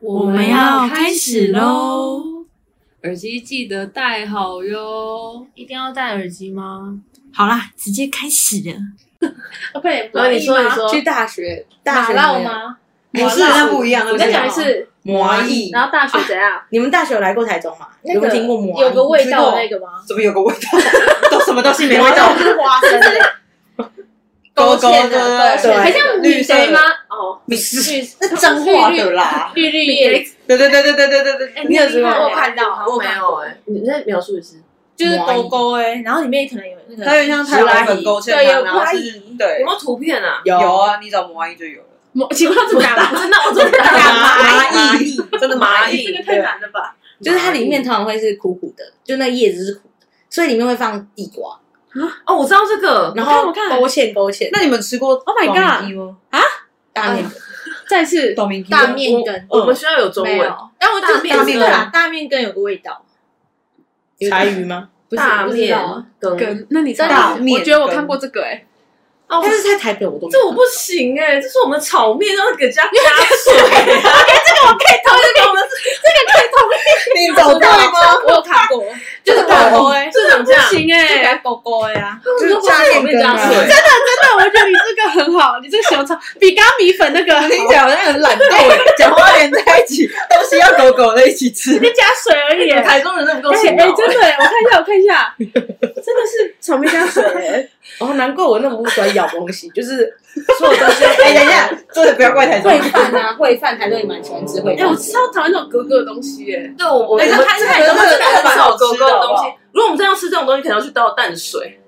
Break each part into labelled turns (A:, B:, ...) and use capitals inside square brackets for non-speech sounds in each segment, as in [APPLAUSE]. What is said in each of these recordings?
A: 我们要开始喽！
B: 耳机记得戴好哟。
C: 一定要戴耳机吗？
A: 好啦，直接开始了。
D: [LAUGHS]
C: 啊，不然
D: 然后你说你说
E: 去大学，大
C: 马
E: 学
C: 烙
E: 没有？
C: 吗？
E: 不是，那不一样。那
D: 我
E: 不一
D: 再
E: 样
D: 讲一，次，
E: 麻蚁。
C: 然后大学怎样？
E: 你们大学有来过台中吗？
D: 那
E: 有没有
D: 个
E: 听过麻蚁？
D: 有个味道的那个吗？
E: 怎么有个味道？都什么东西没味道？
D: 是花生的，
E: 勾
D: 勾
E: 勾
D: 芡的
E: 的，
D: 对还
E: 对，
D: 像
E: 绿
D: 女
E: 色
D: 谁吗？哦，
E: 你
D: 绿
E: 是那脏话的啦。
D: 绿绿叶，
E: 对对对对对对对哎对，你有什
C: 厉害
E: 么？
C: 欸
D: 到
E: 我看过
D: 哎，你在描述一次，
E: 就是
D: 勾勾哎，然后里面可能有那个
E: 它有点像太阳粉勾芡
D: 对
E: 汤，
D: 有
E: 然后
D: 蚂
E: 是
D: 蚁，
E: 对，
D: 有图片啊？
E: 有啊，你找麻蚁就有了。
D: 我请问他怎么打？不是，那我怎么打？
E: 蚂蚁， [LAUGHS] 真的蚂蚁，
D: 这个太难了吧？
E: 就是它里面通常会是苦苦的，就那叶子是苦的，所以里面会放地瓜，
D: 哦，我知道这个，
E: 然后
D: 我看我看
E: 勾芡勾芡。那你们吃过
D: Oh my god！
E: god 吗？啊，大面
D: 再次
E: 豆明
A: 大面羹
D: 我们需要有中
A: 没
D: 文，
A: 有，
D: 但我
A: 大面
E: 面
A: 对
D: 啊
A: 啦，大面羹有个味道，
E: 柴鱼吗？
A: 不是
D: 大
A: 不知道
D: 面羹，
C: 跟那你在
E: 大面
C: 我觉得我
E: 跟
C: 看过这个哎，
D: 哦
E: 但是在台北我都没
D: 这我不行哎、这是我们炒面，然后给加加
E: [LAUGHS]
D: 水。
E: 哎
D: 这个我可以同意，我们
E: 你找对吗？
D: 我有看过，就是狗狗哎，市长这样，
C: 行哎，
D: 哎，
A: 狗狗呀，
E: 就是加面羹啊 [LAUGHS]
D: 炒面加水
E: 真的
C: 那我觉得你这个很好，你这个小炒比咖米粉那个
E: 听起来好像很懒惰耶，讲话连在一起，东西要狗狗的一起吃。
C: 就加水而已哎，
D: 台中人真的不够勤劳、
C: 哎真的哎，我看一下我看一下，
D: 真的是炒面加水、哎，
E: 哦，难怪我那么不喜欢咬东西，就是所有东西。哎，等一下，真的不要怪台中
A: 烩。饭啊，烩饭台中也蛮喜欢吃烩
C: 哎，我
A: 饭。
C: 超讨厌那种格格的东西哎，
D: 对，我我
E: 哎
D: 们
E: 那
D: 台
E: 这个
D: 台中
E: 这个
D: 真的很少狗狗的
E: 好不
D: 东
E: 好
D: 西。如果我们真要吃这种东西，可能要去倒淡水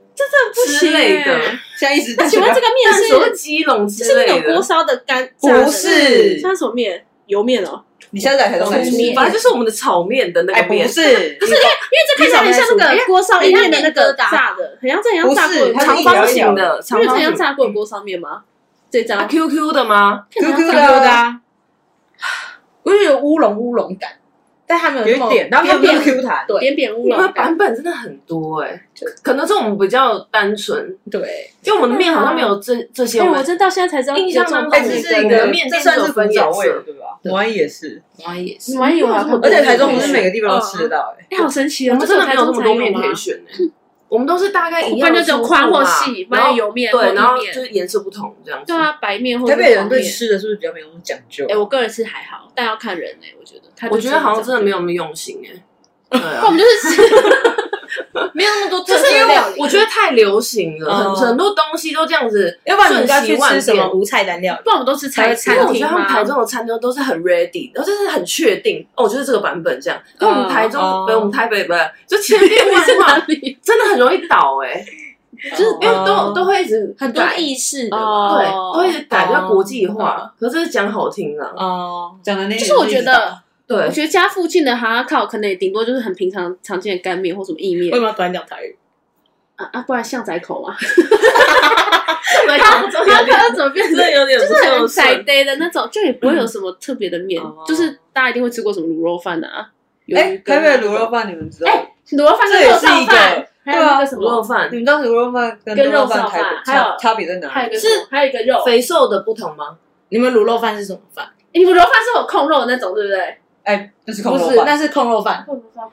C: 不
D: 之
C: 行
D: 类
C: 哎
D: 的。，
E: 现在一直
C: 那请问这个面
D: 淡
C: 是
D: 水或基隆
C: 是
D: 之
C: 那
D: 类
C: 种锅
D: 的，
C: 烧的干？
E: 不是
C: 炸的那是什么面？油面哦，
E: 你现在在台中来吃
A: 不是
D: 反正就是我们的炒面的那
E: 哎，
D: 个
E: 不
D: 面。
E: 是，不是
C: 因为这看起来很像那个锅烧意面的那个炸的，很像这很像炸过
E: 不是它是
C: 长
E: 一条
C: 方
D: 方
E: 一
C: 形
E: 条
D: 形的，
C: 因
D: 长
C: 为这
D: 方
C: 很
D: 形
C: 像炸过的锅烧面吗？这张
D: 啊 QQ 的吗？
E: QQ
A: 的
E: 的啊，
A: 我就有乌龙乌龙感，但它没有那
E: 有一
A: 么
E: 点，然后它
A: 扁
E: 变
A: 扁
E: Q 弹，
A: 对
C: 扁扁乌
D: 你们
C: 龙
D: 的版本真的很多哎、可能是我们比较单纯，
A: 对，
D: 因为我们的面好像没有这
E: 嗯
D: 这些。
C: 哎，
D: 我
C: 我
D: 们
C: 真到现在才知道
D: 印象当中
E: 哎，
D: 哎
E: 这
D: 这
E: 是
D: 是
E: 一
D: 一
E: 个
D: 个
E: 面
D: 面
E: 这
D: 店
E: 算是
D: 是有分
E: 古早
D: 颜色
E: 味了，对吧？麻蚁也是，
A: 然后也是
C: 你。们有啊，
E: 而且台中不是每个地方都吃得到，哎，
C: 哎，好神奇
D: 我
C: 哦！
D: 们真的没有那么多面可以
C: 选，
D: 选呢、欸 [LAUGHS] 我们都是大概一
C: 哎不
D: 样
C: 然
D: 的
C: 就只
D: 粗
C: 有
D: 度
C: 宽或
D: 嘛
C: 细，不
D: 然
C: 然
D: 后
C: 油面或
D: 对，然后
C: 意
D: 就
C: 面。
D: 是颜色不同这样子。
C: 对啊，白面或者
E: 台北人对
C: 黄面
E: 吃的是不是比较没有那么讲究
C: 哎，？我个人是还好，但要看人哎，我觉得他就
D: 我觉得好像真的没
C: 有，
D: 有那么用心哎、对
C: 那我
D: 啊，
C: 们就是吃没有那么多特
D: 就
C: 色
D: 是因为
C: 料理
D: [LAUGHS] 我我觉得太流行了，
E: 哦
D: 很很多东西都这样子。
E: 要不然你们该去
D: 瞬
E: 吃
D: 息
E: 什
D: 万变
E: 么无菜单料理？
C: 不然我们都吃
E: 台
C: 餐
E: 餐
C: 餐
D: 因为我觉
C: 厅
D: 得他们
C: 吗？
D: 台中的餐厅都是很 ready，然后就是很确定哦，就是这个版本这样。可我们台中
E: 哦，
D: 不是我们台北，不是就 [LAUGHS] 千变嗯万化，
C: 里？
D: 真的很容易倒 [LAUGHS] 哎，
E: 就是
D: 因为都都会一直
A: 很多
D: 改
A: 意式的吧，
D: 对，都
C: 哦，
D: 会一直改，比较国际化。可是这是讲好听啊，
E: 哦，讲的那
C: 就是我觉得，
D: 对
C: 我，觉得家附近的哈靠可能也顶多就是很平常常见的干面或什么意面
D: 嗯
E: 为什么要短讲台语？
C: 啊啊，不然巷仔口啊，
D: 对
C: 哈 [LAUGHS] 靠怎么变
D: 真
C: 成
D: 的有点不
C: 就是很
D: 太
C: 宅 day 的那种，就也不会有什么特别的面
E: 嗯，
C: 就是大家一定会吃过什么卤肉饭啊，鱿
E: 哎，
C: 鱼羹
E: 台
C: 啊
E: 北的卤肉饭你们知道？
C: 哎卤肉饭
E: 这
C: 跟
E: 也
C: 肉
E: 是一
C: 燥
E: 个
C: 饭，，还有那个什
D: 卤肉
C: 么，
D: 饭
E: 你，们知道卤肉饭跟
C: 跟
E: 肉
C: 肉
E: 饭
C: 燥
E: 台
C: 饭
E: 北
C: 还有
E: 差差别在
C: 还
E: 哪
C: 有一
E: 里？
C: 个什么还有一个肉，哎
D: 肥瘦的不同吗？
A: 你们卤肉饭是什么饭？
C: 你们卤肉饭是有控肉的那种，对不对？
E: 哎，那是空
A: 不
E: 肉
A: 是，
E: 饭，
A: 那是控肉饭。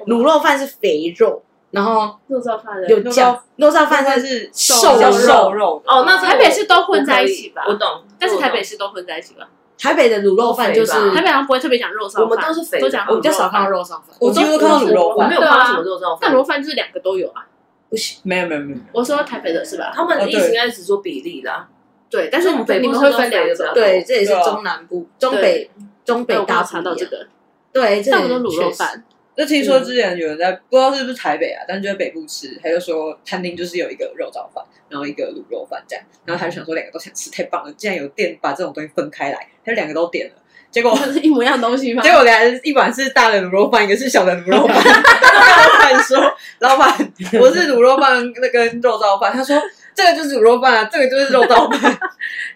C: 卤
A: 卤肉饭是肥肉，然后
C: 肉燥饭的
A: 有
E: 肉
A: 酱。肉燥饭
E: 饭
A: 是
E: 是
A: 瘦
E: 肉
A: 肉
E: 瘦肉的，
D: 哦，那这个
C: 台北市都混在一起吧
D: 我懂，
C: 但是台北
D: 市
C: 市都混在一起吧，
A: 台北的卤肉饭，就是
D: 都肥吧
C: 台北好像不会特别讲肉燥饭，
D: 我们都是肥的
C: 都讲
D: 我
A: 嗯我
D: 们
A: 比较
D: 叫
A: 少看到肉燥饭。
E: 我几乎都看到卤肉
D: 我
E: 饭
D: 没，有
C: 对啊
D: 看到什么肉燥
C: 那
D: 饭
C: 卤。肉饭就是两个都有啊。
A: 不行，
E: 没有没有没有，
C: 我说台北的是吧？
D: 他们的意
E: 哦
D: 思应
E: 对
D: 该是只说比例啦，
C: 对，但是
D: 就我们北部
C: 你们
D: 啊是
C: 会
D: 都
C: 分
D: 肥
C: 两
D: 的
C: 种
D: 吧。
A: 对，这也是
E: 对啊
A: 中南部、中北、中北
C: 对我刚好
A: 大不
C: 查
A: 一
C: 到这
A: 样。
C: 个，
A: 对，这
C: 但我都卤肉
A: 确实
C: 饭，
E: 就听说之前有人在、不知道是不是台北啊，但是就在北部吃，他就说餐厅就是有一个肉燥饭，然后一个卤肉饭这样，然后他就想说两个都想吃，太棒了，竟然有店把这种东西分开来，他就两个都点了，结果
C: 是 [LAUGHS] 一模一样的东西吗？
E: [LAUGHS] 结果来一碗是大的卤肉饭，一个是小的卤肉饭， [LAUGHS] 老板说老板我是卤肉饭那跟肉燥饭，他说这个就是卤肉饭啊，这个就是肉燥
D: [LAUGHS]
E: 饭，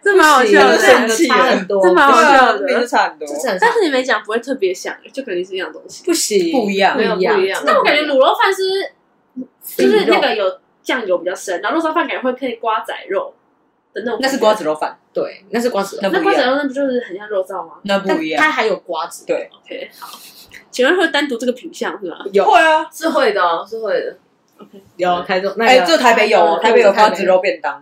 C: 这蛮好
E: 这
C: 笑
E: 样
C: 的，啊
E: 就生气
A: 差
E: 了
A: 很。多，
C: 这蛮好笑
E: [LAUGHS]
C: 的
E: 对啊，就差很多，
A: 这是很
C: 但是你没讲，不会特别想，就肯定是一样东西。
A: 不行，
E: 不一样
A: 不
D: 没有
A: 一
D: 不
A: 样
D: 一。样。
C: 但我感觉卤肉饭是不是就是
A: 肥肉
C: 那个有酱油比较深，然后肉燥饭感觉会配瓜仔肉，
D: 的那种。
E: 那是瓜子肉饭，
A: 对，那是瓜子肉，
E: 那
C: 那
E: 不
C: 瓜
E: 一
C: 子
E: 样，
C: 肉那不就是很像肉燥吗
E: 那不一
A: 但
E: 样。
A: 它还有瓜子。
E: 对
C: ？OK，好，请问会单独这个品相是吗？
A: 有
E: 会啊，
D: 是会的哦，是会的。
A: 有台中那
E: 哎，
A: 个
E: 这台北有哦，
A: 嗯
E: 台北有瓜子肉便当，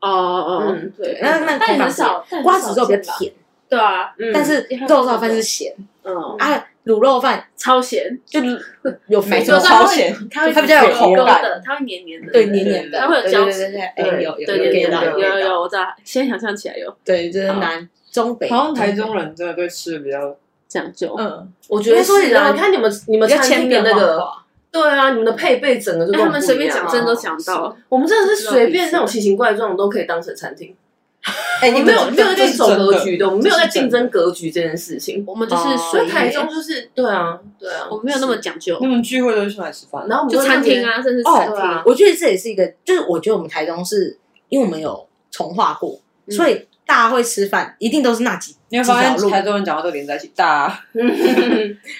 C: 哦哦哦，
A: 嗯，
D: 对
A: 那
C: 但
A: 那通
C: 也
A: 常
C: 很
A: 是
C: 少，但很
A: 瓜
C: 少
A: 子肉比
C: 见吧
A: 较，甜，
C: 对啊，
D: 嗯
A: 但是肉燥饭是咸
C: 嗯，
A: 啊，卤肉饭
C: 超咸，
A: 就有肥
E: 没
A: 肉
E: 错，
C: 有时候
E: 超
C: 它会
E: 咸。
C: 它会
E: 它比较有口
C: 勾
E: 感
C: 的，它会黏黏的，
A: 对黏黏的，
C: 它会有
A: 对
C: 胶
A: 对
C: 质
A: 对对哎，
C: 对
A: 有
C: 对
A: 有有
C: 对
A: 给
C: 对
A: 到，
C: 对，有
E: 有味道
C: 有，我知道，现在想象起来有
A: 对，就是南中北，
E: 好像台中人真的对吃的比较，
C: 讲究，
A: 嗯，
D: 我觉得
A: 应该说你
D: 是啊，
A: 的
D: 你看你们你们
A: 比较
D: 餐
A: 千
D: 厅的
A: 变
D: 那
A: 万
D: 个，
A: 化，
D: 对啊，你们的配备整个就
C: 哎
D: 跟我们
C: 他们
D: 不
C: 随
D: 一
C: 便
D: 样
C: 讲
D: 啊
C: 真都想到，
D: 我们真的是随便那种奇形怪状都可以当成餐厅，
E: 哎，
D: 我
E: 你
D: 们
E: 们
D: 没有没有
E: 这
D: 在
E: 是
D: 走
E: 真
D: 格
E: 的
D: 局的，我们没有在
E: 这是
D: 竞
E: 真的
D: 争格局这件事情。
C: 我们就是
E: 哦
C: 水
D: 那台
C: 野
D: 中就是对啊，对啊，
C: 我们没有那么讲究
E: 你，们聚会都是来吃饭，
D: 然后我们
C: 就
D: 会
C: 餐
D: 特别
C: 厅，啊，甚至
A: 哦
C: 餐
D: 对
C: 厅
D: 啊，
A: 我觉得这也是一个，就是我觉得我们台中是因为我们有重化过，
C: 嗯
A: 所以大家会吃饭一定都是那几
E: 你会
A: 几条
E: 发
A: 路
E: 现，台中人讲话都连在一起，
C: [LAUGHS]
E: 大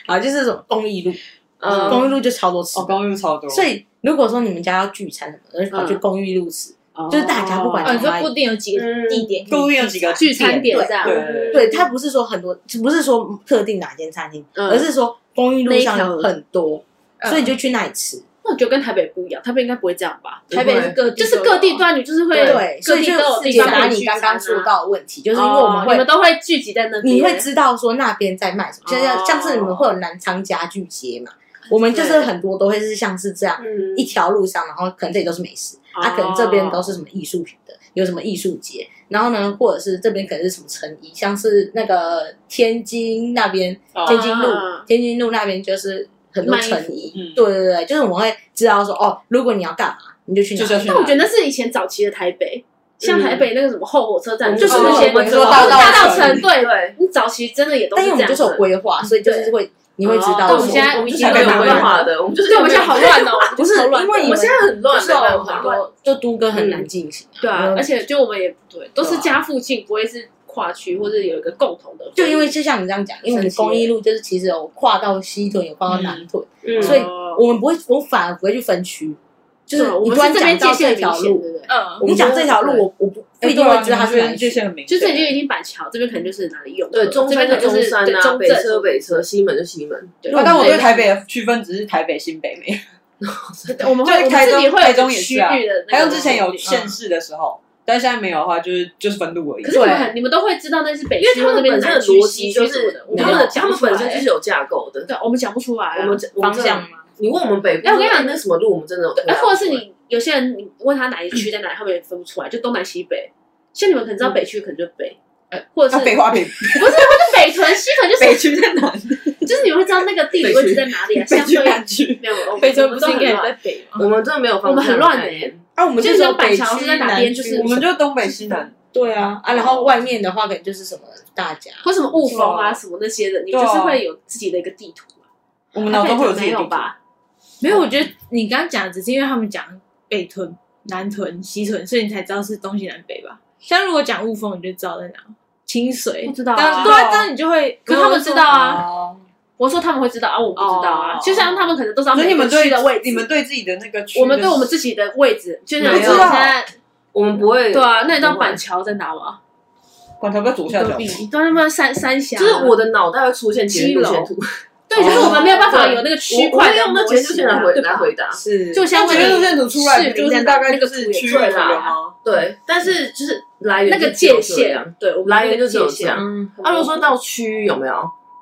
A: 啊，就是这种公益路，
D: 嗯
A: 公益路就超多吃
E: 哦，，公寓超多，
A: 所以如果说你们家要聚餐什么的，就跑去
C: 嗯
A: 公寓路吃，
E: 哦
A: 就是大家不管
F: 哦，你
A: 从
F: 说
A: 哪里
F: 固定有几
C: 嗯
D: 嗯
F: 个地点可以去，
E: 固定有几个
C: 聚餐点这样，嗯
E: 对对对
A: 对，它不是说很多，不是说特定哪间餐厅，
C: 嗯
A: 而是说公益路
C: 那一
A: 上
C: 条路
A: 很多，
F: 嗯
A: 所以你就去那里吃。
C: 那我觉得跟台北不一样，台北应该不会这样吧？
F: 台北是各地
C: 就是各地啊段，你就是会
A: 对，所
C: 各
A: 以
C: 地
A: 就
C: 都有
A: 是
C: 地方
A: 拿
C: 可以
A: 你
C: 聚
A: 刚
C: 餐啊
A: 刚说到的问题，就是因为我们
C: 哦你
A: 会
C: 们，都会聚集在那边，
A: 你会知道说那边在卖什么，就像
C: 哦
A: 像是你们会有南昌家具街嘛，我们就是很多都会是像是这样
D: 嗯
A: 一条路上，然后可能这里都是美食，
C: 哦
A: 啊，可能这边都是什么艺术品的，有什么艺术节，然后呢，或者是这边可能是什么成衣，像是那个天津那边，
E: 哦
A: 天津路
C: 啊，
A: 天津路那边就是很多成衣，
E: 嗯
A: 对对对，就是我们会知道说，哦，如果你要干嘛，你就去哪
E: 就是要
A: 里，
E: 去哪
C: 但我觉得那是以前早期的台北，像台北那个什么后火车站，
D: 嗯
C: 就是那些
E: 哦我知道
C: 大
E: 大
C: 道
E: 道
C: 城，
E: 城
C: 对，
D: 对，
C: 你早期真的也都
A: 但
C: 是
A: 是我
C: 这样
A: 们就是有
C: 子。嗯
A: 规划，所以就是会你会知
C: 哦
A: 道
C: 但
A: 说，
C: 我们现在
D: 我们
C: 已
D: 已
C: 经
D: 经没
E: 没有
D: 有
E: 规
D: 规
E: 划
D: 划的，我们就是
C: 对，我们现在好乱哦，
A: 不是
C: 好乱
A: 因为你
D: 我现在很乱，
A: 就是
D: 没办
A: 有
D: 法
A: 很多，就都跟很难进行，
C: 对啊，
A: 嗯
C: 而且就我们也对，都是家附近，不会是跨区或者有一个共同的回忆，
A: 就因为就像你这样讲，因为我们公益路就是其实有跨到西屯，有跨到南屯，
D: 嗯
A: 所以
C: 哦
A: 我们不会，我反而不会去分区，就是
C: 对我
A: 你
C: 们
A: 突然
C: 是这
A: 讲
C: 边界
A: 到这
C: 限
A: 条
C: 明显，
A: 路，
C: 对不对？
F: 嗯，
D: 我
A: 你
D: 们
A: 讲
D: 就
A: 这条路，我我不不一定会知道它是哪里
E: 界
A: 去。
E: 限很明
C: 就
E: 显，
C: 是已经已经板桥这边可能就是哪里有的，
D: 对中
C: 这边
D: 山
C: 可
D: 就
C: 能就
D: 中
C: 是
D: 山
C: 对
D: 啊，
C: 中
D: 北车
C: 正，
D: 北车，西门就西门，
C: 对
E: 啊但我对台北的区分只是台北、新北没有。
C: 我们会我
E: 就
C: 们
E: 台
C: 自
E: 中
C: 己会
E: 台
C: 有
E: 中也
C: 区
E: 是啊
C: 域的那个，
E: 还有之前有县市的时候，但现在没有的话，就是就是分路而已
C: 可。是你们
A: 对
C: 很，你们都会知道那是北
D: 因为
C: 区
D: 他
C: 或
D: 们
C: 这边
D: 本身
C: 南
D: 的
C: 区、
D: 逻
C: 西
D: 辑
C: 区
D: 就
C: 什么的
D: 是，
C: 我
D: 他
C: 们
D: 们他
C: 讲不
D: 们
C: 出
D: 本身就
C: 来
D: 是。有架构的。
C: 对，我们讲不出来啊。
D: 我们这我
A: 方
D: 们这
A: 向吗？
D: 你问我们北部，
C: 哎我跟你讲
D: 那什么路，我们真的有推
C: 哎，
D: 到出来，
C: 或者是你有些人你问他哪一区在哪里，他们也分不出来，就东南西北。像你们可能知道北区，可能就北，呃或者是
E: 那啊北
C: 不
E: 化北
C: 是，或者北屯西屯，就是
E: 北区在哪？
C: 就是你们会知道那个地理位置在哪里啊，
E: 北
C: 相
E: 区
C: 对
E: 南区。
C: 没有，我们
F: 北车
C: 我
F: 不
C: 们
F: 是
C: 都
F: 应该
C: 很
F: 也在
C: 乱，
F: 北吗？
D: 我们真的没有方向，
C: 我们很乱
D: 哎、
C: 欸
A: 啊，我们
C: 就是
A: 是
C: 讲板桥
A: 北区
C: 是在哪边，
A: 南
C: 就
A: 区
C: 是
E: 我们就东北西南，
A: 对啊啊，然后外面的话可能就是什么大家，
C: 或什么雾峰啊
E: 对啊
C: 什么那些的，你
E: 对啊
C: 就是会有自己的一个地图嘛。
E: 我们脑中会有自己
C: 没
E: 的
C: 有
E: 地
C: 吧？
F: 没有，我觉得你刚刚讲的只是因为他们讲北屯、南屯、西屯，所以你才知道是东西南北吧？像如果讲雾峰，你就知道在哪，清水
C: 不知道啊
A: 哦
F: 当然对啊，当然你就会，
C: 可他们知道啊，
E: 哦，
C: 我说他们会知道啊，我们不知道啊。
E: 哦
C: 就像他们可能都知道
E: 所以你
C: 每个
E: 们对
C: 区的位置，
E: 你们对自己的那个区的，
C: 我们对我们自己的位置，就像
E: 不
C: 你
E: 知
C: 现
E: 道
C: 在
D: 我们不会。
C: 对啊，那你知道
D: 不会
C: 板桥在哪吗？
E: 管他不左下
F: 隔
E: 角，
F: 壁
C: 对啊，那么三三峡，
D: 就是我的脑袋会出现捷运路线图，
C: 对，就是我们没有办法
D: 对
C: 有那个区块
D: 我哦
C: 的
D: 我会用那
C: 模
D: 捷运
C: 型啊
D: 路线来回
C: 对
D: 来
C: 吧
D: 回答。
A: 是
C: 就像
E: 那
C: 我
E: 这
C: 们
E: 个路线图出来
C: 士林
E: 就是
C: 在
E: 大
C: 哪
E: 概
C: 那
E: 就
C: 个
E: 是
C: 图也
E: 区
C: 出
E: 域
C: 来
E: 了
C: 了啊
E: 吗？
D: 对，但是就是来源
C: 那个
D: 就只有
C: 界
D: 这样
C: 限，对，我们
D: 来源就只有
C: 界
D: 这
C: 限。
D: 样。
A: 嗯，
D: 啊，如果说到区有没有，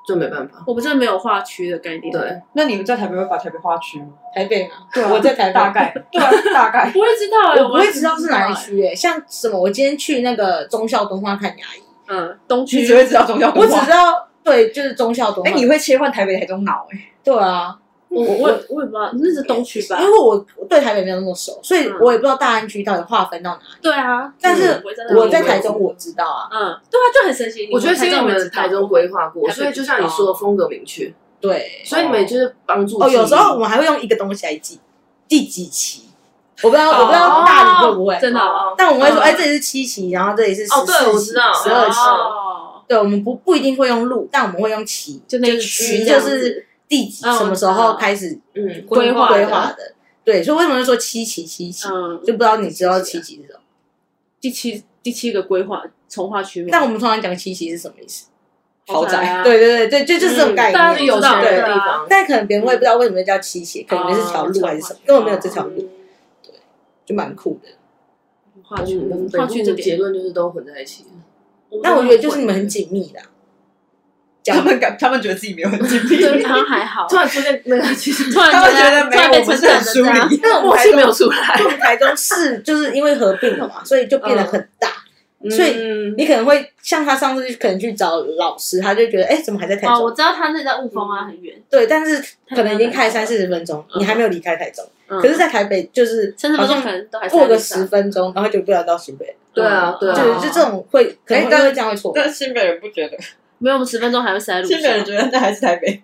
D: 就没办法。
C: 我们真的没有划区的概念，，
D: 对，
E: 那你们在台北会把台北划区吗？
A: 台北嘛，
E: 对
A: 我在台北
E: 大概， [LAUGHS] 对啊，大概。
C: 不会知道欸，
F: 哎
A: 我不会
C: 们
A: 知道是哪一
C: 啊
A: 区诶，像什么，我今天去那个忠孝东化看牙医，
C: 嗯，东
E: 你
C: 区
E: 只会知道中央
A: 我只知道对，就是忠孝东化。
E: 哎，你会切换台北台中脑哎，
A: 对啊，
C: 我我也我也不知道，那是东区吧
D: 嗯
A: 因？为我我对台北没有那么熟，所以
C: 嗯
A: 我也不知道大安区到底划分到哪里。
C: 对啊，
A: [LAUGHS] 但是
C: 不会在那里
A: 我在台中我知道啊，
C: 嗯，对啊，就很神奇。
D: 我觉得是因为你
C: 你
D: 们台中规划过，
C: 台北
D: 所以就像你说的风格明确，
A: 对，
D: 所以你们就是帮助
A: 哦，有时候我
D: 记忆
A: 们还会用一个东西来记，第几期，我不知道，哦我不知道大理会不会，
C: 哦真的哦
A: 但我们会说，
D: 嗯
A: 哎，这里是七期，然后这里是
D: 哦对我知道
A: 十二期。
C: 哦
A: 对，我们不不一定会用路，但我们会用期，
C: 就那
A: 是
C: 个
A: 区
C: 区这
A: 就
C: 样子
A: 是第几
C: 嗯
A: 什么时候开始
D: 嗯，
C: 规划
A: 规
C: 的
A: 划的。对，所以为什么会说七期七期，
C: 嗯，
A: 就不知道你知道七期是什么？
C: 第七
D: 第七个规划从化区嘛，
A: 但我们通常讲七夕是什么意思？
E: 豪宅
C: 嗯
D: 啊，
A: 对对对对，就就是这种
D: 嗯
A: 概
D: 大家都
A: 念。
D: 有钱
A: 对
D: 的地方，
A: 但可能别人会不知道为什么叫七夕，可能是条
C: 哦
A: 路还是什么，根本没有这条路，
D: 嗯
A: 就蛮酷的。
D: 从化区，从
C: 跨
D: 化区
C: 区
D: 这
C: 的
D: 点
C: 结，论就是都混在一起。
D: [LAUGHS]
A: 但我觉得就是你们很紧密啦，
E: 他
A: 讲
C: [LAUGHS]
E: 们感他们觉得自己没有很精辟，
D: 对，好像还好啊
C: 突。然出现那个，其实 [LAUGHS]
G: 突然
E: [LAUGHS] 他们觉
G: 觉
E: 得
G: 得
E: 没
G: 突然
E: 有，
G: 被
E: 我们
G: 称
E: 是
G: 赞
E: 很
G: 的
E: 疏
G: 这样，
E: 离。
A: 但我
C: 默
A: 们
C: 契
A: 台
C: 没有
A: 中，
C: 出来，
A: 我们台中市就是因为合并了嘛，所以就变
C: 嗯
A: 得很大。所以
D: 嗯
A: 你可能会像他上次可能去找老师，他就觉得哎、怎么还在台中？
C: 哦，我知嗯道他那在雾峰啊，很远，
A: 对，但是可能已经开三四十分钟，
C: 嗯
A: 你还没有离开台中。可是，在台北就是
C: 甚至
A: 好
C: 不可
A: 像
C: 能都还是
A: 过个
C: 在路
A: 十分钟，然后就不要到新北了，
D: 对啊，对
A: 就
D: 啊，
C: 对
A: 就这种会可能
E: 哎
A: 会
E: 但
A: 会这样会错。
E: 但新北人不觉得，
C: 上没有我们十分钟还会塞在路
E: 新北人
C: 上，
E: 觉得那还是台北，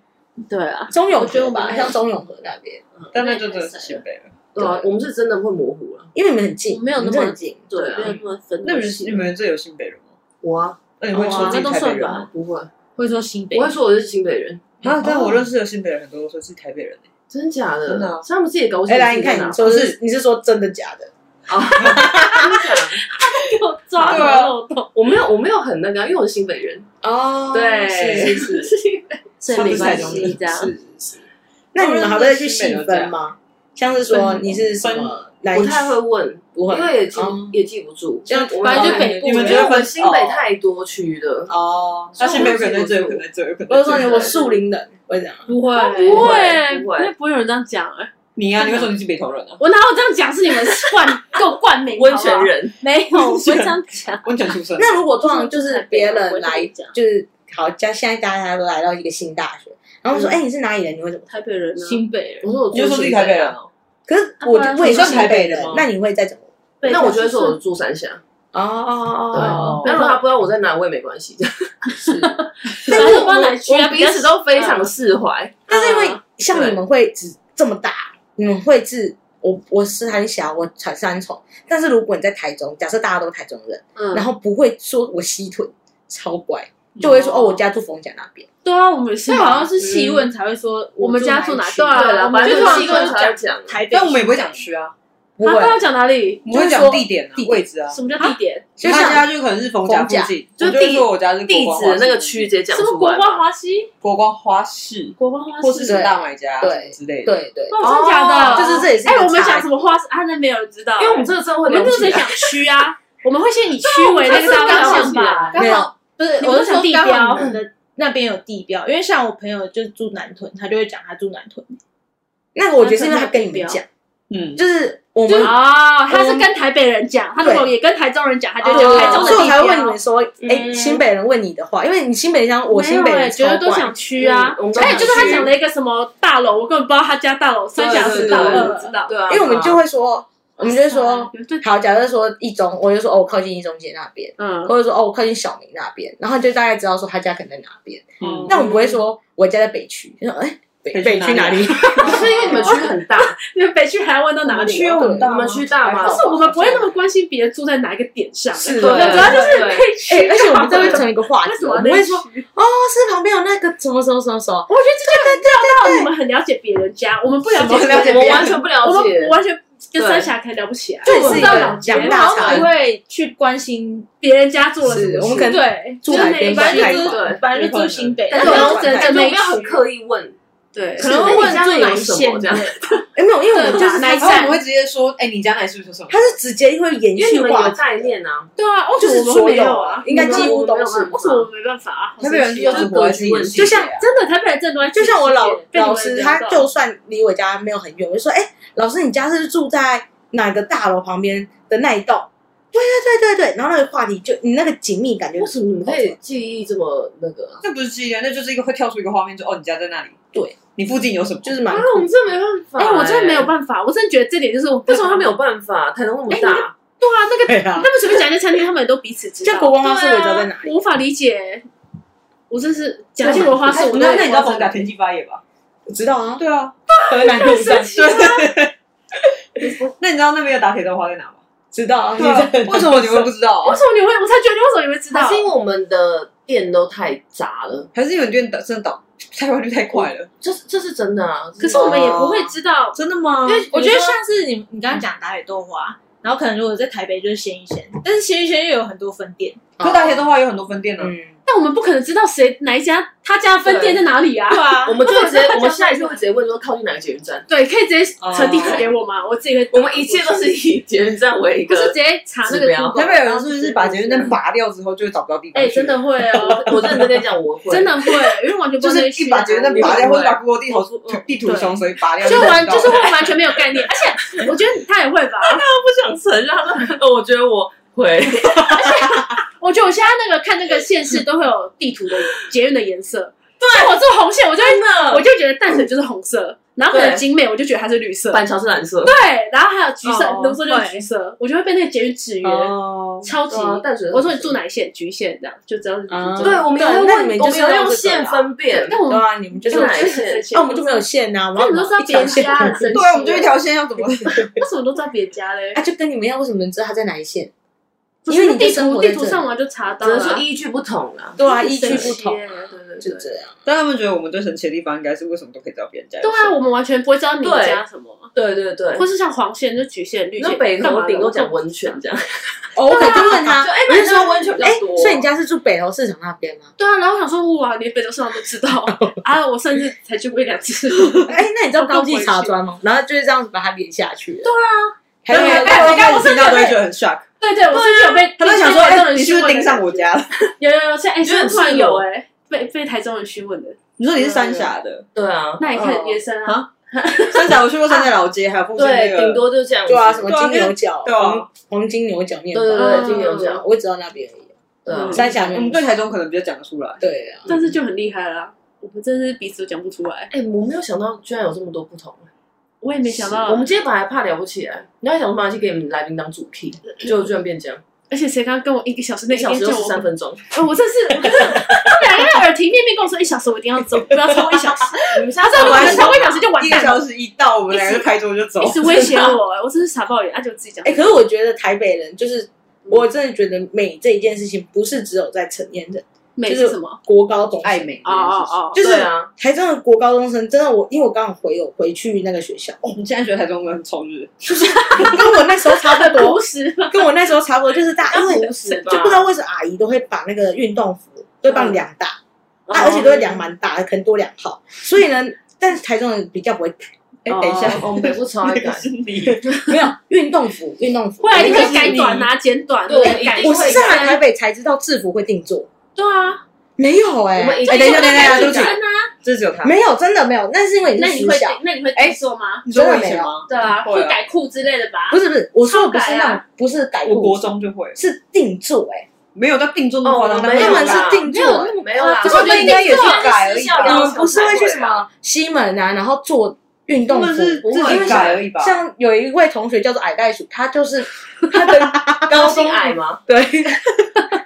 C: 对啊，
A: 中永
C: 我觉得
A: 和
C: 我们
A: 吧，像中永和那边，
E: 但那就真的是新北了。
D: 对啊，我们是真的会模糊了。
A: 因为你们很近，
C: 我没有
A: 你们
C: 那么
A: 真的很近，
C: 对
D: 对，啊
C: 没有那么分
E: 那
C: 得
E: 你们
C: 清
E: 你们这有新北人吗？
D: 我啊，
E: 那你会说
C: 哇
E: 自
C: 那
E: 己
C: 都
E: 台北
C: 算
E: 人
C: 吧
E: 吗？
D: 不会，
G: 会说新北
D: 我，会说我是新北人，
E: 啊，但我认识的新北人很多都说是台北人欸，
D: 真假的？
E: 真的啊
D: 是他们自己搞不清楚自
A: 哎，来，你
D: 己在哪。
A: 看，你说
E: 不
A: 是你是说真的假的？
C: 我抓什么漏洞？
D: 我没有，我没有很那个啊，因为我是新北人。
A: 哦
D: 对，
A: 是是是。
C: 所以
E: 他们
C: 没
E: 是台
C: 关
E: 中
C: 系，
E: 人
C: 这样。
E: 是是。
A: 那你们还会去细分吗？像是说你是什么来
D: 不太会问，
A: 不会
D: 因为也记
A: 哦
D: 也记不住。
A: 这样
D: 我
G: 反
D: 们
G: 正就
D: 就
G: 北部
E: 你
D: 我
E: 们
D: 觉
E: 觉
D: 得
E: 得
D: 我们新北
E: 哦
D: 太多区了，
A: 哦，
E: 那新北有可能这有可能这有可能这。
A: 我就说你我树林人，会这样。
G: 不会
C: 不
G: 不
C: 会，
D: 不会
C: 不会有人这样讲啊！
E: 你啊，你会说你是北投人啊？
C: 我哪有这样讲？是你们冠给我冠名
D: 温泉，人
C: 好不好没有，我不会这样讲。
E: 温泉出身。
A: 那如果通常就是别人来
C: 我是台北人我是这样，
A: 就是好，加现在大家都来到一个新大学，然后说，
C: 嗯
A: 哎，你是哪里人？你会怎么？
D: 台北人啊。
G: 新北人
D: 我说我
E: 你就
D: 住
E: 说自己
D: 新
E: 台北
D: 北
E: 人
D: 啊，
A: 可是我
C: 啊不然
A: 我也是
E: 你算台北
A: 人
E: 人吗，
A: 那你会再怎么？
D: 那我就会说我住三峡。
A: 哦哦哦，
E: 哦
D: 那如果他不知道我在哪，我也没关系。
C: 但
D: 我
C: 是
D: 我
C: 搬来区啊，
D: 们彼此都非常
C: 嗯
D: 释怀。
A: 但是因为像你们会只这么大，你们会是，我我是很小，我才三重，但是如果你在台中，假设大家都台中人，
D: 嗯
A: 然后不会说我西屯，超乖，
C: 嗯
A: 就会说哦，我家住逢甲那边。
G: 对啊，我们是好像是细问才会说
C: 嗯我们家住哪
G: 哪一区
C: 对啊
D: 对啦，
C: 我们
D: 反
C: 就
D: 正
C: 是
D: 习
C: 一个
D: 惯
C: 人
D: 才讲。
G: 台北，
E: 但我们也不会讲区啊，
A: 不会
C: 他，刚刚讲哪里？
E: 我们会讲地点啊、位置啊。
C: 什么叫地点？
A: 就
E: 他
A: 像
E: 家就可能是逢甲附近，
D: 就
E: 我就
D: 地
E: 会说我家是
D: 地
E: 国光
D: 址
E: 花
D: 的
E: 市
D: 那个区直接讲
C: 什
D: 出来。
C: 么国光华西？
E: 国光花市，
C: 国光花
E: 或是
C: 西
E: 什？么
A: 对
E: 大买家啊
A: 对
E: 什么之类的。
A: 对对，
C: 哦，真的假的？
A: 就是这也是一
C: 哎，
A: 个
C: 我们
A: 差
C: 讲
A: 异
C: 什么花市啊？那没有人知道，
D: 因为我们这个真的
C: 我
D: 会
C: 们
D: 聊
C: 就
D: 起
C: 是
D: 来
C: 讲区啊，我们会先以区为那个
G: 刚
C: 方
G: 刚
C: 向
G: 想
C: 吧。
A: 没
G: 刚
A: 有
G: 好不是，
C: 你
G: 我
C: 不
G: 是
C: 想
G: 说
C: 地
G: 刚好
C: 标
G: 我们的那边有地标，因为像我朋友就住南屯，他就会讲他住南屯，
A: 那个我觉得是因为他跟你们讲，
E: 嗯，
A: 就是我
C: 就是
A: 们。
C: 哦，他是跟台北人讲，他如果也跟台中人讲，他就
A: 对
C: 讲台中
A: 所
C: 的
A: 以我
C: 地
A: 才会问你
C: 标
A: 们。说，哎，
C: 嗯
A: 新北人问你的话，因为你新北人像我新
C: 没
A: 北
C: 有欸
A: 人
C: 觉得
A: 超
C: 都
A: 怪，
C: 想区啊
D: 嗯我们。都
C: 而且就是他
D: 想区
C: 讲了一个什么大楼，我根本不知道他家大楼，三峡是大楼，
D: 对对
C: 我
D: 对
C: 不知道。
D: 对啊，
A: 因为我们就会说，我们就会说，
C: 对，
A: 好，假设说一中，我就说哦，我靠近一中街那边，
C: 嗯，
A: 或者说哦，我靠近小明那边，然后就大概知道说他家可能在哪边。
E: 嗯
A: 但我们不会说我家在北区，就说哎，北
E: 北
A: 北
E: 区
A: 区哪里？ [LAUGHS]
D: 是因为你们区很大，
C: 你们北区还要问到哪里？
E: 区很大
D: 我
E: 吗，
D: 们区大吗
E: 还好
C: 就
E: 吧
C: 是我们不会那么关心别人住在哪一个点上，啊
A: 是
C: 对，
A: 对
C: 主要就是
D: 对
C: 可以去 [LAUGHS]
A: 哎、
C: 啊。
A: 而且我们这会成为一个话
C: 为
A: 题，
C: 什么
A: 我
C: 那
A: 们
C: 一
A: 会
C: 区
A: 说哦，是旁边有那个什么什么什么什么，
C: 我觉得这就很妙到我们很了解别人家，我们不了解
E: 什么了解
C: 我
E: 别
C: 们
E: 人
C: 完全
D: 全不了
C: 我们完全跟三峡可能聊不起来，
A: 这也
C: 我不知
A: 是一
C: 道
A: 个
C: 老街
A: 两
G: 然
A: 大
G: 后
A: 差异
G: 不。会去关心，
C: 别人家做了什
A: 是
C: 么
A: 我
C: 事，
A: 们可能
G: 对，
A: 住
G: 就是
A: 海
G: 每
A: 边
G: 反正
A: 看
G: 就
A: 一
G: 住
D: 看，
G: 反正就住新北，
A: 但
D: 但
A: 是
D: 是
A: 我
D: 我们
A: 们只能
D: 我
A: 在
D: 没有很刻意问，
C: 对，
G: 可能会问
D: 那你家
G: 住
D: 那
G: 哪
D: 有
G: 一
D: 什么
G: 线
D: 这样
G: 对
A: 哎、没有，因为我们
D: [LAUGHS]
C: 对
A: 就
C: 吧
A: 是
C: 哪一
E: 然后我
C: 站
E: 们？会直接说，哎，你家哪里是不是什么？
A: 它是直接会延
D: 因为你
A: 续
D: 们
A: 话
D: 有
A: 题，
D: 概念啊，
C: 对啊，为
A: 就
C: 什么
A: 是
C: 我们
A: 所
C: 没
A: 有
C: 有啊？
A: 应该几乎都
D: 我
A: 是
D: 们。
C: 为什么我没办法啊？好
E: 台北人
C: 神奇哦
E: 就是活在自己的世界
A: 就像
C: 真的台北人真的都在自
A: 就
C: 己
A: 像我老
C: 世界被你们
A: 老师，
C: 聊
A: 他
C: 到
A: 就算离我家没有很远，我就说，哎、老师，你家是住在哪个大楼旁边的那一栋？对对对对对，然后那个话题就你那个紧密感觉
D: 为，什么你们可以记忆这么那个啊？
E: 那不是记忆啊，那就是一个会跳出一个画面，就哦，你家在那里，
A: 对，
E: 你附近有什么？
A: 就是蛮
D: 啊，我们真的没办法，欸
C: 哎，我真的没有，办法，我真的觉得这点就是我
D: 为什么他没有办法？台东那么大，
C: 对啊，那个
A: 对啊
C: 他。们随便讲一家餐厅，他们也都彼此知道。
A: 像国光花市
C: 对啊
A: 我也知道在哪里
C: 我无法理解。我真是讲起国光花市，我
E: 那
C: 真
E: 那
C: 的
E: 你知道逢甲天际发野吧？
A: 我知道啊，
E: 对 [LAUGHS] 啊，河南路上。
C: 啊 [LAUGHS]
E: 对。那你知道那边有打铁豆花在哪吗？
A: 知道啊，你
E: 对啊
A: 在
E: [LAUGHS] 为什么你们不知道
C: 为 [LAUGHS]
E: 啊？
C: 什么你会？我才觉得为什么你会知道
D: 还是？因为我们的店都太杂了，
E: 还是有人觉得真的倒台湾率太快
C: 嗯
E: 了？
D: 这是这是真的啊。
C: 可是我们也不会知道，
E: 真的吗
G: 因为我觉得像是你你刚刚讲打野豆花，
F: 然后可能如果在台北就是鲜芋仙，但是鲜芋仙又有很多分店，
E: 可大学的话有很多分店呢、
A: 嗯，
C: 但我们不可能知道谁哪一家他家分店在哪里啊。
F: 对啊
D: 我，们就会直接，我们下一次会直接问说靠近哪个捷运站。
C: 对，可以直接
E: 哦
C: 传递给我吗？我自己会。
D: 哦我们一切都是以捷运站为一
C: 不
D: 个
C: 是直接查那
D: 指
C: 个
D: 标
C: Google，
E: 台北有人是不是把捷运站拔掉之后就会找不到地方？
C: 哎，真，的会哦，
D: 我认真在讲，我会
C: 真的会，啊因为完全不知
E: 就
C: 道
E: 是
C: 那
E: 一
C: 区
E: 把捷运站拔掉，
D: 我
E: 或
D: 会
E: 者把 Google 地图
D: 我
E: 地图从谁拔掉，
C: 嗯就完
E: 知道
C: 就是会完全没有概念，而且我觉得他也会吧。
D: 不想承认。他说，呃我觉得我会，
C: 我觉得我现在那个看那个县市都会有地图的捷运的颜色，对我做红线，我就会我
D: 的，
C: 就觉得淡水就是红色，然后可能
D: 对
C: 景美我就觉得它是绿色，
D: 板桥是蓝色。
C: 对，啊然后还有橘色，
F: 哦
C: 泸州就是橘色，我就会被那个捷运制约，
A: 嗯
E: 哦，
C: 超级。
D: 淡水
C: 我说你住哪一线？橘线这样，就知道是泸州。
D: 对，我们也会
E: 那你
D: 问，
E: 们就
D: 我们
E: 是
D: 有
E: 用
D: 用
E: 这个
D: 线
E: 啦
D: 分辨。
C: 但我们
F: 啊，你们
D: 就是
C: 对就是很
A: 啊哦
F: 那我们就没有线呐，我
C: 嗯那我们
F: 们
C: 都知道别人家很神奇，
E: 对啊，我们就一条线要怎
C: [LAUGHS]
E: 么？
C: 为什么都知道别人家嘞
A: 啊，？就跟你们一样，为什么能知道他在哪一线？
C: 不
A: 因为
C: 是
A: 你
C: 地
A: 就生
C: 图
A: 活在
C: 地
A: 这
C: 图上完就查到
D: 只能
C: 了
D: 说
C: 啊，
D: 依据不同啊。
A: 对啊，
C: 很
A: 依据
C: 神
A: 不
C: 奇
A: 同，
C: 耶对对
A: 就
C: 对。
A: 这样。
E: [LAUGHS] 但他们觉得我们最神奇的地方应该是为什么都可以知道别人家有
C: 对啊，
E: 线
C: 我们完全不会知道你
D: 对
C: 家什么，
D: 对对对
C: 或是像黄线、就橘线、绿
D: 那
C: 线，
D: 北
C: 干
D: 头
C: 嘛的啊
D: 顶多讲温泉这样。
A: 哦，我可能就问他，
D: 就哎，
A: 我
D: 那
A: 就
D: 时候温泉比较
A: 哎，
D: 多，
A: 所以你家是住北投市场那边吗？
C: 对啊，然后我想说，哇，连北斗市场都知道啊！我甚至才去过一两次。
A: 哎，那你知道高
C: 我
A: 记
C: 不回去
A: 茶砖吗？然后就是这样子把它连下去了。
E: 还有
C: 对
E: 人
C: 哎我刚
E: 听到都会觉得很 shock，
C: 对对，我甚至有被
E: 他都想说，
C: 被台中
E: 哎，
C: 人
E: 你
C: 询问
E: 是不
C: 的
E: 是盯上我家了？
C: 有有有，现在哎，
D: 觉得
C: 现在
D: 很
C: 突然
D: 赤裸
C: 有哎，被被台中人询问的，
E: [LAUGHS] 你说你是三峡的，
D: 对啊，
C: 那你看
A: 哦
C: 延伸啊，
E: [LAUGHS] 三峡我去过三峡老街，还有附近那
D: 对，顶
E: 个，
D: 多就这样子。
A: 对啊，什么
E: 对啊
A: 金牛角、
E: 对啊
A: 黄黄金牛角面包，
D: 对对
C: 嗯
D: 对，金牛角，
A: 我只知道那边而已。
D: 对啊
C: 嗯
A: 三峡
E: 我们
A: 面包
E: 对台中可能比较讲得出来。
A: 对啊，
C: 但是就很厉害啦。我们真是彼此都讲不出来，
D: 哎，我没有想到居然有这么多不同。
C: 我也没想到。
D: 我们今天本来怕聊不起来，你还想说马上去给你们来宾当主题，结果居然变这样，
C: 而且谁刚刚跟我一个小时内
D: 一小时
C: 就
D: 又十三分钟。
C: 哎，我真是，我真是，他们两个人耳提面命跟我说一小时我一定要走，不要超过一小时。
D: 你们下
C: 他
D: 次
C: 知道我
E: 我还
C: 们
E: 想
C: 超过一小时就完
E: 一个
C: 蛋
E: 小
C: 了，
E: 时一到，我们两个就开桌就走
C: 一。直威胁我，哎我真是傻爆眼，他就自己讲
A: 哎，。可是我觉得台北人就是，我真的觉得美这一件事情，不是只有在成年人，
C: 美
A: 就是
C: 是什么？
A: 国高中生
E: 爱美这
C: 哦
E: 件
C: 哦
E: 事情，
C: 哦，
A: 就是
D: 对啊，
A: 台中的国高中生，真的我，因为我刚好回有回去那个学校，
E: 哦，你现在觉得台中人很丑日，
A: 跟我那时候差不多，
C: 朴实
A: 跟我那时候差不多，就是大，因为
D: 五十吧
A: 就不知道为什么阿姨都会把那个运动服都会帮你量大，
D: 哦
A: 啊，而且都会量蛮大，可能多两号。所以呢，但是台中人比较不会改，
E: 哎，等一下，
D: 哦我们北部超爱
E: 那个
D: 改，
E: 是你，
A: 没有运动服，运动服
C: 会啊，一定
A: 我
C: 会改短啊，剪短，
D: 对
C: 会改。
D: 一定
A: 我
D: 会
A: 是上来台北才知道制服会定做，
C: 对啊，
A: 没有哎、
D: 我们一定
E: 哎，等一下，等一下，
D: 改
E: 对不起
C: 真，啊，
E: 这只有他。
A: 没有，真的没有，那是因为你
C: 那
A: 是
C: 你
A: 私
C: 会
A: 校，
C: 那你会
E: 哎
C: 接受吗？
E: 你
A: 真
E: 说我
A: 的
E: 以
A: 没
E: 前
A: 有，
E: 吗？
C: 对啊，
E: 会啊
C: 会改裤之类的吧？
A: 不是不是，我说的不是
C: 超
A: 那
C: 改
A: 种，不是改裤子，
E: 我国中就会，
A: 是定做哎、
E: 没有到定中的
D: 哦
E: 夸张，
D: 我
E: 但
D: 没
A: 他
D: 有
A: 们
D: 啦
A: 是定
D: 没
A: 做、
D: 有
A: 欸
D: 那。 [LAUGHS] 么没有啦，
E: 可是我觉得应该也是改而已吧
A: 你
E: 然
A: 们
E: 后
A: 不是会去什么西门啊，然后做运动
E: 他们
A: 服？
E: 是自
D: 因为
E: 己
D: 像
E: 改而已吧？
A: 像有一位同学叫做矮袋鼠，他就是他的高中
D: 性矮吗？
A: 对，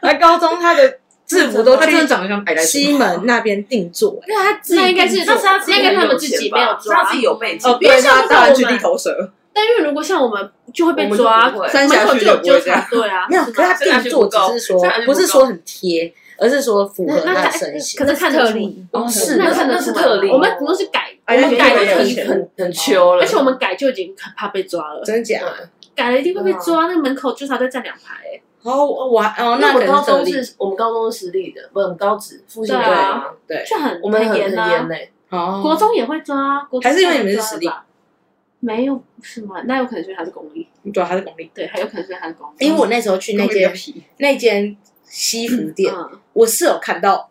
A: 他高中他的制服都
E: 他真的
A: 去
E: 长得像矮袋鼠
A: 西门那边定做、欸。
C: 因为他自己
A: 那应该
C: 是
A: 是
C: 那
D: 他自己
C: 应该他们自己没有抓
D: 他自己有背景
E: 哦，
A: 哦
E: 因为
C: 像
E: 他当然
C: 我
E: 去
C: 们
E: 地头蛇，
C: 但因为如果像我们就会被
D: 我
C: 抓
D: 们就不，会
E: 三
C: 门
E: 峡
C: 口就
E: 区就
C: 有
E: 不会
C: 纠
E: 这样
C: 察队啊，
A: 没有，
C: 是
A: 可
C: 吧
A: 是他定做只是
D: 这样就
A: 说
D: 不够
A: 不是说很贴，而是说符合
C: 那
A: 他
C: 那
A: 的身形。
C: 可是看得出
F: 例，
A: 哦，是
C: 那
D: 那
C: 看得
D: 是
C: 出
D: 特例
C: 我们我们是改，我
E: 哎
C: 们
E: 那
C: 改
E: 就
D: 改的
E: 是
C: 的
E: 有
D: 题
E: 钱
D: 很很秋了，
C: 而且我们改就已经很怕被抓了，
A: 真的假
D: 对
A: 的？
C: 改了一定会被抓，那门口纠察队站两排，哎
A: 哦，我还哦，
D: 那我
A: 那可
D: 们
A: 能
D: 高
A: 特
D: 中
A: 例
D: 是我们高中是实力的，不，我们高职复兴
C: 对
D: 对
C: 啊
D: 啊，
C: 就很
D: 我们很
C: 严啊
D: 严嘞，
A: 哦，
C: 国中也会抓，国中
A: 还是因为你们
C: 也
A: 是
C: 会抓
A: 私立
C: 吧？没有是吗？那有可能是因为他是公立，
A: 对，还是公立。
C: 对，还有可能是因为他是公立。
A: 因为我那时候去那间
E: 皮，
A: 那间西服店，
C: 嗯，
A: 我是有看到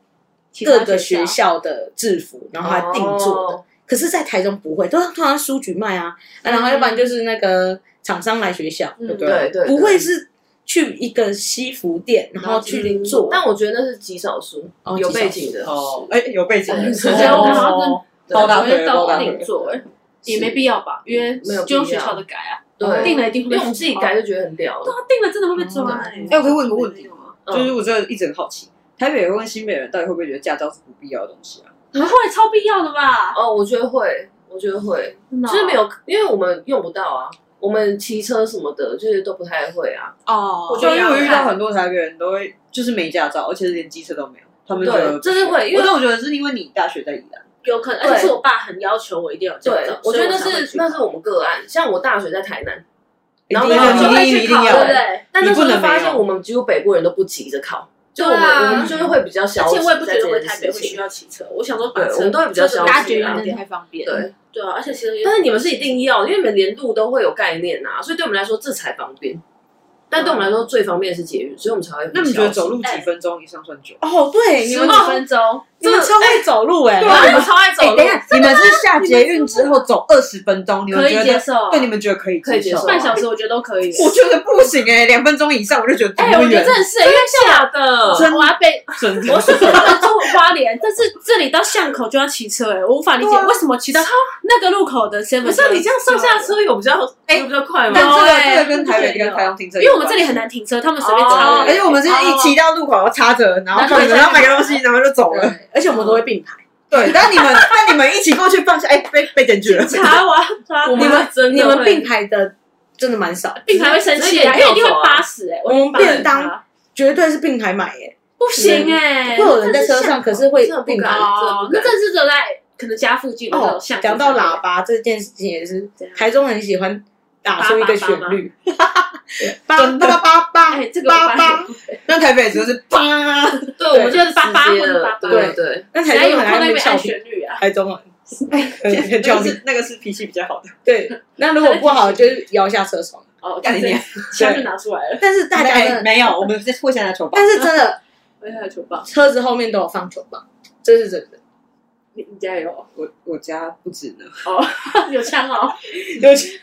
C: 其他
A: 各个学
C: 校
A: 校的制服，然后还定做的。
D: 哦
A: 可是，在台中不会，都通常书局卖啊，啊然后要不然就是那个厂商来学校，
C: 嗯
E: 对不
D: 对对，
A: 不会
D: 对。
A: 是去一个西服店，然后去做。
D: 但我觉得那是极少数
A: 哦
D: 有
A: 极少
D: 背景的，
E: 哦，哎，有背景的，
D: 嗯
C: 对啊我们好像真
D: 对
E: 包大
C: 我觉
E: 腿，
C: 得
E: 包
C: 到
E: 大腿
C: 定，做，哎也没必要吧，因为
D: 没有必
C: 就
D: 要
C: 用学校的改啊，
D: 对
C: 定了一定
D: 因
C: 会被
D: 为我们自己改就觉得很屌
C: 抓，
D: 了。
C: 他定了真的会被抓。哎
E: 哎我可以问个问题
C: 吗？
D: 嗯
E: 就是我真的一直很好奇，台北人问新北人到底会不会觉得驾照是不必要的东西啊？
C: 不会超必要的吧？
D: 哦，我觉得会，我觉得会，
C: 真的
D: 就
C: 哦
D: 是没有，因为我们用不到啊，我们骑车什么的，就是都不太会啊。
F: 哦
D: 我觉
E: 就
D: 得
E: 因为我遇
D: 要
E: 到
D: 看
E: 很多台北人都会就是没驾照，而且是连机车都没有，他们觉得
D: 对，这是会，因
E: 我
D: 为
E: 但我觉得是因为你大学在宜兰，
C: 有可能，
D: 对
C: 而且是我爸很要求我一定要这样
D: 对
C: 做，
D: 我觉得那
C: 所以我才会
D: 是
C: 去
D: 那是我们个案。像我大学在台南，然后
E: 一定要
D: 那个就
E: 你
D: 会
E: 一定
D: 去
E: 一定
D: 考，
E: 要
D: 对不对？但那时候就
E: 你不能没有
D: 发现，我们几乎北部人都不急着考，就我们、
H: 对啊
D: 我们就是会比较消
C: 而
D: 极
C: 且我也不
D: 在
C: 觉得
D: 这
C: 回
D: 件
C: 台
D: 事
C: 北会
D: 情
C: 需要骑车，我想说把
D: 对，我
C: 车
D: 们都会比较
C: 就是
D: 消
I: 搭
D: 极
I: 捷运
D: 啦
I: 真。的太方便了。
D: 对，
C: 对啊，而且其实
D: 但是你们是一定要，因为你们连路都会有概念呐、所以对我们来说这才方便。但对我们来说最方便的是捷运，所以我们才会很
E: 那你觉得
D: 消极
E: 走路
C: 哎
E: 几分钟以上算久？
I: 哦，对，你
C: 十
I: 们
C: 五分钟，
E: 你们超会走路
A: 欸
E: 哎！
C: 对啊，我们超爱走
E: 哎，
C: 路
E: 等一，下，你们是下捷运之后走二十分钟，你们
C: 可以
E: 觉
C: 接
E: 得？
C: 受，啊
E: 对，你们觉得可以
D: 可以接受
E: 受？
C: 半小时我觉得都可以。
E: 我觉得不行哎，两分钟以上我就觉得
C: 哎、
E: 多
C: 我觉
E: 远
C: 得真的是，因为像
D: 假的？
C: 我我要被
E: 真
C: 我是真的住花莲，但是这里到巷口就要骑车、哎，我无法理解
E: 对啊
C: 为什么骑到那个路口的 seven，
D: 不是你这样上下车有比较
E: 哎
D: 有比较快
E: 但
D: 吗？
E: 这个
C: 哎
E: 啊这个跟台北
C: 不可以
E: 跟台东停车有关
C: 因
E: 系，
C: 为我们这里很难停车，他们随便插
E: 哦，
D: 哦
E: 而且我们是一骑到路口，然后插着，然后可能要买个东西，然后就走了。
A: 对而且我们都会并排， [LAUGHS]
E: 对，但你们但你们一起过去放下，哎，被被检举了。 [LAUGHS]
C: 插我要插
D: 我
A: 你
D: 们
A: 们
D: 真
A: 你
D: 的
A: 们
D: 会
A: 并排的真的蛮少，
C: 并排会生气、
D: 所以
C: 啊，
D: 你
C: 因为一定
D: 要走
C: 会
D: 啊
C: 八十哎，我
A: 我们
C: 八十
A: 便当绝对是并排买耶，
C: 不行哎、
A: 会有人在车上，可是会
D: 真的不
A: 并
D: 敢
A: 排。
C: 哦，那这是只有在可能家附近的那
A: 哦
C: 种巷，子
A: 讲
C: 才
A: 到
C: 会
A: 喇叭这件事情也是
C: 这样，
A: 台中很喜欢打出一个旋律，八
E: 真的
A: 八八八
C: 哎，这个我
A: 八
C: 发
A: 八
C: 现，，
E: 那台北就是
A: 八，
C: 对，我们就是八八
D: 直
C: 或
D: 接
C: 者八八，
D: 对对，
A: 那
C: 只
A: 台
C: 要有
A: 中很
C: 空
A: 爱
C: 那
A: 那
C: 边
A: 个
C: 按
A: 校训，
C: 旋律啊，
A: 台中很
E: 那
A: 教
E: 个
A: 训
E: 是。那个是脾气比较好的。
A: 呃对，那如果不好就是摇下车窗，
C: 哦，
E: 干你娘
C: 枪就拿出来了，
A: 但是大家真
E: 哎
A: 的，
E: 没有，我们是互相来求吧。
A: 但是真的
C: 我要哎球棒，
A: 车子后面都有放球棒，这是真的。
C: 你你加油，
E: 我我家不止呢，
C: [LAUGHS]
E: [LAUGHS]
C: 有枪哦，
A: 有些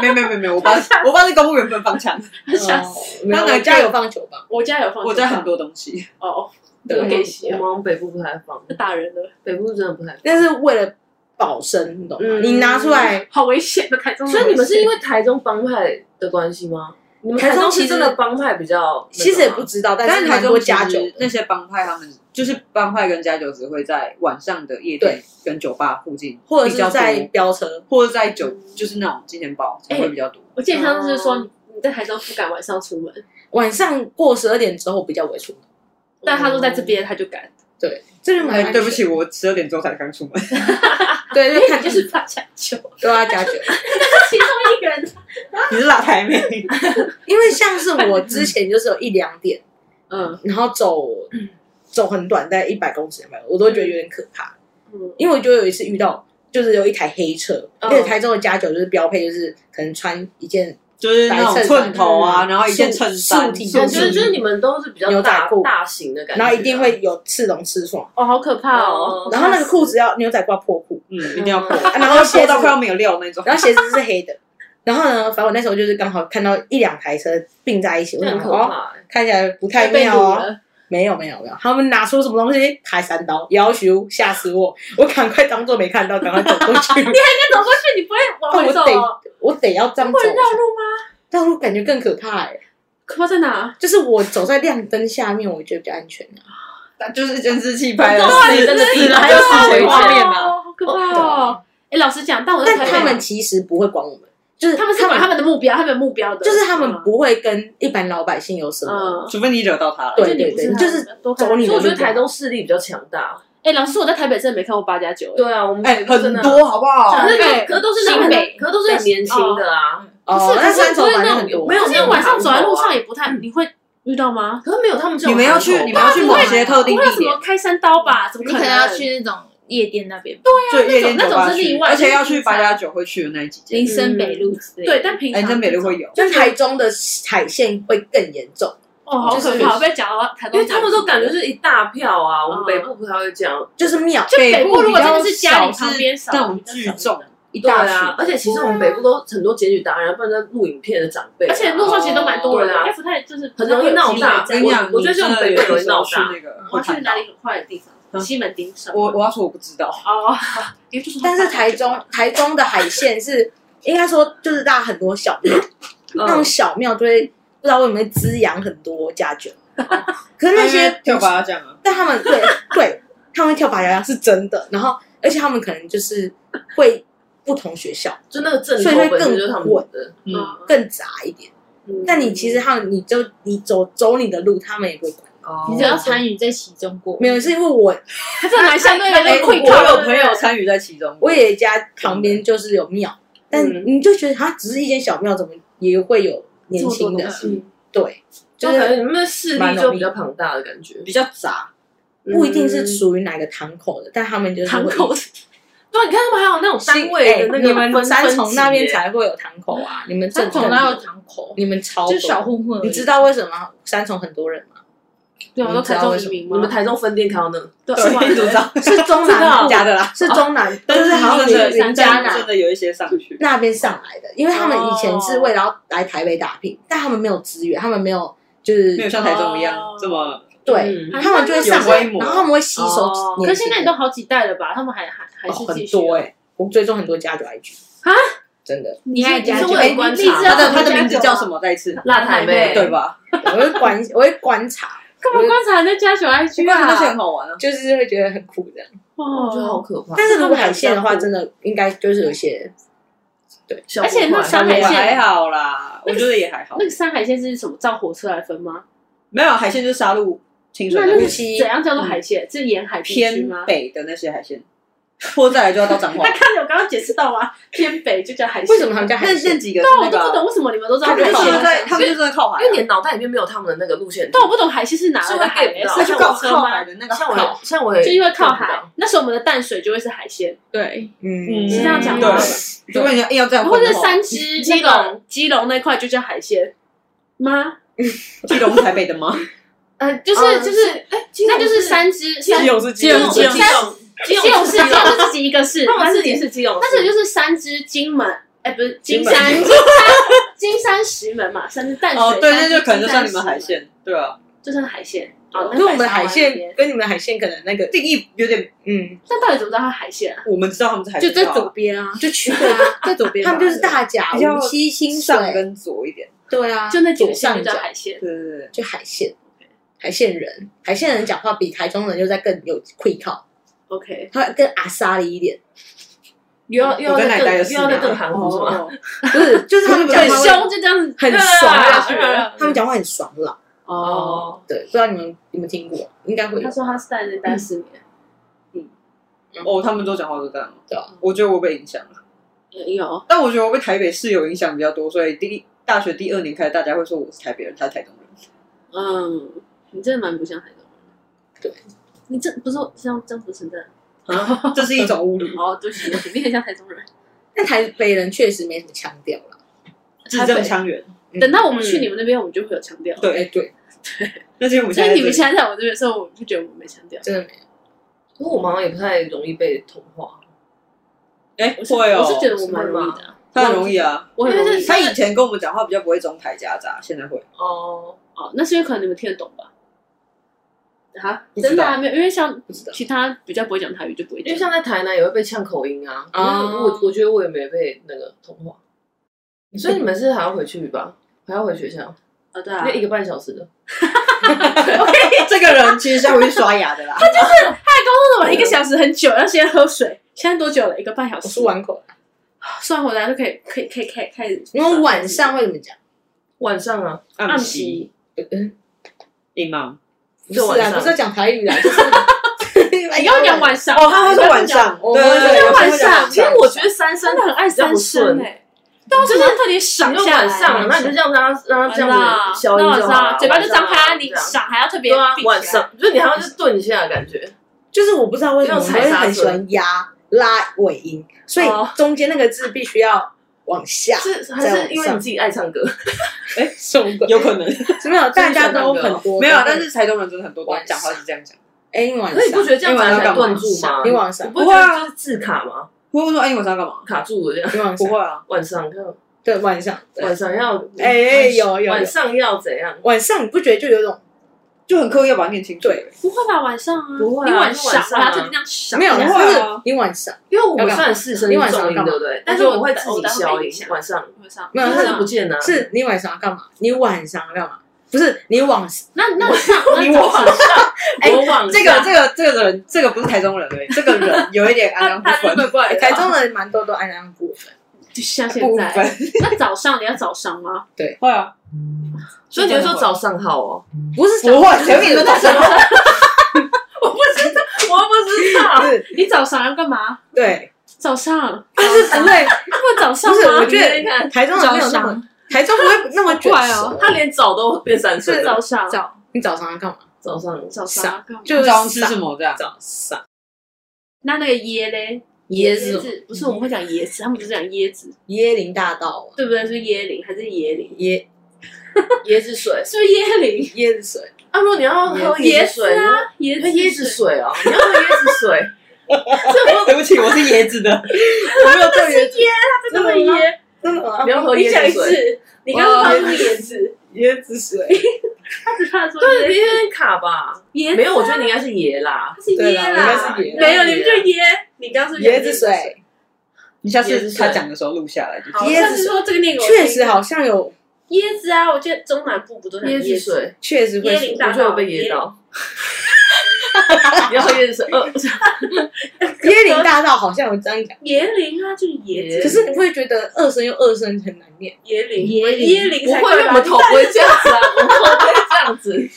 E: 没有没有没有没有，
A: [LAUGHS]
E: 我爸我爸是公务员分方向，
A: 哦
C: [LAUGHS] 吓
A: 没有，
E: 他哪
A: 我家有放球棒，
C: 哦我家有放，
E: 我家很多东西。
C: 哦，
A: 对啊
C: 我给洗
D: 我
C: 了，
D: 们往北部不太放，
C: 那打人了，
D: 北部真的不太放。
A: 但是为了保身，你懂吗？
D: 嗯
A: 你拿出来，
C: 好危险的台中人，
D: 所以你们是因为台中帮派的关系吗？你们
A: 台中
D: 中是
A: 其实
D: 真的帮派比较，
A: 其实也不。知道，啊但
E: 但
A: 是
E: 是台
A: 蛮
E: 中
A: 多
E: 其
A: 家酒
E: 实那些帮派，他们就是帮派跟家酒只会在晚上的夜店跟酒吧附近，
A: 或者
E: 比较
A: 是
E: 多
A: 在飙车，哎
E: 或者在酒就是那种金钱豹才会比较多。
C: 我记得上次说你你在台中不敢晚上出门，
A: 晚上过十二点之后比较为出门。
C: 但他说在这边他就敢，
A: 对，这就蛮安
E: 哎，
A: 全
E: 对不，起，我十二点钟才刚出门。
A: 对，哎就
C: 因为
A: 看
C: 你就是打抢 [LAUGHS] 球，
A: 都要加酒，
C: 其中一个人，
E: 你是哪台妹？
A: [LAUGHS] 因为像是我之前就是有一两点，
C: 嗯
A: 然后走走很短，大概一百公尺两百，我都觉得有点可怕，
C: 嗯，
A: 因为我就有一次遇到。就是有一台黑车，而且台中的加酒就是标配，就是可能穿一件
E: 就是那种寸头啊，然后一件衬衫
A: 素，体
D: 感
E: 素
D: 觉
E: 体
D: 就是你们都是比较
A: 牛仔
D: 大
A: 裤
D: 大型的感觉，啊
A: 然后一定会有刺龙刺爽，
C: 哦，好可怕哦，
A: 然后那个裤子要牛仔裤要破裤，
E: 嗯，一定要破，
A: 啊然
E: 然后
A: 后
E: 破
A: 鞋子
E: 到快要没有料那种。
A: 然后鞋子是黑的。然后呢，反正我那时候就是刚好看到一两台车并在一起，我
D: 这
A: 想
D: 很可
A: 说哦，
D: 怕欸。
A: 看起来不太
C: 被
A: 妙
C: 掳
A: 哦。
C: 了，
A: 没有没有没有，他们拿出什么东西开三刀，要求吓死我，我赶快当做没看到，赶快走过去。
C: [LAUGHS] 那走过去你不会往
A: 我
C: 回走哦。
A: 得我得要这样走，
C: 会绕路吗？
A: 但我感觉更可怕哎、
C: 可怕在哪？
A: 就是我走在亮灯下面，我觉得比较安全、啊、
E: 就是监视器拍的，
C: 哇
E: 是
C: 啊你真的
E: 是
C: 是
E: 还
C: 还
E: 有
C: 有
E: 视
C: 视
E: 觉
C: 觉
E: 画
C: 画
E: 面
C: 面
E: 啊。
C: 好可怕哦！哎，老实讲，但我在台
A: 但
C: 北
A: 他们其实不会管我们，就是
C: 他们是管他们的目标，他们有目标的，
A: 就是他们不会跟一般老百姓有什么。
C: 嗯，
E: 除非你惹到他了，
A: 对
C: 就你不
A: 对
C: 是
A: 就是
C: 多
A: 走你
D: 所以
A: 的
D: 我觉
A: 路
D: 得台中势力比较强大。
C: 哎，老师，我在台北真的没看过八加九，哎
D: 对啊，我们
E: 哎，很
D: 真的，
E: 多好不好
A: 啊
D: 可？是
C: 对
D: 可是都是那
C: 新
D: 种
C: 北
D: 可是都是很年轻的啊。
A: 哦，那
C: 可是
A: 三重
C: 不是那
A: 反正
C: 种
A: 很多，
D: 没有
C: 可是你晚上走在路
I: 啊
C: 上也不太，你会遇到吗？
D: 可是没有他们这种
E: 你
D: 人口吧，
E: 们要去，你们要去某些
A: 哦
E: 特
C: 不
E: 定
C: 会啊有
E: 地
C: 什么
E: 点，
C: 开山刀吧？怎么嗯
I: 你可能要去那种夜店那边吧，
E: 对夜店酒吧
C: 那种是
E: 去
C: 例，外
E: 而且要
C: 就是
E: 去
C: 平常
E: 八家酒会去的那几间
I: 林。森北路之类的。
C: 对，但平
E: 哎，
C: 常
E: 真北路会有，
A: 就台中的海线会更严重，
C: 哦，好可怕！我被讲到台
D: 因
C: 东，
D: 为他们都感觉是一大票啊，我们
C: 嗯
D: 北部不太会这样。
A: 就是庙
C: 就北部如果真的是家里
E: 北部比较少
C: 旁边
E: 是
C: 少
E: 那种
C: 比较
E: 聚
C: 少
E: 众一
D: 对
E: 大
D: 啊，而
E: 群，
D: 且其实我们北部都很多检举达人，不然在录影片的长辈啊，
C: 而且路上其实都蛮多人的，
D: 哦对
C: 应该
D: 啊
C: 不太就是
D: 很容易闹大
E: 我跟你讲，
D: 我我觉得这种北
E: 北
D: 部容易闹
E: 去
D: 大
E: 那个
C: 我
E: 会
C: 要去
E: 看到
C: 哪。里很快的地
E: 嗯
C: 方？西门町什
E: 我
C: 么？
E: 我要说我不知道，
C: 哦，因为就是
A: 但是
D: [LAUGHS]
A: 台中台中的海线是应该说就是大家很多小
D: 嗯
A: 庙，那种小庙就会不知道为什么会滋养很多家
D: [LAUGHS]
A: 眷，可是那些
E: 跳八这样啊，
A: 但他们对对，他们跳拔牙牙是真的，然后而且他们可能就是会不同学校
D: 就那个阵头
A: 所以会
D: 本身
A: 更
D: 就是他们
A: 混
D: 的，
E: 嗯，
A: 更杂一点，但你其实
C: 嗯
A: 他们你就你走走你的路，他们也不会管。
D: 哦
I: 你只要参与在其中
C: [LAUGHS]
I: 过，
A: 没有，是因为我
D: 嗯
C: 他真的蛮像那
E: 哎
C: 个
E: 我
C: 会靠
E: 有朋友参与在其中，
D: 嗯
A: 啊我爷爷家旁边就是有庙，但你就觉得它只是一间小庙，怎么也会有年轻
D: 这么多东，西
C: 嗯
A: 的对，
D: 就
A: 就
D: 可
A: 是
D: 能你们的势力就比较庞大的感觉，
E: 比较杂，
A: 不一定是
D: 嗯
A: 属于哪个堂口的，但他们就是会
D: 堂口。对，啊你看他们还有那种单
A: 新
D: 位的那
A: 哎
D: 个
A: 你们
D: 分
A: 三
D: 分
A: 重
D: 级
A: 那边
D: 耶
A: 才会有堂口啊，你们
C: 三重
A: 那
C: 哪有堂口？
A: 你们超
C: 就是
A: 多
C: 小混混而已，
A: 你知道为什么三重很多人吗？
D: 对啊，
A: 你
D: 都
A: 们知
D: 台
A: 道
D: 中
A: 为
D: 移
A: 什
D: 民
A: 么
D: 吗？你们台中分店开到那，对
E: 对， [LAUGHS] 你怎么知道？
A: 是中 [LAUGHS] 南部
E: 假的啦，
A: 哦是中南，
E: 但
A: 就是是好像
E: 真的
A: 云云嘉
E: 真的
A: 南
E: 真的有一些上去，
A: 那边上来的，因为他们以前是为了要来台北打拼，但他们没有资源，他们没有就是
E: 没有像台中一样、
D: 哦
E: 这么
A: 对，
D: 嗯
A: 他们就会上
E: 有
A: 来，
E: 规模
A: 然后他们会吸收
D: 哦
A: 年轻人。
C: 可是现在你都好几代了吧？他们还还还
A: 哦
C: 是继
A: 很
C: 续
A: 多
C: 哦。
A: 哎，我追踪很多家酒 IG
D: 啊，
A: 真的，
C: 你爱
D: 你
C: 家
D: 是
C: 酒
D: 为了观
C: 你你
D: 察
C: 知道
E: 他的
C: 怎么
E: 他的
C: 加
E: 名字
C: 酒
E: 叫
C: 吗
E: 什么？再一次，
D: 辣台妹，
E: 对吧？
A: 我会观我会观察，
C: 干嘛观察人家家酒
E: 因
C: IG
E: 为那些
C: 啊？
E: 很好玩啊。
A: 就是会觉得很酷这样。
D: 我觉得好
C: 哦，
D: 可怕。
A: 但是如果海鲜的话，
D: 真
A: 真的应该就是有一些
C: 而且那
D: 上
C: 山
E: 我
C: 海
E: 还
C: 鲜，
E: 好啦，我
C: 那个
E: 觉得也还好
C: [LAUGHS] 那。个山海鲜是什么？照火车来分吗？
E: 没有海鲜就是杀戮清水
C: 那
E: 那
C: 那
E: 边
C: 个是
A: 呼吸
C: 怎样叫做海鲜？是沿海地区
E: 偏
C: 吗？
E: 北的那些海鲜，或者再来就要到彰化
C: [LAUGHS] 那。看我刚刚解释到吗？偏北就叫海鲜，
A: 为什么他们叫海
E: 那那
A: 鲜？
E: 几个是
C: 对啊，
E: 那
C: 我都
E: 个啊
C: 不懂为什么你们都知道
E: 他
C: 这个
E: 们就
C: 海
E: 真
C: 鲜
E: 的在，他们就真的靠海啊，
D: 因为你的脑袋里面没有他们的那个路线图
C: 但，我不懂海鲜是哪
D: 所以
C: 来
D: 我
C: 的
D: get
C: 海
D: 不
C: 欸？
D: 到
E: 那
C: 是
E: 就
C: 火
E: 靠
C: 车
E: 靠海
C: 吗？
E: 的那个
D: 像
E: 靠
D: 我也，像我也
C: 就因为
D: 看
C: 靠
D: 不
C: 海
D: 到，，
C: 那时候我们的淡水就会是海鲜，
A: 对，
E: 嗯
C: 是这样讲吗
E: 对？如果你要硬要这样
C: 或
E: 分
C: 者
E: 的话，
C: 三只基隆基隆那块就叫海鲜吗？
E: 基隆是台北
C: [LAUGHS]
E: 的吗？
C: 呃，就是
D: 嗯
C: 就是，
D: 哎，
C: 那就是三只三
E: 隆是
C: 基隆基隆基隆市，基隆是自己一个市，
D: 他们
C: 它
D: 自
C: 是
D: 己
C: 几
D: 是基隆市，
C: 但是就是三只金门，哎、不是金山，
A: 金
C: 金山金山石门嘛，三只淡水。
E: 哦，对，
C: 三
E: 那
C: 只
E: 就可能就
C: 金山
E: 算你们
C: 石
E: 海
C: 门，
E: 鲜，对啊，
C: 就算海鲜。哦，
A: 跟我们的
C: 的
A: 海鲜，跟你们的海鲜可能那个
E: 定义有点，
A: 嗯，
C: 那到底怎么知道它海鲜啊？
E: 我们知道他们是海
C: 就
E: 鲜，
C: 在
E: 知道啊
C: 左边啊，
A: [LAUGHS] 就去对啊，
C: 在左边吧。
A: 他们就是大甲、
E: 比较
A: 无锡、清
E: 上
A: 水，
E: 跟左一点，
A: 对啊，
C: 就那几
A: 左
C: 个县
A: 上
C: 就叫
A: 角
C: 海鲜。
E: 对对对，
A: 就海鲜，海鲜人，海鲜人讲话比台中人又在更有愧靠，
C: OK，
A: 他更阿莎里一点，
D: 又要又要
E: 我
D: 再
E: 在哪里待
D: 更
E: 了
D: 又
E: 四
D: 要再
E: 年
C: 啊
D: 更
C: 哦
D: 含糊是吗？
A: 不 [LAUGHS] 是，就是他们讲
C: 很
A: 话
C: 凶，就这样子。
A: 很爽 [LAUGHS] 朗，他们讲话很爽朗，
C: 哦，
A: 对，不知道你们有没有听过，应该会有
C: 他，说他是在那待四年，嗯
E: 哦，他们都讲话都这样，
A: 对啊，
E: 我觉得我被影响了，嗯
C: 有
E: 但我觉得我被台北市有影响比较多，所以第一大学第二年开始，大家会说我是台北人，他是台中人，
C: [LAUGHS] 嗯，你真的蛮不像台中人。
A: 对，
C: 你这不是像真不承认。
E: 啊，这是一种侮
C: [LAUGHS]
E: 辱，
C: 哦，对不起，对不起你很像台中人。
A: 但台北人确实没什么腔调了，
E: 字正腔圆，
A: 嗯
C: 等到我们去你们那边，我们就会有腔调。
E: 对
A: 哎对，
E: 那是因为我们
C: 所
E: 现
C: 以
E: 在
C: 你们现在在我这边的时候，我就觉得我没腔调。
A: 真的没有，
D: 因为我们好像也不太容易被同化，
E: 哎
C: 我是
E: 会哦，
C: 我是觉得我蛮容易的啊，
E: 他很容易啊，
C: 我很容
D: 因为
C: 易
D: 是。
E: 他以前跟我们讲话比较不会中台夹杂，现在会。 [LAUGHS]
D: 哦，
C: 哦，那是因为可能你们听得懂吧？啊，
E: 不知道
C: 真的啊，没有，因为像
A: 不知道
C: 其他比较不会讲台语就不会
D: 因为像
C: 讲。
D: 在台南也会被呛口音啊，可
A: 哦
D: 是我我觉得我也没被那个同化，所以你们是还要回去吧？还要回学校，
C: 啊，对
D: 那一个半小时的，
E: 这个人其实是要回去刷牙
C: [LAUGHS]
E: 的啦。
C: 那我一个小时很久，要先喝水。现在多久了？一个半小
A: 我
C: 时。哦
A: 输完口了，
C: 算回来就可以，可以，可以，可以开始。
D: 啊
A: 因为晚上会怎么讲？
D: 晚上啊，
C: 暗
E: 习
C: 棋，
A: 嗯，
E: 硬吗？ [LAUGHS]
A: 不
D: 就晚
A: 是啊，
D: 上
A: 不是要讲台语啦，
D: [LAUGHS]
A: 就是哎你
C: 你要讲晚上
E: 哦，他会说晚上，
A: 我
E: 对
A: 们
E: 对
A: 是
E: 对，有时候
C: 晚
E: 会讲
C: 上
E: 晚
D: 其实我觉得三声
C: 真的很爱三声
D: 比较不
C: 哎，但我真的特别赏
D: 你就
C: 下来
D: 晚上，那你就这样让他让他这样子消音
C: 那晚
D: 就好了
C: 上，嘴巴就张
D: 晚上
C: 开，
D: 啊
C: 你
D: 这样
C: 赏还要特别
D: 对啊
C: 闭，起来
D: 晚上就是你还要去顿一下的感觉，
A: 就是我不知道为什么我
D: 那种踩
A: 会
D: 刹车
A: 很喜欢压拉尾音，所以
C: 哦
A: 中间那个字必须要往下。
D: 是还是因为你自己爱唱歌，
A: 什么鬼？
E: 有可能
A: 是没有，大家都很多
E: 没有，啊但是台中人真的很多，
A: 晚上
E: 讲话是这样讲。
A: 哎，你晚
D: 啊可是你不
A: 上
D: 觉得这样反而
E: 因为
D: 才
E: 晚上
D: 顿住吗？
A: 你晚上
D: 你不会觉
C: 啊
D: 得就是字卡吗？
E: 我会说，哎，你晚上要干嘛？
D: 卡住了这样，
A: 你晚
E: 不
A: 上
E: 会啊，
D: 晚上看
A: 对晚上对
D: 晚上要
A: 哎有有有
D: 晚上要怎样？
A: 晚上你不觉得就有一种
E: 就很刻意要把它念清楚。
A: 对，
C: 不会吧？晚上啊，
D: 不会啊
C: 你晚
D: 是晚上啊
C: 我还特地这样想
A: 没有
E: 不
A: 啦，
E: 会
A: 就
E: 啊
A: 是你晚上
D: 因为我们算四声
A: 你晚上
D: 重音
A: 干嘛
D: 对不对？但是我会自己消音，晚上
C: 晚上
A: 没有
D: 它
A: 他
D: 就不见了。啊
A: 是你晚上要干嘛？你晚上要干嘛？不是你往
C: 那那上
E: 你
C: 那早
E: 晚
C: 上
E: 哎
D: 我往
E: 这个这个这个人，这个不是台中人 [LAUGHS] 对，这个人有一点安
C: 他
E: 阳不
C: 他就
E: 分
C: 怪怪的，
D: 啊
A: 台中人蛮多都安安不分，
C: 就像现
E: 部
C: 在，
E: 分。
C: 那早上你要早上吗？
E: 会啊，
D: 所以你会说早上好哦，
A: 不是
E: 不会，啊谁跟你说早上？
C: 我不知道，
A: 是
C: 你早上要干嘛？
A: 对，
C: 早上
A: 但是因为
C: 不早上
A: 不是
C: 吗？
A: 我觉得
C: 你看
A: 台中人没有那么
E: 台中不会那么卷
B: 好怪
E: 舌
B: 哦
D: 他连早都变三寸
E: 是
D: 了
C: 早。上
A: 早你早上要干嘛？
D: 早上
C: 早上干嘛？
E: 就早上吃什么这样？
D: 早上
C: 那那个椰嘞？
A: 椰
C: 子
A: 子
C: 不是我们会讲椰子，他们就是讲椰子，
A: 椰林大道啊，
C: 对不对？是椰林还是椰林？
A: 椰
D: 椰子水
C: 是不是椰林？
A: 椰子水，
D: 啊，如果你要喝椰子水，
C: 啊，椰
D: 你喝
C: 子
D: 椰子水哦，你要喝椰子水，
E: 对不起，我是椰子的，我没有特别
C: 这么椰，
A: 真的吗
D: 你？要喝椰子水。
C: 你刚刚说是椰子，
E: 椰子水，
C: 他只看得出
D: [LAUGHS] 对，
C: 椰
D: 你有点卡吧？
C: 椰
D: 没有，我觉得你应该是椰啦
C: 它。是
E: 对
C: 椰啦
E: 啦，应该是椰
C: 没有，你们就椰，你刚刚说
A: 椰子，水
E: 你下
D: 椰子
E: 次
D: 水
E: 他讲的时候录下来就
C: 好，
E: 记得。
A: 椰
C: 上
A: 子水
C: 次说这个念给我听
A: 确实好像有，
C: 椰子啊，我记得中南部不都讲
D: 椰子
C: 子
D: 水，
A: 确实会
C: 椰林
A: 说
C: 大
D: 我觉得我被噎到。 [LAUGHS] 你要喝椰子水，呃，
A: 椰林大道好像有这样讲，
C: 椰林啊，就是椰子，
A: 可是你会觉得二声又二声很难念，
C: 椰林，
A: 椰林
C: 椰林
D: 不
C: 才
D: 会，因为
C: 吧
D: 我们头不会这样 [LAUGHS] 子啊，我们头不会这样子。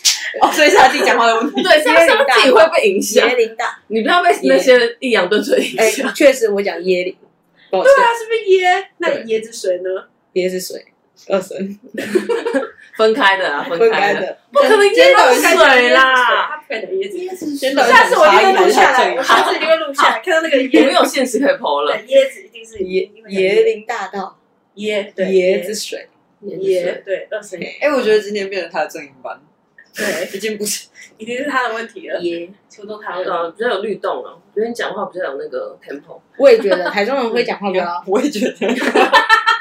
E: 哦，所以是他自己讲话的问题。
D: 对，像像自己会被影响
A: 椰，林大，
D: 你不要被那些抑扬顿挫影
A: 哎
D: 响。，
A: 确实我讲椰林，抱歉
C: 对，啊，是不是椰？那
A: 对
C: 椰子水呢？
A: 椰子水，二声
D: 分开的啊，分
A: 分
D: 开
A: 开
D: 的。
A: 的，
D: 不可能
E: 今天
D: 椰
E: 到
D: 子
E: 底
C: 他
E: 是
C: 不敢讲
D: 水啦，
C: 椰子水他不敢讲椰子水。
E: 真的
C: 下次我一定
E: 有
C: 会录
E: 点
C: 下
E: 差
C: 来，
E: 异
C: 我
E: 还是
C: 下次一定会录下来，看到那个
D: 我们
C: 椰，
D: 有现实可以剖了。
C: 对椰子一定是
A: 椰
C: 一定会讲
A: 椰林大道，
C: 椰，对
A: 椰子水，
C: 椰，对二声，
E: 哎，我觉得今天变成他的正音班，
C: 对，
E: 已经不是
C: 一定是他的问题了，
A: 椰，
C: 秋冬他的
D: 对
C: 问题。
D: 啊，比较有律动啊，觉得你讲话比较有那个 tempo。
A: 我也觉得台中人会讲话比较，
E: 我也觉 [LAUGHS] 得，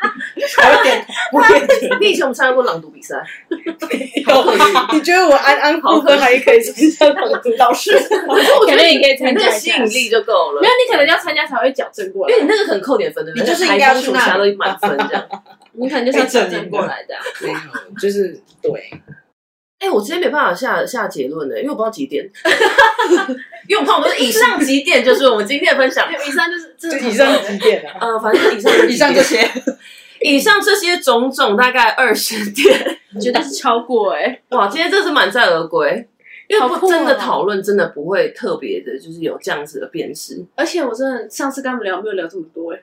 E: 我点，我也觉得
D: 你以前我们参加过朗读比赛，
A: 你觉得我安安好好还可以参加朗读老师？
D: 可是我觉
F: 感
D: 得
F: 觉你可以
D: 你
F: 参
D: 那个
F: 加一
D: 吸
F: 下
D: 引。力就够了
C: 没。有，你可能要参加才会矫正过来
D: 因为。你那个可能扣点分，对不对？
E: 你就是应
D: 台
E: 该
D: 风
E: 去
D: 暑
E: 那
D: 假
E: 里
D: 都一满分这样，你可能就是要转正过来的啊。
A: 没有，就是对，
D: 哎、我今天没办法下下结论的、因为我不知道几点。因为我们通常都是以上几点，就是我们今天的分
C: [LAUGHS]
D: 享。
C: 以上就是这
A: 就以上几点啊？
D: 呃，反正以
A: [LAUGHS]
D: 上
E: 以上这些，
D: 以上这些种种大概二十点，
C: 绝对是超过哎，
D: 哇，今天真是满载而归。因为
C: 好
D: 不
C: 酷哦
D: 真的讨论，真的不会特别的，就是有这样子的辨识。
C: 而且我真的上次跟他们聊没有聊这么多哎，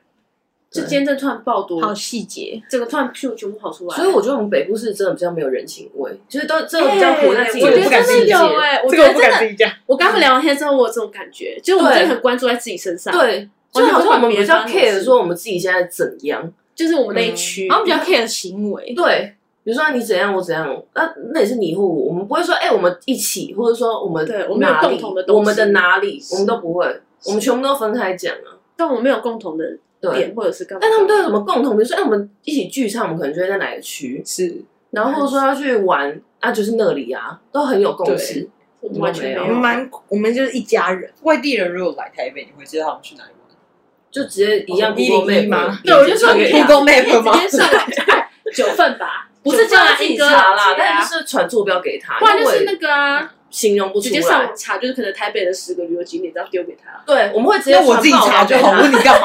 C: 就
D: 对
C: 今天这突然爆多，
F: 好细节，
C: 整个突然全部跑出来。
D: 所以我觉得我们北部是真的比较没有人情味，就是都真的比较活在自己
C: 我
D: 的
C: 觉
A: 哎
D: 世
C: 得
A: 不
D: 界。
A: 敢
C: 真的有哎、我觉
A: 这个我
C: 得
A: 不
C: 真
A: 敢嗯
C: 的，
A: 自己讲。
C: 我跟他们聊完天之后，我有这种感觉，就是我们真的很关注在自己身上，，
D: 对，就
C: 完全
D: 好像我
C: 不管
D: 们比
C: 别人
D: 较
C: 发生什么
D: care
C: 事
D: 说我们自己现在怎样。
C: 就是我们那一区，
F: 然后比较 care 行为，
D: 对，比如说你怎样，我怎样，那那也是你或我，我们不会说哎、我们一起，或者说我们
C: 对我们有
D: 哪里
C: 共同的东西
D: 我们的哪里，我们都不会，我们全部都分开讲啊。
C: 但我们没有共同的
D: 对，
C: 点或者是干嘛，
D: 但他们都有什么共同？比如说，哎、我们一起聚餐，我们可能就会在哪个区，
A: 是，
D: 然后或者说要去玩，啊，就是那里啊，都很有共识。
C: 我们完全
D: 我
A: 我
C: 没
A: 们
C: 有。
A: 蛮，我们就是一家人。
E: 外地人如果来台北，你会知道他们去哪里玩？
D: 就直接一样
A: 哦101
D: Google
A: 吗
D: Map，
C: 对我就说
D: 给
C: 你
D: 他
E: Google Map 吗
C: 直接上网哎九份吧，不是
D: 就
C: 叫
D: 让
C: 他
D: 自己
C: 一哥
D: 查啦，啊但
C: 但是
D: 是传坐标给他，
C: 啊不然就
D: 因
C: 是
D: 为
C: 那个啊，
D: 形容不出
C: 直接上
D: 来
C: 网。查，就是可能台北的十个旅游景点，然后丢给他。
D: 对，我们会直接
E: 那我自己查就
D: 传
E: 好，
D: 报告
E: 问你干嘛？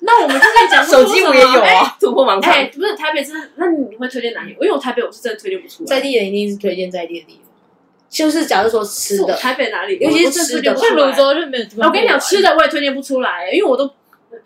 C: 那我们就是讲
E: [LAUGHS] 手机我也有
D: [LAUGHS]
E: 啊，
D: 给他突破盲
C: 哎，
D: 肠。
C: 不是台北真的，那你会推荐哪里？因为我台北我是真的推荐不出来，
A: 在地人一定是推荐在地的地方，就是假如说吃
C: 是我
A: 的，
C: 台北哪里？
A: 尤其
C: 我
A: 是
C: 都真的
A: 吃
C: 推荐
A: 的
C: 不
A: 吧
C: 出
F: 像
C: 来
F: 泸州就没有地方。
C: 我跟你讲，吃，的我也推荐不出来，因为我都，那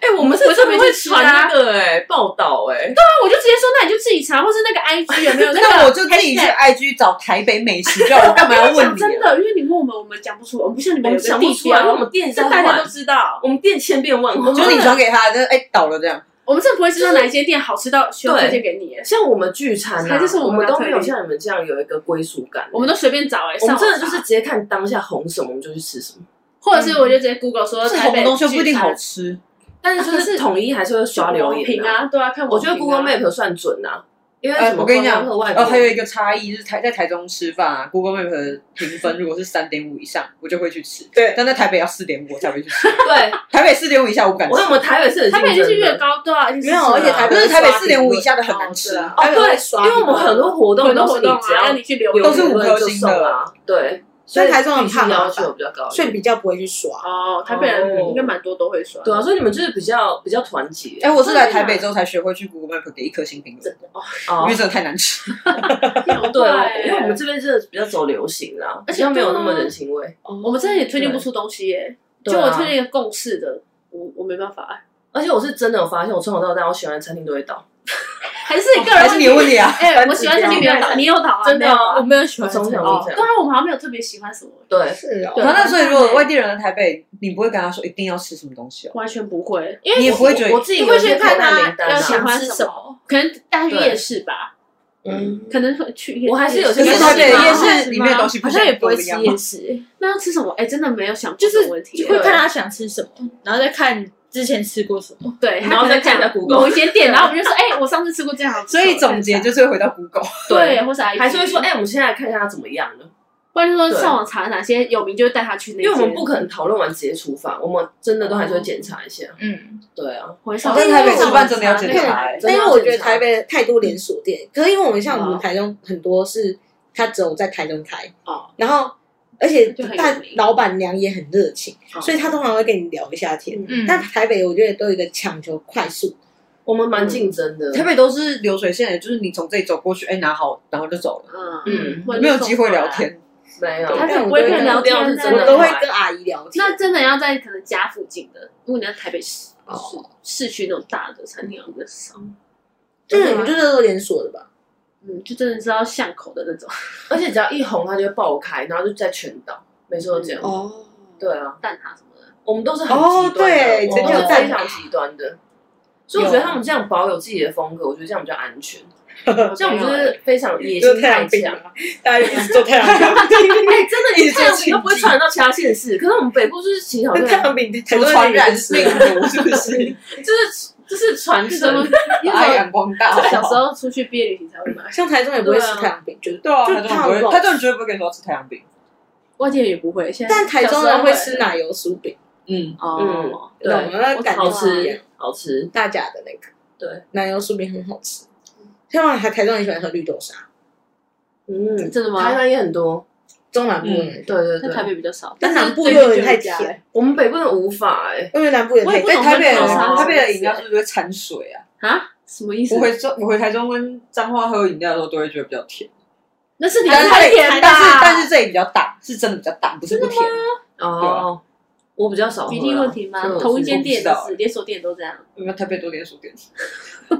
D: 哎，我们是
C: 我特
D: 特
C: 别
D: 别
C: 会
D: 会
C: 吃啊
D: 传那个哎报道哎，
C: 我就直接说，那你就自己查，或是那个 IG 有没有哎那个？
E: 那我就自己去 IG 找台北美食，就好我干嘛要问
C: 讲
E: 你
C: 真
E: 啊？
C: 的，因为你问我们，我们讲不出，我们不像
D: 我
C: 你们有
D: 们
C: 个
D: 想不
C: 地
D: 出来，因为我
C: 标，
D: 们店在
C: 这大家
D: 换
C: 都，知道。
D: 我们店千变万化。
E: 就是你传给他，就是哎倒了这样，
C: 我们真的不会知道哪一间店好吃到需要推荐给你，
D: 像我们聚餐
C: 还
D: 啊
C: 是是，我
D: 我
C: 们
D: 们
C: 拿
D: 都没有
C: 推理
D: 像你们这样有一个归属感。
C: 我们都随便找哎，
D: 我们
C: 上网
D: 真的
C: 查
D: 就是直，接看当下红什么，我们就去吃什么。
C: 或者是我就直接 Google 说
E: 这
C: 台
E: 红
C: 北
E: 的东西又不一定好
C: 聚餐
E: 吃。
D: 但是就
C: 可是
D: 啊是统一还是会刷留
C: 网评
D: 言啊。
C: 啊，对啊，看网
D: 我觉得
C: 评
D: Google
C: 啊
D: Map 算准啊，因为
E: 哎
D: 什么
E: 我跟你讲
D: 观光客外
E: 哦，还有
D: 国
E: 一个差异就是台在台中吃饭啊，Google Map 的评分如果是三点五以上，我就会去吃。
A: 对
E: 但在台北要四点五才会去
D: [LAUGHS]
E: 吃，
D: 对，
E: 台北四点五以下我不敢吃
D: 我。我们台北是很
C: 台北就是越
D: 竞争的
C: 高对啊，没
A: 没有而且台
E: 可
A: 北
E: 是台北四点五以下的很难吃，
C: 哦
E: 啊，
D: 哦
A: 台北会刷
D: 对，因为我们很多活动
C: 很多
D: 都
C: 活
D: 是你
C: 动啊
D: 只，
C: 让
D: 要
C: 你去留
D: 有
C: 言
E: 都是五颗星的
D: 评论就送啊，对，
A: 所以台中很
D: 必须
A: 怕麻
D: 要
A: 烦
D: 求比较高一点，
A: 所以比较不会去刷。
C: 哦，台北人
D: 哦
C: 应该蛮多都会刷，
D: 对啊，所以你们就是比较比较团结
E: 哎，我是来台北之后才学会去 Google Map 给一颗星评论，因
D: 哦
E: 为。真的太难吃。
C: 对
D: 对，因为我们这边是比较走流行啦，
C: 而
D: 而且
C: 且对啊
D: 没有那么人情味。
C: 我们真的也推荐不出东西耶，就
D: 对
C: 我推
D: 啊，
C: 荐一个共事的，我我没办法哎，
D: 而且我是真的有发现，我从小到大我喜欢的餐厅都会到，
C: 还是你个人
E: 还是你的问题啊？
C: [LAUGHS] 哎、我喜欢陈金没有岛，你有岛啊？
D: 真的
C: 没有
D: 啊
F: 我
C: 啊？
F: 没有喜欢
D: 从小
F: 这个
D: 就这
C: 对
D: 样。
C: 啊，我们好像没有特别喜欢什么，
D: 对，
A: 是哦，
C: 对
E: 然后那所以如果外地人来台北，你不会跟他说一定要吃什么东西哦，
C: 完全不会。
F: 因为
E: 你也不会觉
D: 我
E: 得
D: 自己
F: 就会
D: 有一些
F: 去看
D: 口袋名
F: 他
D: 单
F: 要
C: 喜
F: 想
D: 啊。
C: 欢
F: 吃
C: 什
F: 什
C: 么
F: 么。
C: 可能大去
D: 对
C: 夜市吧，
D: 嗯，
C: 可能会去夜。
D: 我还是有
C: 夜
D: 些
E: 可
C: 市
E: 是
D: 东
E: 台
D: 西
E: 北
D: 吗
E: 夜市里面的东西
F: 好
E: 像
F: 像也不会
E: 一
F: 吃
E: 样
F: 夜
E: 吗？
F: 市，
C: 那要吃什么？哎、真的没有想过
F: 就是
C: 这个问题。
F: 就会看他想吃什
A: 嗯
F: 么，然后再看之前吃过什么。
C: 对，
D: 然后再看一下
C: 讲
D: Google
C: 某一些店，然后我们就说，哎、我上次吃过这样好吃哦，
E: 所以总结
C: 这
E: 就
C: 样
E: 是会回到 Google，
C: 对，或是 IG
D: 还是会说，哎，我们现在看一下它怎么样呢？
C: 不然就说
D: 对
C: 上网查哪些有名，就会带他去那间。
D: 因为我们不可能讨论完直接出发，我们真的都还是会检查一下。
F: 嗯，
D: 对啊，
C: 我会上
E: 哦在台北吃饭
C: 网
E: 真的要检
C: 那
E: 查
C: 个
E: 欸
A: 但
D: 真
A: 是
D: 的要
A: 我觉得
D: 检查
A: 台北太多连锁
F: 嗯
A: 店，可是因为我们像我
C: 哦
A: 们台中很多是，它只有在台中开
C: 哦，
A: 然后而且
C: 就很有
A: 大
C: 名
A: 老板娘也很热情，
C: 哦
A: 所以她通常会跟你聊一下天。
F: 嗯
A: 但台北我觉得都有一个强求快速，
D: 我们蛮竞争的。
E: 台北都是流水线，就是你从这里走过去，哎，拿好，然后就走了，
C: 嗯，
D: 嗯，
C: 或者是啊
E: 没有机会聊
C: 送过来。
E: 天。
D: 没有，
C: 台
A: 但
C: 北
A: 我
C: 不会
A: 觉
C: 跟人
A: 得
C: 聊天
D: 目标是真
C: 的
D: 的
A: 啊我都会跟阿姨聊天。
C: 那真的要在可能家附近的，如果你在台北市
A: 哦
C: 市市区那种大的餐厅，要比较少。
A: 这种就是都连锁的吧？
C: 嗯，就真的是要巷口的那种
D: 而且只要一红，它就会爆开，然后就在全岛，每次都这样。
A: 哦，
D: 对啊，
C: 蛋挞什
D: [LAUGHS]
C: 么的。
D: 我们都是很
A: 哦
D: 极端的
A: 对
D: 我们
A: 真
D: 都
A: 的
D: 是
A: 有
D: 非
A: 蛋
D: 常极端的。所以我觉得他们这样保有自己的风格，我觉得这样比较安全。像我们就是非常野
A: 欸就是
D: 心
A: 太
D: 太
A: 阳饼
D: 强，
A: 啊，大家一直做太阳饼，
D: 哎，真
A: [LAUGHS]
D: 的，你这样
E: 你
D: 你
E: 说
D: 都不会
E: 禁忌
D: 传染到其他县市。可是我们北部就是乞讨，
A: [LAUGHS] 太
D: 就
A: 阳饼
E: 什
A: 台
E: 么
A: 中
E: 传染
A: 是
E: 病毒是不是？
D: 是就是传哎
C: 什么
D: 承。？
C: [LAUGHS] 因为
E: 发扬光大好不好，
C: 小时候出去毕业旅行才会买，
A: [LAUGHS] 像台中也不会吃太阳饼，就是
E: [LAUGHS] 对啊，
A: 就
E: 台中人
A: 怕
E: 不会，
A: 老
E: 台中人绝对不会跟你说要吃太阳饼。
C: 外地人也不会。现在
A: 但台中
C: 小时
A: 人
C: 候
A: 会吃奶油酥饼，
E: 嗯，
C: 哦，
D: 对
A: 懂吗？那
C: 我
A: 感
C: 好
A: 觉
C: 吃
A: 不一样
D: 好吃，
A: 大甲的那个，
D: 对，
A: 奶油酥饼很好吃。像台台中很喜欢喝绿豆沙，
D: 嗯，
C: 真的吗？
D: 台南也很多，
A: 中南部人，
D: 对对
C: 在台
D: 对，
C: 北比较少，
A: 但南部
C: 是
A: 又有
C: 对面
A: 点太
C: 就有一家
A: 甜，
D: 我们北部人无法哎，
A: 因为南部人
C: 我也
A: 太
C: 不
E: 哎，
C: 懂
E: 台北
C: 绿
E: 人
C: 豆沙
E: 台北的饮料是不是会掺水啊？
C: 啊？什么意思
E: 我？回中我回台中跟彰化喝饮料的时候都会觉得比较甜，
C: 那是你
E: 但
C: 们 [LAUGHS]
E: 是
C: 太甜
E: 但
C: 吧
E: 是但是这里比较淡，是真的比较淡，不是不甜。
A: 啊
D: 哦，我比较少喝啊啦
C: 比例问题吗
D: 所以？我
C: 同一
D: 是
C: 间店
E: 我
C: 的
E: 不知
C: 是连锁店都这样。
E: 有没有台北多连锁店？
D: [LAUGHS]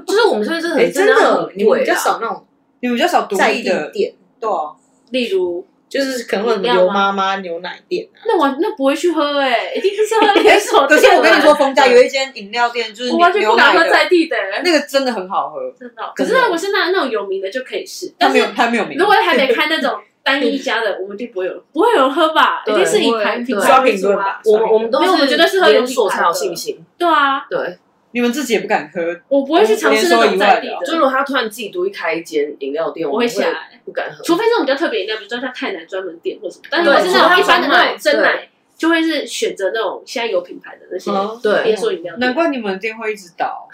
D: 就是我们这边真的
A: 哎，
D: 很
A: 真
D: 的
A: 的
D: 很，
A: 你们
D: 贵
A: 比较
D: 啊，
A: 少那种
E: 你们比较少独
A: 在
E: 立
A: 地
E: 的，
A: 店，
E: 对啊，
C: 例如，
A: 就是可能会有什么
C: 饮料
A: 牛
C: 吗
A: 妈妈牛奶店啊，
C: 那我那不会去喝哎，一定是喝连锁
E: [LAUGHS] 可
C: 店。
E: 是我跟你说，，丰家有一间饮料店，就是
C: 我完全不
E: 牛
C: 敢
E: 奶
C: 喝
E: 的，
C: 在地的，
E: 那个真的很好喝。
C: 真的哦。可是如果是那那种有名的就可以试，
E: 它
C: 但
E: 没
C: 是
E: 有，它没有名
C: [LAUGHS] 如。果还没开那 [LAUGHS] 种单一家的，我们就不会有不会有人喝吧？一
D: 对
C: 定是以
F: 不会
C: 排品
D: 对
C: 牌为
A: 刷评
C: 主
A: 论
C: 啊
A: 吧。
D: 我们我们都
C: 没有我们觉得是喝有
D: 连
C: 品
D: 锁
C: 牌
D: 才有
C: 的
D: 信心，
C: 对啊，
D: 对，
E: 你们自己也不敢喝，
C: 我不会去尝试那种在地
E: 连锁以外
D: 就
C: 的，
D: 如果他突然自己独立开一间饮料店，
C: 我
D: 我
C: 会
D: 们
C: 下
D: 会
C: 来。
D: 不敢喝，
C: 除非这种比较特别饮料，比如说像太奶专门店或什么，但如果是那
D: 对
C: 种一般的那种
D: 对
C: 真奶，就会是选择那种现在有品牌的那些
A: 哦
C: 连
D: 对。
C: 锁饮料店。
E: 难怪你们的店会一直倒，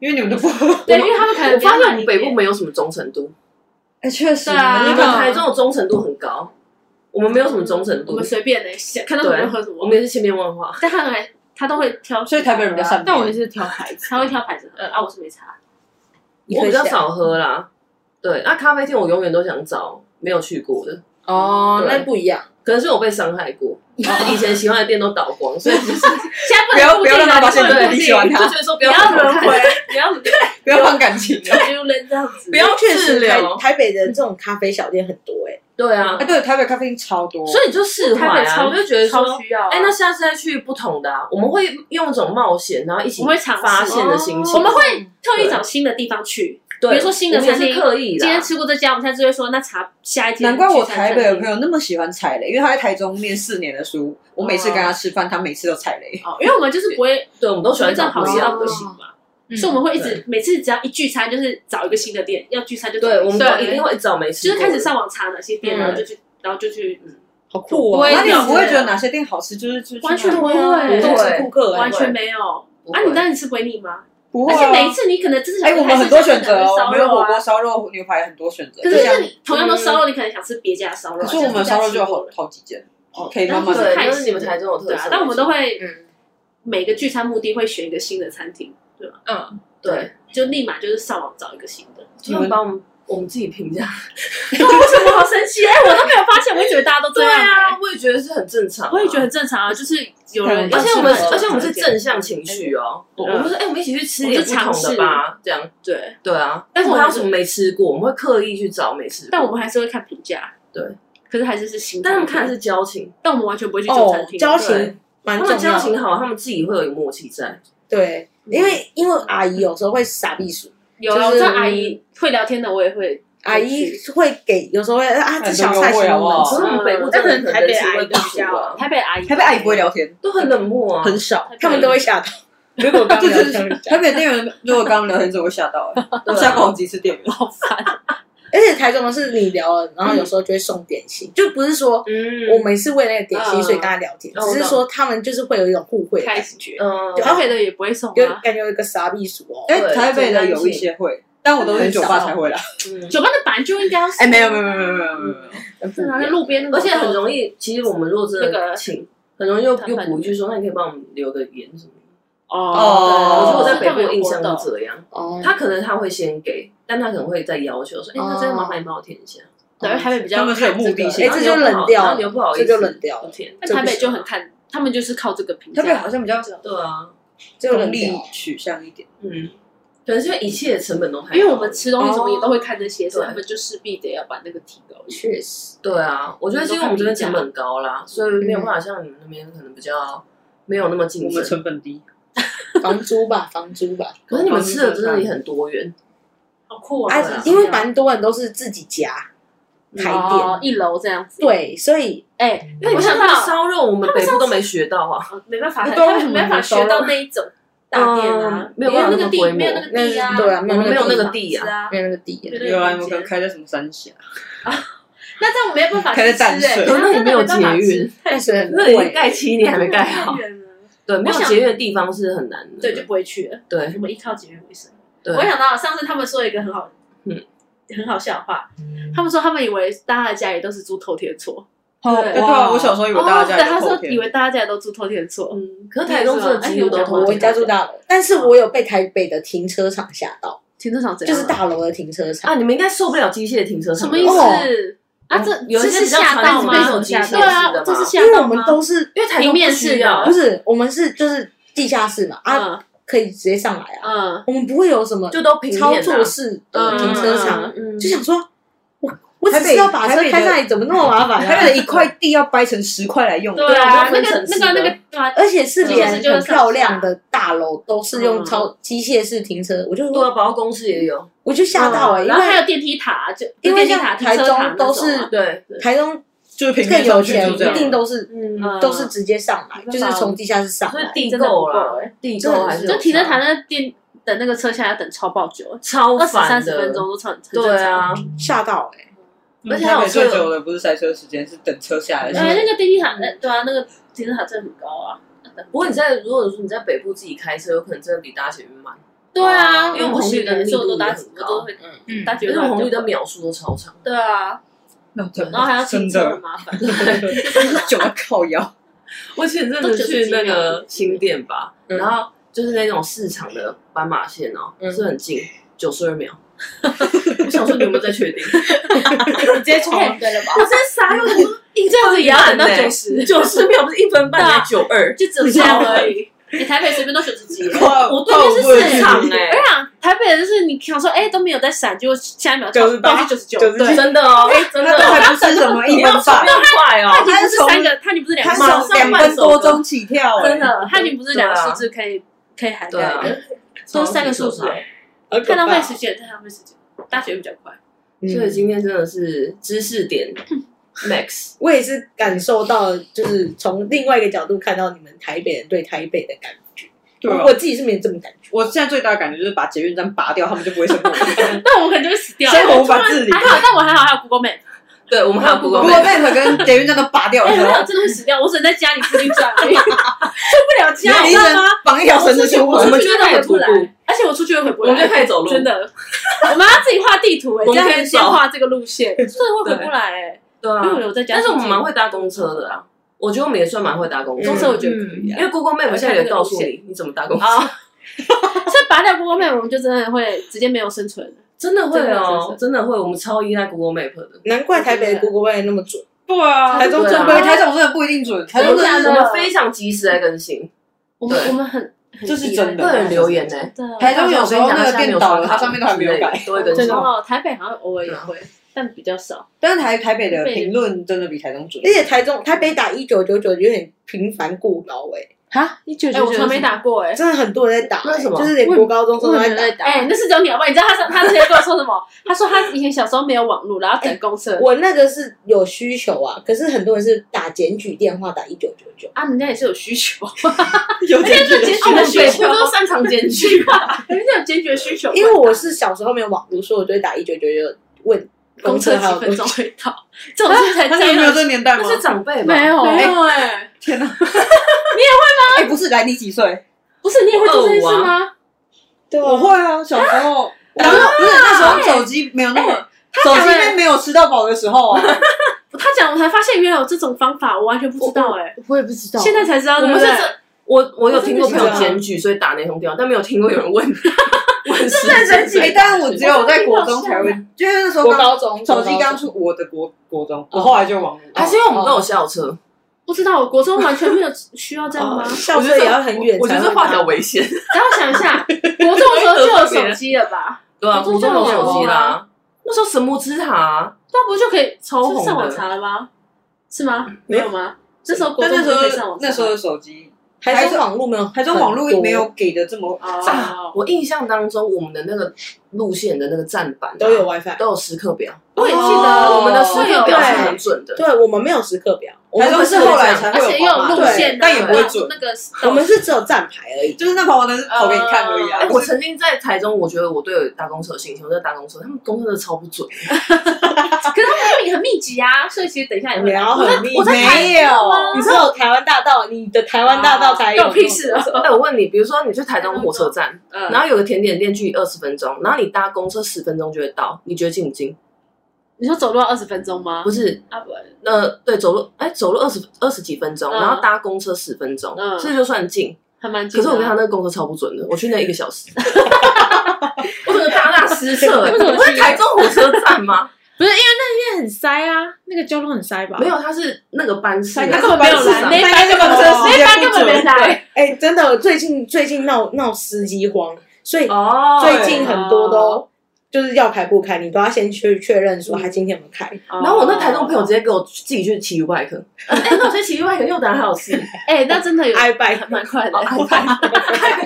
E: 因为你们都不喝。
C: 对，因为他们可能
D: 我发现我
C: 比
D: 们
C: 较
D: 北
C: 理
D: 部
C: 解
D: 没有什么忠诚度，
E: 哎，确实，
C: 对啊
E: 你
D: 我
E: 们
D: 们
E: 那个
D: 台中的忠诚度很高，我们没有什么忠诚
C: 我
D: 度
C: 们，随便呢，想看到什么就喝什
D: 我
C: 么，
D: 们也是千变万化。
C: 但他还他都会挑，啊
E: 所以台北人比较善
F: 但我也
E: 变。
F: 是挑牌
C: [LAUGHS]
F: 子，
C: 他会挑牌子喝啊，我是没查。
A: 你
D: 我
A: 会
D: 比较
A: 想
D: 少喝啦，对。那咖啡厅我永远都想找没有去过的，
A: 哦，
D: 对
A: 那不一样，
D: 可能是我被伤害过，
C: 哦
D: 就是以前喜欢的店都倒光，
C: [LAUGHS]
D: 所以就是
C: [LAUGHS] 现在不
E: 不要
C: 能
E: 不要哦让他发现
C: 固定啊
E: 你喜欢
D: 就
E: 他，
D: 觉得说不
C: 不
D: 要
C: 要轮
D: 看
C: 回， [LAUGHS] 不要
E: [LAUGHS] 不要放感情了。
C: 丢人这样子，
D: 不要
A: 确
D: 治
A: 实台
D: 疗，
A: 台北的这种咖啡小店很多哎，
D: 对啊
E: 哎，，对，台北咖啡厅超多，
D: 所以你就释怀
C: 台北
D: 啊，
C: 超
D: 你就觉得
C: 超
D: 说，
C: 需要啊。
D: 哎、那下次再去不同的、啊，我们会用一种冒险，然后一起
C: 我们会尝试哦
D: 发现的心情，
C: 我们会特意找新的地方去，
D: 对
C: 比如说新的
D: 我们也
C: 餐厅
D: 是刻意
C: 今
D: 的，
C: 天吃过这家，我们下次就会说那查下一间。
E: 难怪我台北的朋友那么喜欢踩雷，因为他在台中念四年的书，我每次跟他吃饭，他每次都踩雷。
C: 哦，因为我们就是不会，
D: 对，我们都喜欢
C: 正
D: 找
C: 好
D: 不一
C: 吃
D: 样
C: 到
D: 的
C: 不
D: 东西
C: 行嘛，嗯
D: 嗯
C: 所以我们会一直每次只要一聚餐，就是找一个新的店，要聚餐就找
D: 对，我们都
C: 对
D: 一定会找没吃
C: 就
D: 过
C: 是
D: 的，
C: 开始上网查哪些店，
A: 嗯
C: 然后就去，然后就去，嗯
A: 好酷
E: 哇
A: 哦，
E: 那你们不会
C: 对
E: 觉得哪些店好吃，就是就是啊
C: 完全
E: 去哪
C: 不会，
A: 忠
D: 对
A: 实顾客哎
C: 完，全没有。
D: 不
C: 啊
D: 会，
C: 你当然吃不会腻吗？
E: 不会
C: 而
E: 啊。
C: 且每一次你可能真的
E: 哎、
C: 想
E: 我
C: 吃
E: 们
C: 泰
E: 很
C: 式
E: 多
C: 餐厅
E: 选择哦，我
C: 可能
E: 们
C: 是烧
E: 有
C: 肉
E: 火
C: 啊
E: 锅、烧肉、牛排很多选择。
C: 可
E: 就是像
C: 是你同样都烧肉，你可能想吃别家的烧肉，
E: 可是我们烧肉就有好好几间，
C: 哦
E: 可以慢慢
C: 但
E: 的
C: 是。
D: 对，就是你们台中有特
C: 对
D: 色
C: 啊，但我们都会
A: 嗯，
C: 每个聚餐目的会选一个新的餐厅，
F: 嗯，
D: 对，
C: 就立马就是上网找一个新的。 [LAUGHS]
D: 就会把我们我们自己评价。
C: 为什么好神奇？哎、我都没有发现，我一直以为大家都这
D: 对
C: 样、
D: 啊，我也觉得是很正常啊、
C: 我也觉得很正常啊，就是有人，
D: 而且我们，
A: 是
D: 而且我们是正向情绪哦。我
C: 嗯
D: 们说，哎，我们一起去吃一点
C: 我们
D: 不
C: 是
D: 同
C: 尝
D: 的
C: 试
D: 吧，这样
C: 对，
D: 对啊。但
C: 但是
D: 是
C: 我
D: 我
C: 们
D: 还有什么没吃过？我们会刻意去找没吃过。
C: 但我们还是会看评价，
D: 对，
C: 可是还是是新，
D: 但他们看的，是交情，
C: 但我们完全不会去
A: 哦
C: 中餐厅，
A: 交
D: 对
A: 情蛮
D: 他
A: 重
D: 们交
A: 要
D: 情
A: 的。
D: 好，他们自己会有一个默契在。
A: 对，因为因为阿姨有时候会傻避暑，
C: 有啊，
A: 就
C: 我知
A: 是
C: 道阿姨会聊天的，我也会，
A: 阿姨会给有时候会啊，这
E: 很
A: 小
E: 多
A: 菜
E: 优惠
A: 请
E: 好不
A: 我
C: 哦
A: 们
E: 好
A: 吃
D: 可是我们北部真的
F: 但可能台北
D: 人情
F: 阿姨
D: 味
F: 比
D: 不足
F: 较
D: 啊，
C: 台北阿姨，
E: 台北阿姨不会，聊天，
D: 都很冷漠啊，
E: 很少。
A: 他们都会吓到。如果刚
E: 对
A: 聊
E: 对
A: 天会
E: 对，
A: 这样
E: 台北店员如果刚刚聊天，真的会吓到、
C: [LAUGHS]
E: 欸，
C: 啊
E: 我吓过好几次店员。
C: 好烦，
A: [LAUGHS] 而且台中的是你聊了，然后有时候就会送点心，就不是说
D: 嗯，
A: 我们是为那个点心
C: 嗯
A: 所以跟他聊天，
D: 哦我
A: 只是说他们就是会有一种互惠的
C: 开
A: 感觉，
C: 始觉，
D: 嗯，
A: 对
C: 台北的也不会送
A: 有
C: 啊，
A: 感觉有一个傻避暑哦。
E: 哎、
D: 对
E: 台北的有一些会，但我都是酒吧才会来。
D: 嗯
C: 酒吧的本来就应该要送啊，
E: 哎、没有没有没有没有没有没有，
A: 很不一
C: 是啊，
A: 样
C: 在路边，
D: 而且很容易，其实我们如果真
C: 那个
D: 的请，很容易又
C: 摊
D: 又
C: 贩
D: 补一句说，那你可以帮我们留个言什么的。
E: 哦
D: 我觉得我
C: 对
D: 在北
C: 他们有
D: 部印象
C: 活动
D: 是这样，
A: 哦，
D: 他可能他会先给，但他可能会再要求说，哎，那这个麻烦你帮我填一下。
C: 对，台北比较
E: 他们是有目的性
A: 哎，
E: 的。
D: 啊
A: 这就冷
D: 然
A: 掉
D: 后你又不好
A: 了，
D: 意思
A: 这就冷掉了，
D: 填，
C: 但台北就很看，他们就是靠这个评价。
E: 台北好像比较
D: 对啊，
A: 这就
E: 功
A: 冷
E: 利
A: 掉了。
E: 取向一点，
D: 嗯，可能是因为一切成本都太高，
C: 因为我们吃东西什么也都会看这些，所以
D: 对
C: 他们就势必得要把那个提高。
A: 确实，
D: 对啊，我觉得是因为我们这边成本高啦，所以没
C: 嗯
D: 有办法像你们那边可能比较没有那么
E: 我
D: 竞
E: 们
D: 争。
E: 成本低。
A: 房租吧，房租吧，
D: 可是你们吃的真的也很多元，
C: 嗯好酷
A: 哎、
D: 啊
A: 因为蛮多人都是自己家开店，
C: 哦一楼这样子。
A: 对，所以
C: 哎，因为
D: 我
C: 我想
D: 想
C: 到
D: 到烧肉，我们北部都没学到
C: [LAUGHS]
D: 啊。
C: 哦没办法，
E: 不
C: 他
E: 知道为什
C: 们
E: 么
C: 没办法学到那一种大店啊
D: 嗯，没有办法
C: 那个地，没
D: 那么规模
C: 有那个地啊，
A: 那对啊没有那个地
C: 没
D: 地啊
C: 有那个房子啊
A: 没。有那个地了。
C: 对
E: 有啊，你们
C: 空
E: 可
C: 间
E: 能开在什么三峡？
C: 那这样没办法
E: 开
C: 去
E: 在
C: 吃
E: 淡水
C: 哎，
D: 可能也没有捷
C: 办法吃
D: 运，
A: 但是很
D: 那已经
A: 贵，
D: 盖七年还没盖好
C: [LAUGHS] 太。远了
D: 对，没有
C: 我想
D: 捷运的地方是很难的。
C: 对，就不会去了。
D: 对
C: 我们依靠节约为生。
D: 对
C: 我想到上次他们说一个很好，
D: 嗯，
C: 很好笑的话，他们说他们以为大家的家里都是住透天厝，
E: 哦
C: 对
E: 对啊，我小时候以为
C: 哦
E: 大家
C: 对，他
E: 家
C: 说
E: 都
C: 以为大家家里都住透天厝，
D: 嗯，可是台中真的几乎都
C: 我哎
D: 同
A: 我
C: 们
A: 家住大楼，但是我有被台北的停车场吓到，
C: 停车场怎
A: 就
C: 样？
A: 是大楼的停车场。
D: 啊，你们应该受不了机械停车场
C: 什
D: 吧。
C: 么意
A: 哦
C: 思？啊，这
D: 嗯有一
C: 这
D: 些
C: 是
D: 比较
C: 吓到
D: 传统
C: 吗
D: 的那？种机械式
C: 对啊，
D: 的
C: 这是
D: 嘛，
C: 吓
A: 因为
C: 到
A: 我们
C: 吗？
A: 都是
D: 因为台中不需要
A: 不是我们是就是地下室嘛啊，
C: 嗯
A: 可以直接上来啊，
C: 嗯
A: 我们不会有什么
D: 就都平面啊
A: 操
D: 的
A: 作式的停车
C: 嗯
A: 场，
D: 嗯
A: 就想说，我我只
E: 台
A: 是
E: 北
A: 要把车
E: 台北的
A: 开上来，怎么那么麻烦
E: 台
A: 啊？
E: 北的一块地要掰成十块来用，
C: 对
D: 啊
C: 啊，那
D: 分
C: 个
D: 层
C: 那
D: 次
C: 个
D: 的
C: 那个对啊，
A: 而且是连
C: 就是就是
A: 很
C: 上下嗯
A: 漂亮的大楼都是用超机械式停车，我就
D: 对啊，保公司也有。
A: 我就吓到欸了，因
C: 嗯然后还
A: 为
C: 有电梯塔，就
A: 因为
C: 电梯塔
A: 像台
C: 停车塔
A: 中
C: 那
A: 都
C: 种啊
A: 是
D: 对，
A: 台中
E: 就是平
A: 更
E: 均
A: 有
E: 上去
A: 钱，
E: 就这
A: 一定
E: 样。
A: 都是
D: 嗯
C: 嗯
A: 都是直接上来，
C: 没办法
A: 就是从地下室上
D: 所以
A: 来。
D: 地购啦，地购还是有
C: 欸就停车场
D: 差
C: 那电等那个车下来要等超爆久，
D: 超
C: 二十三
D: 烦
C: 十分
D: 的。
C: 钟都超很正常
D: 对，啊，
A: 吓到哎、
D: 而且还有
E: 嗯台北最
D: 车
E: 久的不是塞车时间，是等车下来的时
C: 哎，
E: 间。
C: 那个电梯塔，那对啊，那个停车塔真的很高啊。
D: 不过你在如果说你在北部自己开车，有可能真的比搭捷运慢，
C: 对啊，
D: 因为
C: 红
D: 红绿
C: 绿
D: 灯
C: 灯，
D: 密
C: 所以我都
D: 度也
C: 搭，
D: 很
C: 我都
D: 高，
C: 会
F: 嗯
C: 搭
D: 而
C: 捷
D: 且
C: 运。
D: 红绿灯秒数都超长。
C: 对啊，
E: 那真的
C: 然后还要停
E: 真
C: 车很
E: 的
C: 麻烦。 [LAUGHS]
E: 久到靠腰，
D: 我前阵子去那个新店吧，然后就是那种市场的斑马线哦，是很近，九十二 [LAUGHS] 秒。我想说你有没有在确 [LAUGHS] 定？
F: 直接冲
C: 太哦对了吧？
D: 我真的傻，因为我想说
C: 你这样子也要等到
D: 很慢
C: 九
D: 欸
C: 十，
D: 九十秒不是一分 [LAUGHS] 半才九二，
C: 就只有这样而已。 [LAUGHS] 你台北随便都九十几耶。
E: 跨
D: 我对面是市场哎
C: 我，想台北就是你想说，哎，都没有在闪，结果下一秒
E: 98
C: 到去九十九，
E: 99
C: 对，
D: 真的哦，真
E: 那都
D: 的，
E: 还不是什么一分半，
D: 快哦
C: 他已经不是三个，他已经不是两
E: 它
C: 个
E: 是
C: 数
E: 从
C: 字，
E: 两分多钟起跳，哎
C: 真的，他已经不是两个数字可以可以涵
D: 对啊
C: 盖的，都是三个数字。看到
E: 会
C: 会时间，看到会时间，大学比较快。
D: 所以
A: 嗯，
D: 今天真的是知识 [LAUGHS] 点 max，
A: 我也是感受到了，就是从另外一个角度看到你们台北人对台北的感觉。
E: 对啊
A: 我我自己是没这么感觉。
E: 我现在最大的感觉就是把捷运站拔掉，他们就不会生
C: [LAUGHS]
E: 活。
C: 那我可能就会死掉。
E: 生活无法自理
C: 还好，但我还好，还有 Google
E: [LAUGHS]
C: Map。
D: 对我们还有
E: 不
D: Google
E: 过
D: Map，
E: Map 跟捷运站都拔掉
C: 哎，
E: 之
C: 我
E: 后
C: 有，真的会死掉，我只能在家里附近转而
E: [LAUGHS]
C: 已，出不了
E: 你
C: 家，你
E: 一
C: 知道
E: 人
C: 吗？
E: 绑一条绳子去
C: 我
E: 我
C: 出
E: 们
C: 去
D: 就
C: 真的
D: 开
C: 回
D: 始
C: 不来
D: 徒步，
C: 而且我出去也回不
D: 我们就
C: 来，
D: 开始走路，
C: 真的。我们要自己画地图，哎，
D: 我
C: 这
D: 们
C: 样
D: 可以
C: 子先
D: 走
C: 画这个路线，真的会回不来，
D: 对
C: 哎，
D: 啊
C: 因为我，有在家
D: 但
C: 附近，
D: 是我们蛮会搭公车的啊，我觉得我们也算蛮会搭公
C: 公
D: 车
C: 车，我
D: 的，
C: 觉得可以
E: 嗯
D: 因
C: 啊。
D: 为 Google Map 现在也告诉你你怎么搭公车，
C: 啊，所以拔掉 Google Map，我们就真的会直接没有生存了，
D: 真的会
C: 真的真
D: 哦
C: 的，
D: 真的会，我们超依赖 Google Map 的。
A: 难怪台北的 Google Map 那么准，
E: 对
A: 哦
E: 啊，台中
D: 对
E: 准
D: 啊
E: 备，台中真的不一定准，台中
D: 我
E: 真
D: 们
E: 的
D: 我们非常及时在更新，
C: 我们
D: 对
C: 我们很很
E: 这是
C: 依赖
E: 真的
D: 会有人留言呢。
C: 真的
E: 台中有时候那个电倒了，它上面都还没有改。
D: 都会更
F: 真
D: 新
F: 的。
C: 哦，台北好像偶尔也
E: 啊
C: 会，但比较少。
E: 但是台台北的评论真的比台中准，
A: 而且台中台北打一九九九有点频繁过劳哎、
F: 哈，一九
C: 哎，
F: 九
C: 我
F: 九
C: 从没打过哎。
A: 真的很多人在打、
D: 那什么
A: 就是连国高中生都
F: 我也
A: 在
F: 没
A: 打
F: 在。打。
C: 哎，那是只有你好不好？你知道他上他之前跟我说什么？他说他以前小时候没有网络，然后等公车
A: 哎我那个是有需求啊，可是很多人是打检举电话打一九九九，
C: 啊，人家也是有需求，
E: 有点哦
C: 这检
E: 准。
C: 举的需求，
D: 都擅长检举，
C: 啊人家有检举的需求。
A: 因为我是小时候没有网络，所以我就会打一九九九问
C: 公车
A: 还有
C: 几分钟会到，这种事才
E: 他们
C: 真
E: 没有这
C: 的
E: 个年代吗
D: 那？是长辈吧？
F: 没有，
C: 没有哎。 [LAUGHS]
E: 哎，不是，来你几岁？
C: 不是你也会做这件事吗？
A: 对啊
E: 我会啊，小时
C: [LAUGHS]
E: 候，然
C: 啊
E: 后不是那时候手机没有那么，手
C: 哎讲
E: 机
C: 了
E: 边没有吃到饱的
C: [LAUGHS]
E: 时候啊，
C: 他讲我才发现原来有这种方法，我完全不知道哎，
F: 我也不知道。
C: 现在才知道。
D: 我
C: 对
D: 们
C: 不
D: 是
C: 对
D: 这，我我有听过朋
E: 我
D: 友
E: 真的是这样
D: 检举，所以打那通电话，但没有听过有人问问时
E: 真的神
D: 间。
C: 哎
E: 奇。但是我只有在国中才会，就是那时候
A: 国
E: 刚
A: 高中
E: 手机刚，出，我的国国
C: 哦
E: 中，我后来就网络。
D: 还是因为我们都有校车，
C: 不知道，我国中完全没有 [LAUGHS] 需要这样吗？
A: 哦校车也要很远才会打，
D: 我觉得这化小危险。
C: 然后想一下，国中的时候就有手机了吧？
D: 对啊，国
C: 我都
D: 中
C: 忘了
D: 有手机啦。那时候神魔之塔啊
C: 那不就可以
D: 超红的
C: 是上网查了吗？是吗？没有吗？那时候国
E: 但
C: 中
E: 那
C: 就
E: 时候
C: 可以上网查哦
E: 那时候的手机，
A: 台中网络没有很多，
E: 台中网络没有给的这么
D: 啊
C: 哦，
D: 我印象当中，我们的那个路线的那个站板啊
A: 都有 WiFi，
D: 都有时刻表，
C: 我也记
E: 哦
C: 得
D: 我们的时
C: 会有
D: 刻表是
C: 对
D: 很准的。
A: 对我们没有时刻表，我
E: 台
A: 们
E: 中
A: 不
E: 是
A: 是
E: 后
A: 这
E: 来
A: 样
E: 才
C: 而
E: 会
C: 且也有
E: 跑嘛
C: 路
E: 对
C: 线啊，
E: 但也不会准。
C: 那个
A: 我们是只有站牌而已，
E: 就是那跑完的是跑给你看而已
C: 哦
E: 啊
D: 哎，。
E: 我
D: 我曾经在台中，我觉得我对搭公车有信心，我在搭公车，他们公车真的超不准。
C: 可是他们很密集啊，所以其实等一下也会
A: 然后很密，
C: 我在台
E: 没有，
A: 你只有台湾大道，你的台湾大道才
C: 关
A: 有
C: 我屁事啊！
D: 哎，我问你，比如说你去台中火车站，
C: 嗯
D: 然后有个甜点店距离二十分钟，然后你搭公车十分钟就会到，你觉得近不近？
C: 你说走路要二十分钟吗
D: 不？是，
C: 啊不，
D: 呃，对，走路，哎，走路二十二十几分钟，
C: 嗯
D: 然后搭公车十分钟，
C: 嗯
D: 这就算近。
C: 还蛮近
D: 可
C: 的。啊
D: 是我跟他那个公车超不准的，我去那一个小时， [LAUGHS] 我整个大大失色。欸
C: 为什么
D: 不是台中火车站 [LAUGHS] 吗？
F: 不是因为那边很塞啊，那个交通很塞吧？
D: 没有，它是那个班次啊，
E: 他
C: 根本没有来，那一班根本没
E: 哦
C: 那一班根本没来。
A: 哎、真的，最近最近闹闹司机荒，所以
D: 哦，
A: 最近很多都就是要开不开，你都要先去确认说他今天有没有开。
D: 然后我那台中
C: 哦
D: 朋友直接给我自己去骑 U bike，哎， [LAUGHS] 那我去骑 U bike 又哪还 [LAUGHS] 有事？
C: 哎，那真的有
A: i bike
C: 蛮快的，
D: [LAUGHS]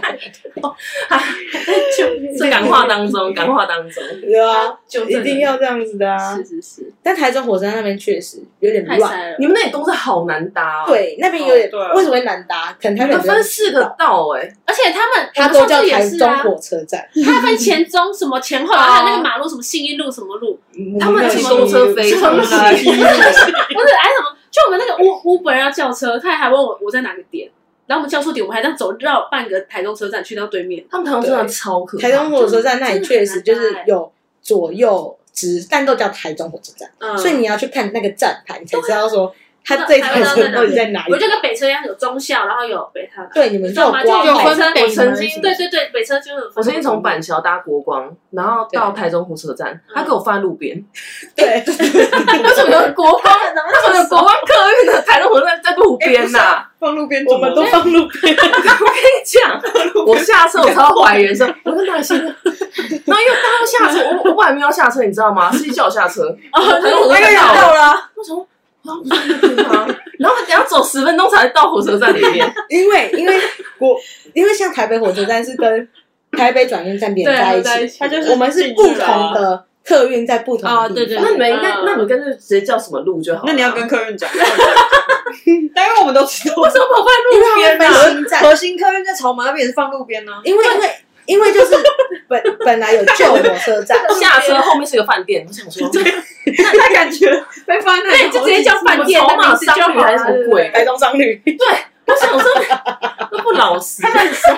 D: 是感化当中，感化当中。
A: 对啊，
C: 就
A: 一定要这样子的啊
C: 是。是是，
A: 但台中火车站那边确实有点
C: 太
A: 乱，
C: 塞了。
D: 你们那里公车好难搭哦，，
A: 对，那边有点、
E: 哦对啊
A: 为什么会难搭？可能台
D: 你
A: 北
D: 们
A: 人
D: 分四个道哎，
C: 而且他们，
A: 它
C: 我
A: 都
C: 们上
A: 叫
C: 次也
A: 台
C: 是
A: 中
C: 啊，
A: 火车站，
C: 他分前中什么前后，然后还有那个马路什么信义路什么路，
D: 他们
A: 骑
D: 骑公车
C: 哎
D: 非常难。
C: 不是哎还有什么，就我们那个 U Uber 要叫车，他还问我我在哪个点，然后我们叫错点，我们还这样走绕半个台中车站去到对面，
D: 他们台中真的超可怕。
A: 台中火车站那里确实就是
C: 真的很难搭哎
A: 有左右直，但都叫台中火车站，
C: 嗯，
A: 所以你要去看那个站牌，你才知道说它这一台车到底在哪
C: 我就
A: 里。
C: 跟北车一样，有中校，然后有北塔，
A: 对，你们就有
C: 知
A: 光
C: 道吗就有
A: 牌
C: 分北
D: 我曾经
C: 对对对，北车就是哦
D: 我曾经从板桥搭国光，然后到台中火车站，他给我放在路边。
A: 对，
D: 为什么有国光？为什么有国光客运的台中火车站在路边呐？
E: 放路边，
A: 我们都放路边，
D: 跟你讲，我下车我超怀疑人生，我在哪些？然后因为他要下车，我我本来没有下车，你知道吗？司机叫我下车，
C: 哦，
D: 然后我
E: 那
D: 就
E: 个也
D: 到
E: 到
D: 了，
E: 了，
D: 我从啊不是那边吗？然后等下走十分钟才到火车站里面，
A: [LAUGHS] 因为因为我因为像台北火车站是 [LAUGHS] 跟台北转运站连在
C: 对
A: 一
C: 在
A: 起，
C: 一起，
E: 他就是
A: 我们是不同的客运在不同的地方
F: 哦对对
D: 那你们应该
C: 嗯，
D: 那你们干脆直接叫什么路就好了。啊
E: 那你要跟客运讲，但因为我们都知道，
D: 为什么跑
A: 因
D: 在
A: 为
D: 路啊边
A: 他
D: 呢？
A: 们分新站，
E: 核心客运在草蜢那边也是放路边呢。
A: 因为因为因为就是本本来有旧火车站，
D: 下车后面是个饭店，我想说，
E: 他感觉被放那
C: 对，就直接叫饭店
D: 什
C: 的
D: 么
C: 名字就
D: 草马
C: 好
D: 商旅还是什么鬼？
A: [LAUGHS] [LAUGHS] 台中商旅，
D: 我想说都不老实，他很熟，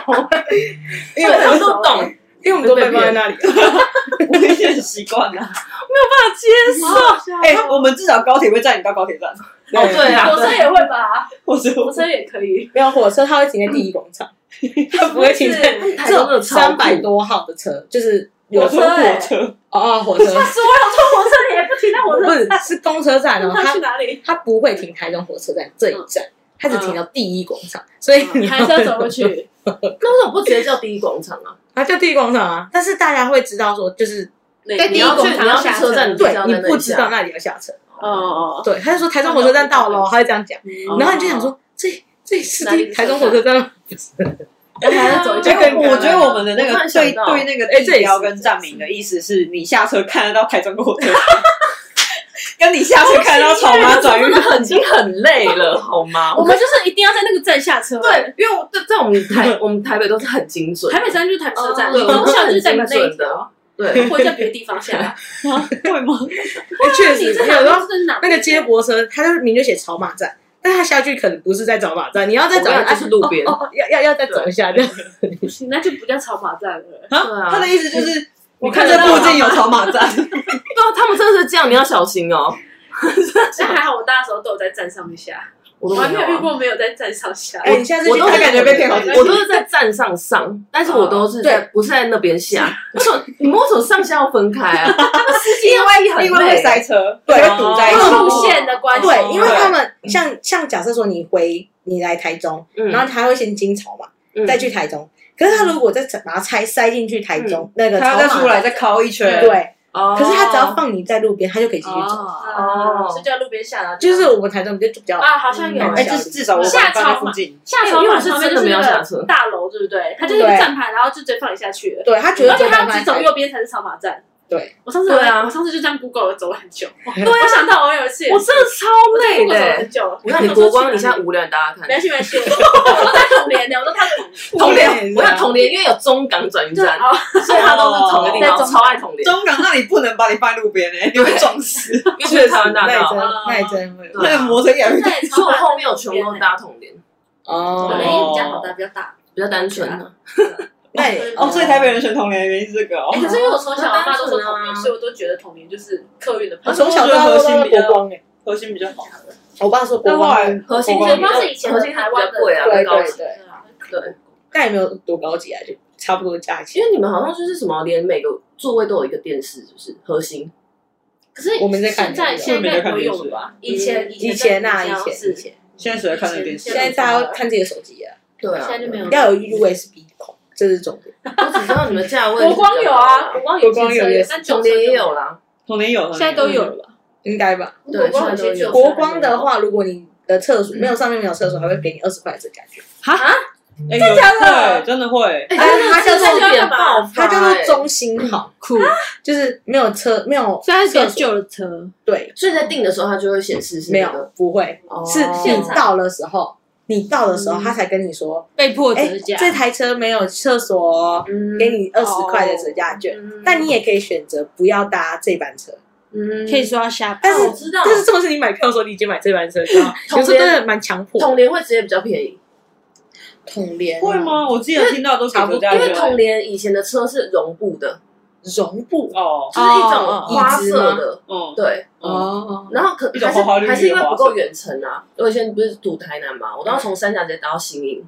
A: 因为
D: 对，
A: 我
D: 我
A: 们
D: 都
A: 都
D: 懂，没
A: 因为我们都被放在那里，
E: 我已经很习惯了。
D: 办法接受。
E: 哎，我们至少高铁会载你到高铁站，
D: 哦，对啊，
C: 火车也会吧，
E: 我是
C: 火车也可
A: [LAUGHS]
C: 以，
A: 没有火车，它 [LAUGHS] 会停在第一广场，它不会停在
C: 是
A: [LAUGHS]
D: 台
A: 这
D: 中真的
A: 种
D: 超
A: 三
D: 酷
A: 百多号的车，就是有
E: 说
A: 车欸
E: 火车，
A: 哦哦，火车 [LAUGHS]
C: 吓死我了！坐火车你还不停到火
A: 不
C: 车
A: 是是公车站哦，
C: 站，他去
A: 它
C: 哪里？
A: 它不会停台中火车站这一站，它只停到第一广场，所以
C: [LAUGHS]
A: 你
C: 还是嗯要走过去？
D: 那为什么不直接叫第一广场啊？
A: [LAUGHS] 它叫第一广场啊。但是大家会知道说，就是
C: 在
D: 你要去你要去车站，你就
A: 对
D: 知道
A: 你
D: 在那里
A: 不知道
D: 下
A: 那里要下车，
C: 哦哦，
A: 对，他就说台中火车站到了哦，他会这样讲，
C: 哦
A: 然后你就想，说这。这是
C: 哪里
A: 第
C: 是
A: 台中火车站吗？
C: 我还要走一
E: 结
C: 圈
A: 这个
E: 果我觉得我们的那
D: 我突
E: 个
D: 然想
E: 对
D: 到
E: 对那个
A: 哎这也
E: 地
A: 是
E: 标跟站名的意思是你下车看得到台中火车站，跟你下车看得到草
D: 我
E: 马
D: 们 [LAUGHS]
E: 转
D: 转
E: 运
D: 运的很已经很累了，好吗？
C: 哦我们就是一定要在那个站下车。，啊
D: 对，因为我在在我们台我们台北都是很精准的，
C: 台北站就是台北车站，
D: 对，
C: 你
D: 我们
C: 从
D: 都
C: 小
D: 很
C: 就是在
D: 精
C: 那一
D: 准
C: 条，
D: 的，对，
C: 或者在别的地方下来。
E: 会吗？
A: 哎确实，
C: 你这
A: 有
C: 哪
A: 时候
C: 这是哪？
A: 那个 [LAUGHS] 接驳车，它就是明确写草马站，但它下去可能不是在找马站，你要再
D: 我
A: 找
D: 跟你讲
A: 啊
D: 就是路边
A: 哦哦，要要要再走一下这样。
C: 不行，那就不叫草马站了。
A: 哦
D: 对啊
E: 他的意思就是
D: 我
E: 我
D: 看
E: 看
D: 得
E: 这
D: 到
E: 附近有草马站，
D: 对，啊他们真的是这样，你要小心哦。
C: 但还好我大家时候都有在站上面下，
D: 我
C: 我
D: 都
C: 还没有遇
D: 啊，
C: 过没有在站上下。
A: 哎，你下次
D: 我
A: 去
D: 都
A: 他
D: 是
A: 感觉被骗好几次
D: 啊我都是在站上上，但是我都是在不是在那边下。为什么你们为什么上下要分开啊？司机因为
E: 因为会塞车，对，会堵在一
A: 哦
E: 起。
C: 路线的关系，
A: 对，因为他们像像假设说你回你来台中，
D: 嗯
A: 然后他会先经草嘛，
D: 嗯
A: 再去台中。可是他如果再把它拆塞进去台中那个
E: 他
A: 草马
E: 要再出来再敲一圈，
A: 对，
D: 哦
A: 可是他只要放你在路边，他就可以继续走。
D: 哦
C: 哦，是叫路边下啊，
A: 就是我们台中就比较
C: 啊，好像有
A: 嗯
E: 哎，
C: 哎
E: 至至少我们
C: 下
E: 搬在
C: 草
E: 附
C: 嘛 [LAUGHS]
E: 近，
C: 下
D: 因
C: 草
D: 为
C: 马
D: 我是
C: 旁边
D: 真
C: 就
D: 的
C: 是
D: 没有
C: 那
D: 下
C: 个
D: 车
C: 大楼，对不对？它就是一个
A: 对
C: 站牌，然后就直接放你下去了。
A: [LAUGHS] 对他觉得
C: 而且
A: 走
C: 它
A: 慢
C: 要
A: 慢
C: 只走
A: 才
C: 右边才是草马站。
A: 对，
C: 我上次
D: 对啊
C: 我上次就这样 Google 了，走了很
A: [LAUGHS]
C: 久。对啊，我想到我有一次也
D: 我
C: 是，
D: 真的超累
C: Google 走了
D: 的。
C: 很久了。
D: 我看你
C: 想说
D: 国光，
C: 去
D: 你现
C: 哪
D: 在
C: 里
D: 无聊，大家看
C: 没关系没关系，我在统联的，我都看
A: [LAUGHS]
C: 统联。
D: 同
E: 我也
D: 联，
E: 是
D: 我
E: 啊
D: 想同联，因为有中港转运
C: 对
D: 站，
C: 啊，
D: 所以他都是同一个地方，
C: 哦
D: 我超爱同联，
E: 中港那里不能把你放在路边哎，你会撞死。
D: 尤其是台湾大
A: 那也
D: 道
A: 真，
C: 哦
A: 那也真会
D: 对
E: 那
D: 啊
E: 个摩托车也会
D: 所以
C: 对，草
D: 我
C: 马
D: 后面有全部都搭同联，对
C: 统联也比较
A: [LAUGHS] 哦，
C: 哎好搭，比较大。
D: 比较单纯啊。
A: 那也
E: 哦，所以台北人选同年的原因是这个哦
C: 哎，。可是因为我从小我爸都说
D: 那当
C: 统
D: 然
C: 联，
D: 啊
C: 所以我都觉得统联就是客运的朋
A: 我
C: 友。
A: 哦从小到大都在国光哎，
E: 核心比较好，
A: 我爸说国
E: 但后
A: 光，
E: 来
D: 核心
E: 国
D: 是
E: 光
D: 比较
C: 光
E: 比较
C: 是以前的
D: 核心是比
C: 台湾
D: 较
C: 的
D: 贵啊，
A: 对
D: 跟高
A: 对
D: 级。
A: 对，
D: 对，
A: 但也没有多高级啊，就差不多的价钱。
D: 因为你们好像就是什么，连每个座位都有一个电视，是不是？核心
C: 可是
A: 我们在看
C: 现在
A: 电视
C: 现在不会
E: 我
C: 用
E: 们
C: 了
E: 在
C: 吧？以前
A: 以前
C: 那
A: 啊，以前以前，
E: 现在谁在看那电视
A: 现？在大家都看自己的手机啊，
D: 对
C: 现
D: 啊，
C: 在就没有。
A: 要有 USB 孔，这是重点。
D: 我只知道你们价位。
C: 国光有啊，，国光有
A: 国光有
C: 也
A: 也
C: 但
D: 同
C: 九
D: 联啊
C: 联
D: 也有。啦。
E: 同年有，
F: 现在都有了吧？
A: 嗯应该吧？
D: 对
C: 国光有些只有
A: 国光的话，如果你的厕所没有上面没有厕所，还会给你二十块的折价券。
E: 哎，真的会，真的会。
D: 哎，
A: 但是它叫做
D: 点爆发，欸
A: 它叫做，中心号，酷，就是没有车，没有
F: 虽然是有旧的车，
A: 对，
D: 所以在订的时候它就会显示是
A: 没
D: 那个
A: 有不会，
D: 哦
A: 是
C: 现
A: 你
C: 场
A: 到的时候，你到的时候他才跟你说，
F: 被迫
A: 哎
F: 折，价。
A: 这台车没有厕所哦，
C: 嗯哦
A: 给你二十块的折价券。
D: 嗯
A: 但你也可以选择不要搭这班车，
C: 嗯
F: 可以说要下班，
A: 但是
D: 我知道，
A: 但是这种是你买票的时候，你已经买这班车，你知道吗有时候真的蛮强迫。
D: 统联会直接比较便宜，
A: 统联
E: 会？吗？我之前听到都是
A: 差不
E: 有
A: 多
E: 这样
D: 因
E: 的
D: 为统联以前的车是绒布的，
A: 绒布
E: 哦，
D: 就是一种
F: 哦
D: 花色
A: 椅
D: 的，
E: 嗯，
D: 对。
E: 哦，
A: 哦，
D: 然后可
E: 一种
D: 还是
E: 花花绿绿的
D: 还是因为
E: 花
D: 不
E: 色
D: 够远程啊，我以前不是读台南嘛，我都要从三峡直接搭到新营，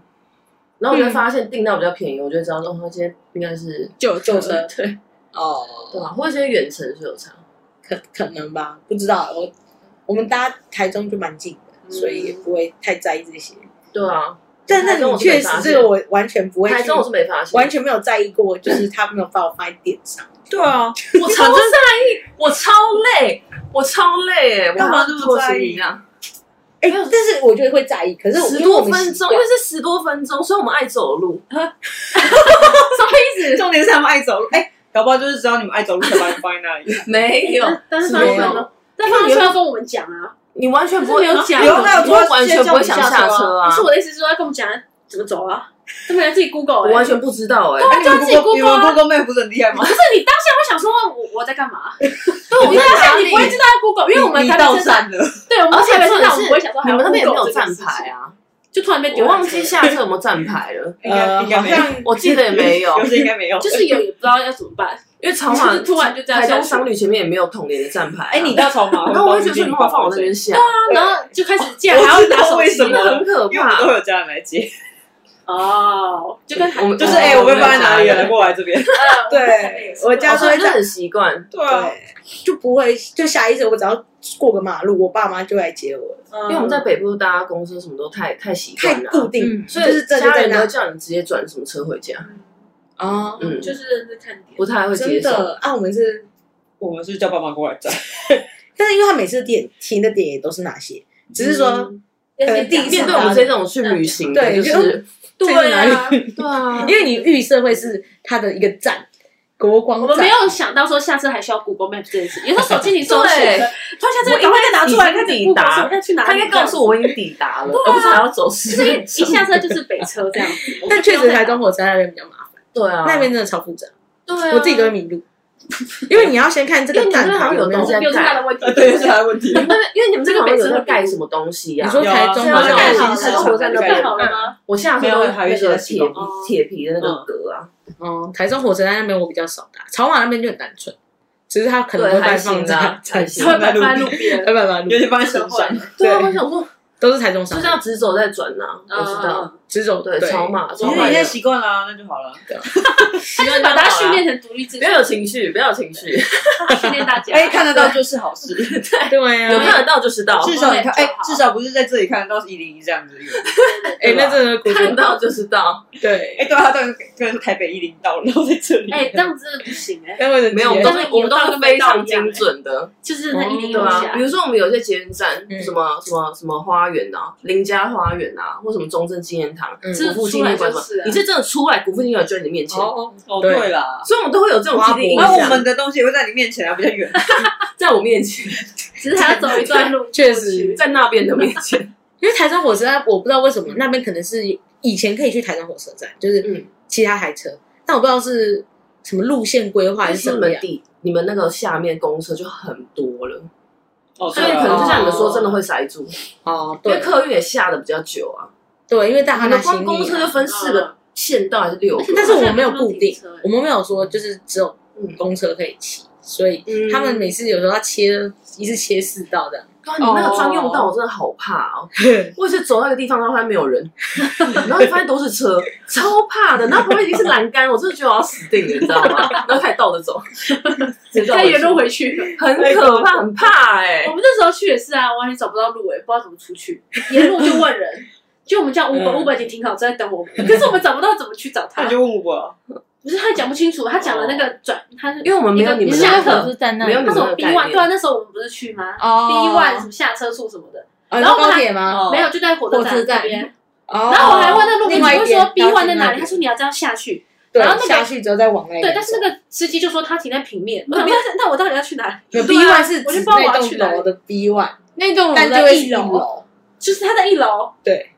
D: 然后我就会发现订到比较便宜，我就知道哦，他今天应该是
F: 旧
A: 旧车
D: [LAUGHS] 对对
A: 哦，
D: 吧？或者是远程是有差，
A: 可可能吧，不知道。我我们搭台中就蛮近的，所以也不会太在意这些。
D: 对啊，
A: 但那你确实这个我完全不会去，
D: 台中我是没发现，
A: 完全没有在意过，就是他没有把我放在点上。
E: 对啊，
D: 我超在意，我超累，我超累哎，我
E: 干嘛
D: 还要
E: 这么
D: 拖
E: 在
D: 行李
E: 意
D: 啊？
A: 哎、但是我觉得会在意，可是我
D: 十
A: 因为我
D: 多
A: 们
D: 分
A: 习
D: 钟，
A: 惯
D: 因为是十多分钟，所以我们爱走 [LAUGHS] 路。
E: 重点是他们爱走路，哎，搞不好就是知道你们爱走路才把你放在那里。
D: 没有，
C: 但是
D: 是
C: 发
D: 没
C: 现
D: 有
C: 呢，但发现要跟我们讲啊，
D: 你完全不会
F: 可是没有讲
E: 有那有
D: 你
E: 说
D: 会完全不会想下车啊
C: 不是，我的意思是说要跟我们讲怎么走啊，他们要自己 Google
D: 我
C: 哎。
D: 完全不知道哎。
E: [LAUGHS] 哎，你
C: 就
E: 们
C: 自己
E: Google 你
C: Google 啊
E: 们 Google Map 不是很厉害吗
C: 不？是你当下会想说我我在干嘛？
D: 对，我
C: 你当下
D: 哪
C: 啊你不会
D: 里
C: 知道要 Google，因为我们
E: 你
C: 台
E: 到
C: 北车站，
E: 站了，
C: 对，我们
D: 而且
C: 台北车
D: 重点哦
C: 站我
D: 是
C: 们不会想说
D: 你
C: 还要
D: 们那边也没
C: Google
D: 有
C: 这件
D: 站
C: 事情
D: 牌，啊？
C: 就突然被
D: 我
C: 丢下车
D: 忘记下车有没有站牌
E: [LAUGHS]
D: 了，
E: 应该应该没
A: 呃
E: 有
A: 好，像
D: 我记得也没
E: [LAUGHS]
D: 有，
E: 有些应该没有，
C: [LAUGHS] 就是有也不知道要怎么办，
D: 因为草马
C: 就是突然就这样
D: 台
C: 下
D: 中
C: 去
D: 商旅前面也没有统联的站牌啊。
E: 哎，你到筹 [LAUGHS] 码，
D: 然后我就觉得说你干嘛放我那边下？
C: 啊然后就开始竟然还要拿手
E: 我知道为
C: 机
E: 什么
D: 很可
E: 因为我们都
D: 怕。
E: 会有家人来接，
C: 哦，就跟
D: 我们
E: [LAUGHS] 就是
D: 哎
E: 哎，我被放在
D: 拿
E: 哪里了？过来这边。
A: 对，我家说
D: 所以就
A: 在，
D: 很习惯。
E: [LAUGHS] 对啊，
A: 对，就不会就下意识，我只要过个马路，我爸妈就来接我了，
C: 嗯
E: 因
D: 因为我们在北部搭公车什么都太太习
A: 太
D: 惯了
A: 固
D: 啊，
A: 定，
F: 嗯
D: 所
A: 就
D: 以
A: 是这就
D: 家
A: 在
D: 人都
A: 那
D: 会叫你直接转什么车回家，
A: 啊，
D: 嗯，
C: 嗯就是认真看点
D: 不。太会接
A: 真
D: 受。
A: 的啊，我们是，
E: 我们是叫爸妈过来载。
A: 但是因为他每次点停的点也都是那些，只是说
D: 嗯
A: 可能第一次
D: 面对我们这种去旅行的，
A: 对
D: 就是
A: [LAUGHS] 对啊，
D: 对啊，
A: [LAUGHS] 因为你预设会是他的一个站，国光
C: 我们没
A: 站。
C: 有想到说下次还需要 Google Map 这件事，有时候手机你搜寻
D: 对
C: 的，突然下次赶快再拿出来，开始 Google 说要去哪里，
D: 他应该告诉我已经抵达
A: 啊
D: 了，而不是还要走十
C: 就是一
D: 分
C: 一
D: 钟。
C: 下车就是北车这样子。
A: 但确实台中火车那边比较麻烦，
D: 对啊，
A: 那边真的超复杂，
D: 对啊，
A: 我自己都会迷路， [LAUGHS] 因为你要先看这
D: 因
A: 个
D: 为你
A: 站
D: 那边好
A: 牌
D: 像
A: 有
D: 有
A: 没有
D: 东西在
C: 有最大
D: 盖
C: 的，问题，
E: [LAUGHS] [LAUGHS] 对，就是他啊的问题。
D: 那边因为你们这个
C: 这个
D: 好像有
C: 北车
D: 在
C: 的
D: 盖什么东西呀
A: 你？说
E: 有啊
A: 台中
D: 对啊
A: 火车
D: 盖
A: 站
D: 好了
A: 是
D: 活在那边
C: 盖好了吗？
D: 我下车
E: 没
D: 都
E: 有还有
D: 那
E: 一些
D: 个
E: 系
D: 铁
E: 统
D: 皮铁皮的那个格啊，
A: 哦，台中火车站那边我比较少搭，草瓦那边就很单纯，只是它可能
D: 对，
A: 会
D: 还
A: 摆放
D: 行
A: 在
D: 啊，
A: [LAUGHS]
D: 还
A: 在
D: 行
C: 嗯他。会摆放在路
A: 摆
C: 边。
A: 放在路
E: 尤，其放在身上，
D: 对啊，我想说
A: 都是台中
D: 就
A: 商
D: 是
A: 场
D: 要直走再转呐，我知道，
C: 嗯，
A: 直走
D: 对，超马，
E: 其
D: 超
E: 实
D: 马也
E: 你现在
D: 有，
E: 习惯啦，那就好了。
D: 习惯就
C: 嗯把
D: 好
C: 它
D: 啦
C: 训练成独立自
D: 不
C: 主，
D: 要有情绪，不要有情绪，
C: 训练大家。
E: [LAUGHS] 哎，看得到就是好事， [LAUGHS]
A: 对
D: 有看
A: 啊，
D: 得到就是到，
E: 至少你看，
C: 对
E: 哎，至少不是在这里看得到一零一这样子。
A: 哎，那真的古
D: 看到就是到，
A: 对，
E: 哎，对啊，当然当然是台北一零到了，然后在这里。
C: 哎，这样真的不行哎，
A: 但为了
D: 没有，我们都是
C: 但是
D: 我们都
C: 有到
D: 是
C: 跟
D: 非
C: 没到
D: 常
C: 一样
D: 精准的，
C: 就是那一零一
D: 对啊，
C: 下
D: 比。如说我们有些捷运站，
A: 嗯
D: 什么什么什么花园啊，林家花园啊，或什么中正纪念堂、
A: 嗯
D: 国父纪念馆什
C: 出来就是
D: 么
C: 啊，
D: 你是真的出来，国父纪念馆就在你面前，所
E: 哦哦，对啦，
D: 以我们都会有这种
A: 花
D: 既定印
A: 博，
E: 那我
D: 象，
E: 们的东西也会在你面前啊，比较远。
D: 在我面前， [LAUGHS]
C: 只是还要走一段路
A: 确实
D: 在那边的面前，
A: 因为台中火车站，我不知道为什
C: 嗯
A: 么那边可能是以前可以去台中火车站，就是
D: 嗯
A: 其他台车，但我不知道是什么路线规划还是
D: 是
A: 怎
D: 你
A: 么
D: 们
A: 样。
D: 地你们那个下面公车就很多了，
E: 哦，
D: 所以可能就像你们说，真的会塞住，
A: 哦，
D: 因为
A: 对
D: 客运也下的比较久啊，
A: 对，因为大
D: 你
A: 家拿
D: 们
A: 行
D: 光
A: 李
D: 公车就
A: 啊，
D: 分四个县道还是六个，
A: 但是我们没有
C: 好像不
A: 固
C: 能停
A: 定
C: 车欸，
A: 我们没有说就是只有
D: 嗯
A: 公车可以骑，所以
D: 嗯
A: 他们每次有时候要切一次切四道的，
C: 嗯
D: 哇，啊你那个专用道我真的好怕哦！我也是走到一个地方，然后发现没有人， [LAUGHS] 然后就发现都是车，超怕的。然后旁边已经是栏杆，我真的觉得我要死定了，你知道吗？然后开始倒着走，直接倒
C: 再
D: 着
C: 原路
D: 走
C: 回去。
D: 很可怕，很怕哎、
C: 我们那时候去也是啊，完全找不到路哎，不知道怎么出去，沿路就问
A: [LAUGHS]
C: 人，就我们叫
A: 嗯
C: Uber，Uber 已经停好在等我们，可是我们找不到怎么去找他
A: [LAUGHS]
E: 那，就问我，
C: 不是他讲不清楚，他讲的那个转，他
A: 哦
C: 是
D: 因为我们没有你
C: 你
D: 们
C: 下
D: 那
C: 课
D: 个
F: 是站那
D: 没有
F: 里
D: 你
C: 他
D: 们
C: 什
D: 那
C: 么
D: 个
C: B
D: 概
C: one，对啊，
D: 念，
C: 那时候我们不是去吗
A: 哦
C: ？B one 什么下车处什么的，
A: 哦
C: 然后我
A: 高
C: 还
A: 铁吗？
C: 没有就在火车站那边。
A: 哦
C: 然后我还问那路
A: 另
C: 人，
A: 外一
C: 我
A: 边
C: 说 B one 在哪
A: 高铁那
C: 里？
A: 边
C: 他说你要这样下去，
A: 对，
C: 然后那个
A: 下去之后再往那边走。
C: 对，但是那个司机就说他停在平面，我想说那我到底要去哪里？
A: 有 B
C: 对啊
A: one 是
C: 我就
A: 指
C: 不知道我
A: 那
C: 要去
A: 栋
C: 哪里
A: 楼，的 B one，
F: 那栋楼
A: 但就
F: 在
A: 会
F: 一
A: 是一
F: 楼，
A: 楼，
C: 就是他在一楼。
A: 对，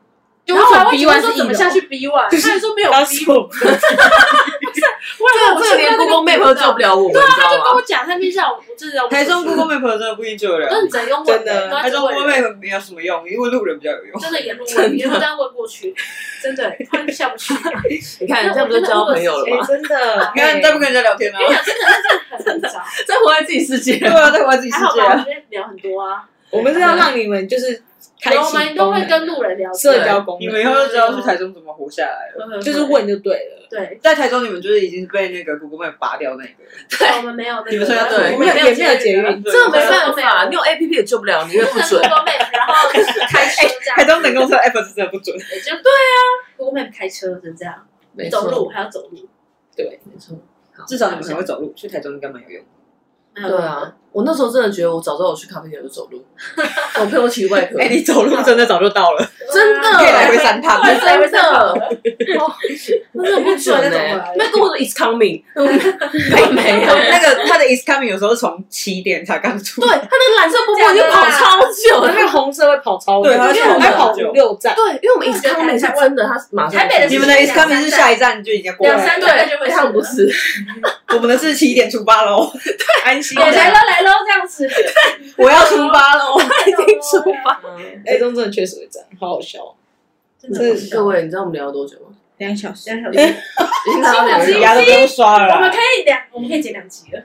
C: 然后我还问
A: B
C: 主
A: one
C: 任
A: 是
C: 说
A: 一
C: 怎么
A: 楼
C: 下去 B one，他还说没有 B
A: 他
C: one，
A: 说
C: 我还问
D: 这个连 Google Map 都救不
C: 了。
D: 了我们，你知
C: 他就跟
D: 道
C: 我
D: 吗？
C: 讲那边让我真的要
E: [LAUGHS] 台中 Google Map 真的不一定救得了
C: 认
E: 你，
C: 真用
A: 真
C: 问
A: 的
C: 然后
E: 台中
C: 就问
E: Google Map 没有什么用，因为路人比较有
C: [LAUGHS]
E: 用。
C: 真的沿路问，沿路这样问过去，真的突然下不去。
D: 你看，这样不就交朋友了
A: 哎
D: 吗？
A: 真的，
E: [LAUGHS] 你看，你再不跟人家聊天了
C: 跟你，讲，真的是很糟，
D: 再 [LAUGHS] 活在自己世界
E: [LAUGHS]
D: [LAUGHS]
E: 对，啊，在玩自己世
C: 还好
E: 界
C: 吧？我
E: 啊。
C: 们聊很多啊，
A: 我们是要让你们就是开
C: 有我
A: 启
C: 们都
A: 功
C: 会
A: 能
C: 跟路人聊天
A: 社交功
E: 你们以
A: 能，
E: 后就知道去台中怎么活下来了。
A: 就是问就对了。
C: 对，
E: 在台中，你们就是已经是被那个 Google Map 拔掉那个，
C: 我们没有那个
E: 你们说要
D: 对
C: 啊
E: 对，
A: 我们有嗯也没有捷
E: 啊
A: [LAUGHS] 运，
D: 这个没办
C: 没有没
D: 法，
C: 有
D: 你有 APP 也救不了你，因为不准
C: [LAUGHS] Google。Map，然后开车这样，
E: 台中等公车 app 是真的不准。
C: 就对啊，Google Map 开车是这样，
D: 没错
C: 走路，还要走路，
D: 没错。
E: 至少你们很会走路，去台中应该蛮有用。 [LAUGHS]
C: 没有
D: 对啊，我那时候真的觉得我早知道我去咖啡店就走路，我陪我骑外科，
E: 哎，你
A: [LAUGHS]
E: 走路真的早就
C: [LAUGHS]
E: 到了，
D: 真的
E: 可以来回三
D: [LAUGHS]
E: 趟。
C: 对啊
D: 真的，欸哦真的不准哎！那跟我说 it's coming，并 [LAUGHS] 没有。
E: 那个他的 is coming 有时候从七点才刚出，
D: 对，他那个蓝色波波已经跑超久
A: 我那
D: 了。
A: 个红色会跑超久，
E: 对它
A: 因
E: 会
A: 为我
E: 跑
A: 们
E: 超
A: 跑
E: 久
A: 五六站，
D: 对，因为我们 it's coming 是真的，他马上
C: 台北的
E: 你们的 is coming 是下一站就已经过
C: 两
E: 来
C: 三
E: 了，
C: 个就会
D: 对，他们不是，
E: 我们的是七点出发喽，安心。啊
C: 我来喽来喽这样子，
E: 我要出发喽。
C: 已经出发，
A: 台中真的确实会这样，好好笑哦。
C: 真的好笑
D: 各位，你知道我们聊了多久吗？
F: 两小时。
D: 已经聊到
E: [LAUGHS]
D: 两个小
E: 牙
D: 时。
E: 都不用刷了啦。
C: [LAUGHS] 我们可以两，我们可以剪两集了。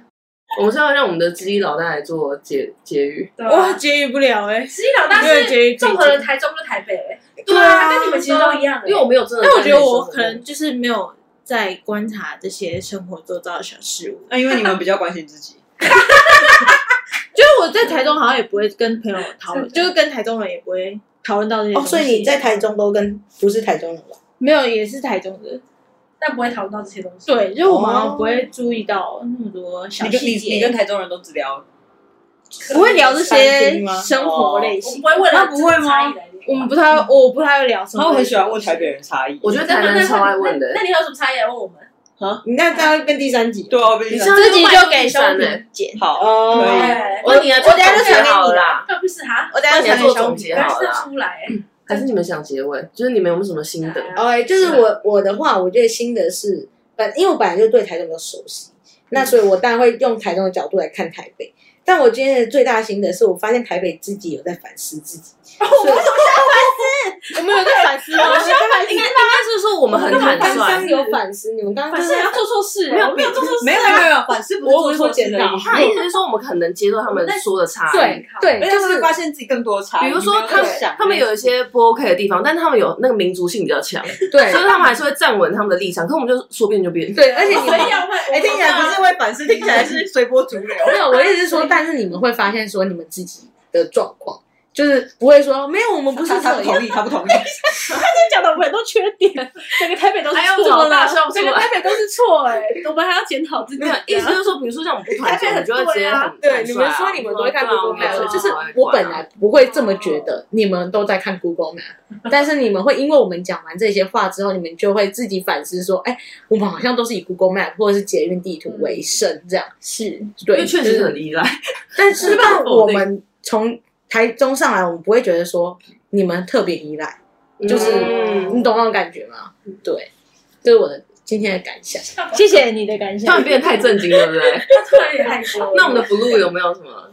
D: 我们是要让我们的知音老大来做结结语，
C: 对
F: 哇，
C: 啊，
F: 节语不了哎、欸，
C: 十一老大
F: 因为
C: 是
F: 节语
C: 综合了台中跟台北，欸对
D: 啊
C: 跟你们其实都一样的，欸
D: 因为我没有真的，
F: 但我觉得我可能就是没有在观察这些生活周遭的小事物，
E: 那因为你们比较关心自 [LAUGHS] 己，
F: 就是我在台中好像也不会跟朋友讨论，就是跟台中人也不会讨论到这些东
A: 哦，
F: 西。
A: 所以你在台中都跟不是台中人吧？
F: 没有也是台中的，
C: 但不会讨论到这些东西。
F: 对，就是我们好像不会注意到那么多小
E: 你跟你
F: 细节
E: 你跟，台中人都只聊，
F: 不会聊这
A: 餐
F: 些
A: 厅吗哦
F: 生活类
C: 我们
F: 型
C: 不。会为了
E: 那不会吗
C: 这个差异来聊
F: 我们不太，我不太会聊什么。
E: 然后我很喜欢问台北人差异。
D: 我觉得台
C: 那
D: 南
C: 那
D: 超爱问的
C: 那，那你有什么差异来问我们？
A: 你那这样变第三集。
E: 对啊，被
D: 你知道
F: 自己就给兄弟剪。
E: 好，
A: 哦，
E: 可以
C: 哎
D: 我等啊一下
F: 我等一下就传给你
D: 好了啦，
C: 那不是哈，
F: 我等
D: 我
F: 下
D: 等一下
F: 想
D: 啊做总结
C: 但
D: 好
C: 是
D: 了啦。
C: 这
D: 嗯
C: 出来，欸啊
D: 还是你们想结尾？就是你们有没有什么心得？
F: 啊
A: OK，就是我我的话，我觉得新的是本，因为我本来就对台中比较熟悉，
F: 嗯
A: 那所以我当然会用台中的角度来看台北。但我今天的最大心得是我发现台北自己有在反思自己，
F: 哦我们有在反思
A: [LAUGHS]
F: 吗？
D: 应该应该是说我们很
A: 你们
D: 坦
A: 刚
D: 率
A: 刚，有反思，你们刚刚
C: 反正人家做错事，哎我没有做错事，
E: 没有没有没有，啊反思不是
A: 我
E: 做
A: 是
E: 错
A: 说
E: 事
A: 检
E: 的
A: 讨
E: 意思，
D: 他的意思是说我们很能接受他们说的差异。
F: 欸对
E: 而
F: 对，
E: 且他们发现自己更多的差异。
D: 比如说他
E: 你没
D: 们
E: 有想
D: 他们有一些不 OK 的地方，但是他们有那个民族性比较强，所
F: 对
D: 以他们还是会站稳他们的立场。可我们就说变就变，
F: 对，而且你
C: 所以要问，
E: 哎，听起来不是会反 [LAUGHS] 思，听起来是随波逐流。
A: 没有，我意思是说，但是你们会发现说你们自己的状况，就是不会说没有，我们不是
E: 他
A: 这
E: 不同
A: 样。
E: 意，他不同意。
F: 讲的我们都缺点，整个台北都是
C: 哎呦
F: 错
C: 怎么大
F: 的
C: 笑不，出
F: 整
C: 来
F: 个台北都是错哎，我们还要检讨自己
D: 没有
F: 啊。
D: 意思就是说，比如说像我们不团结，我们就会直接很
A: 啊
D: 啊
A: 对，啊你们说你们都会看 Google
D: 没
A: Map，
D: 有，
A: 就是我本
D: 啊
A: 来不会这么觉得，你们都在看 Google [LAUGHS] Map，但是你们会因为我们讲完这些话之后，你们就会自己反思说，哎，我们好像都是以 Google Map 或者是捷运地图为生，这样是
D: 因
A: 对，
D: 为确
A: 就
D: 实
A: 是
D: 很依赖。
A: 但是吧，我们从台中上来，我们不会觉得说你们特别依赖，就是
D: 嗯
A: 你懂那种感觉吗？对，这是我的今天的感 [LAUGHS] 想。
F: 谢谢你的
A: 嗯
F: 感
D: 突然
F: 想。
D: 变得太震惊，对不对？
C: 他突然也害
F: [LAUGHS]
C: 羞了。
D: 那我们的 blue 有没有什么？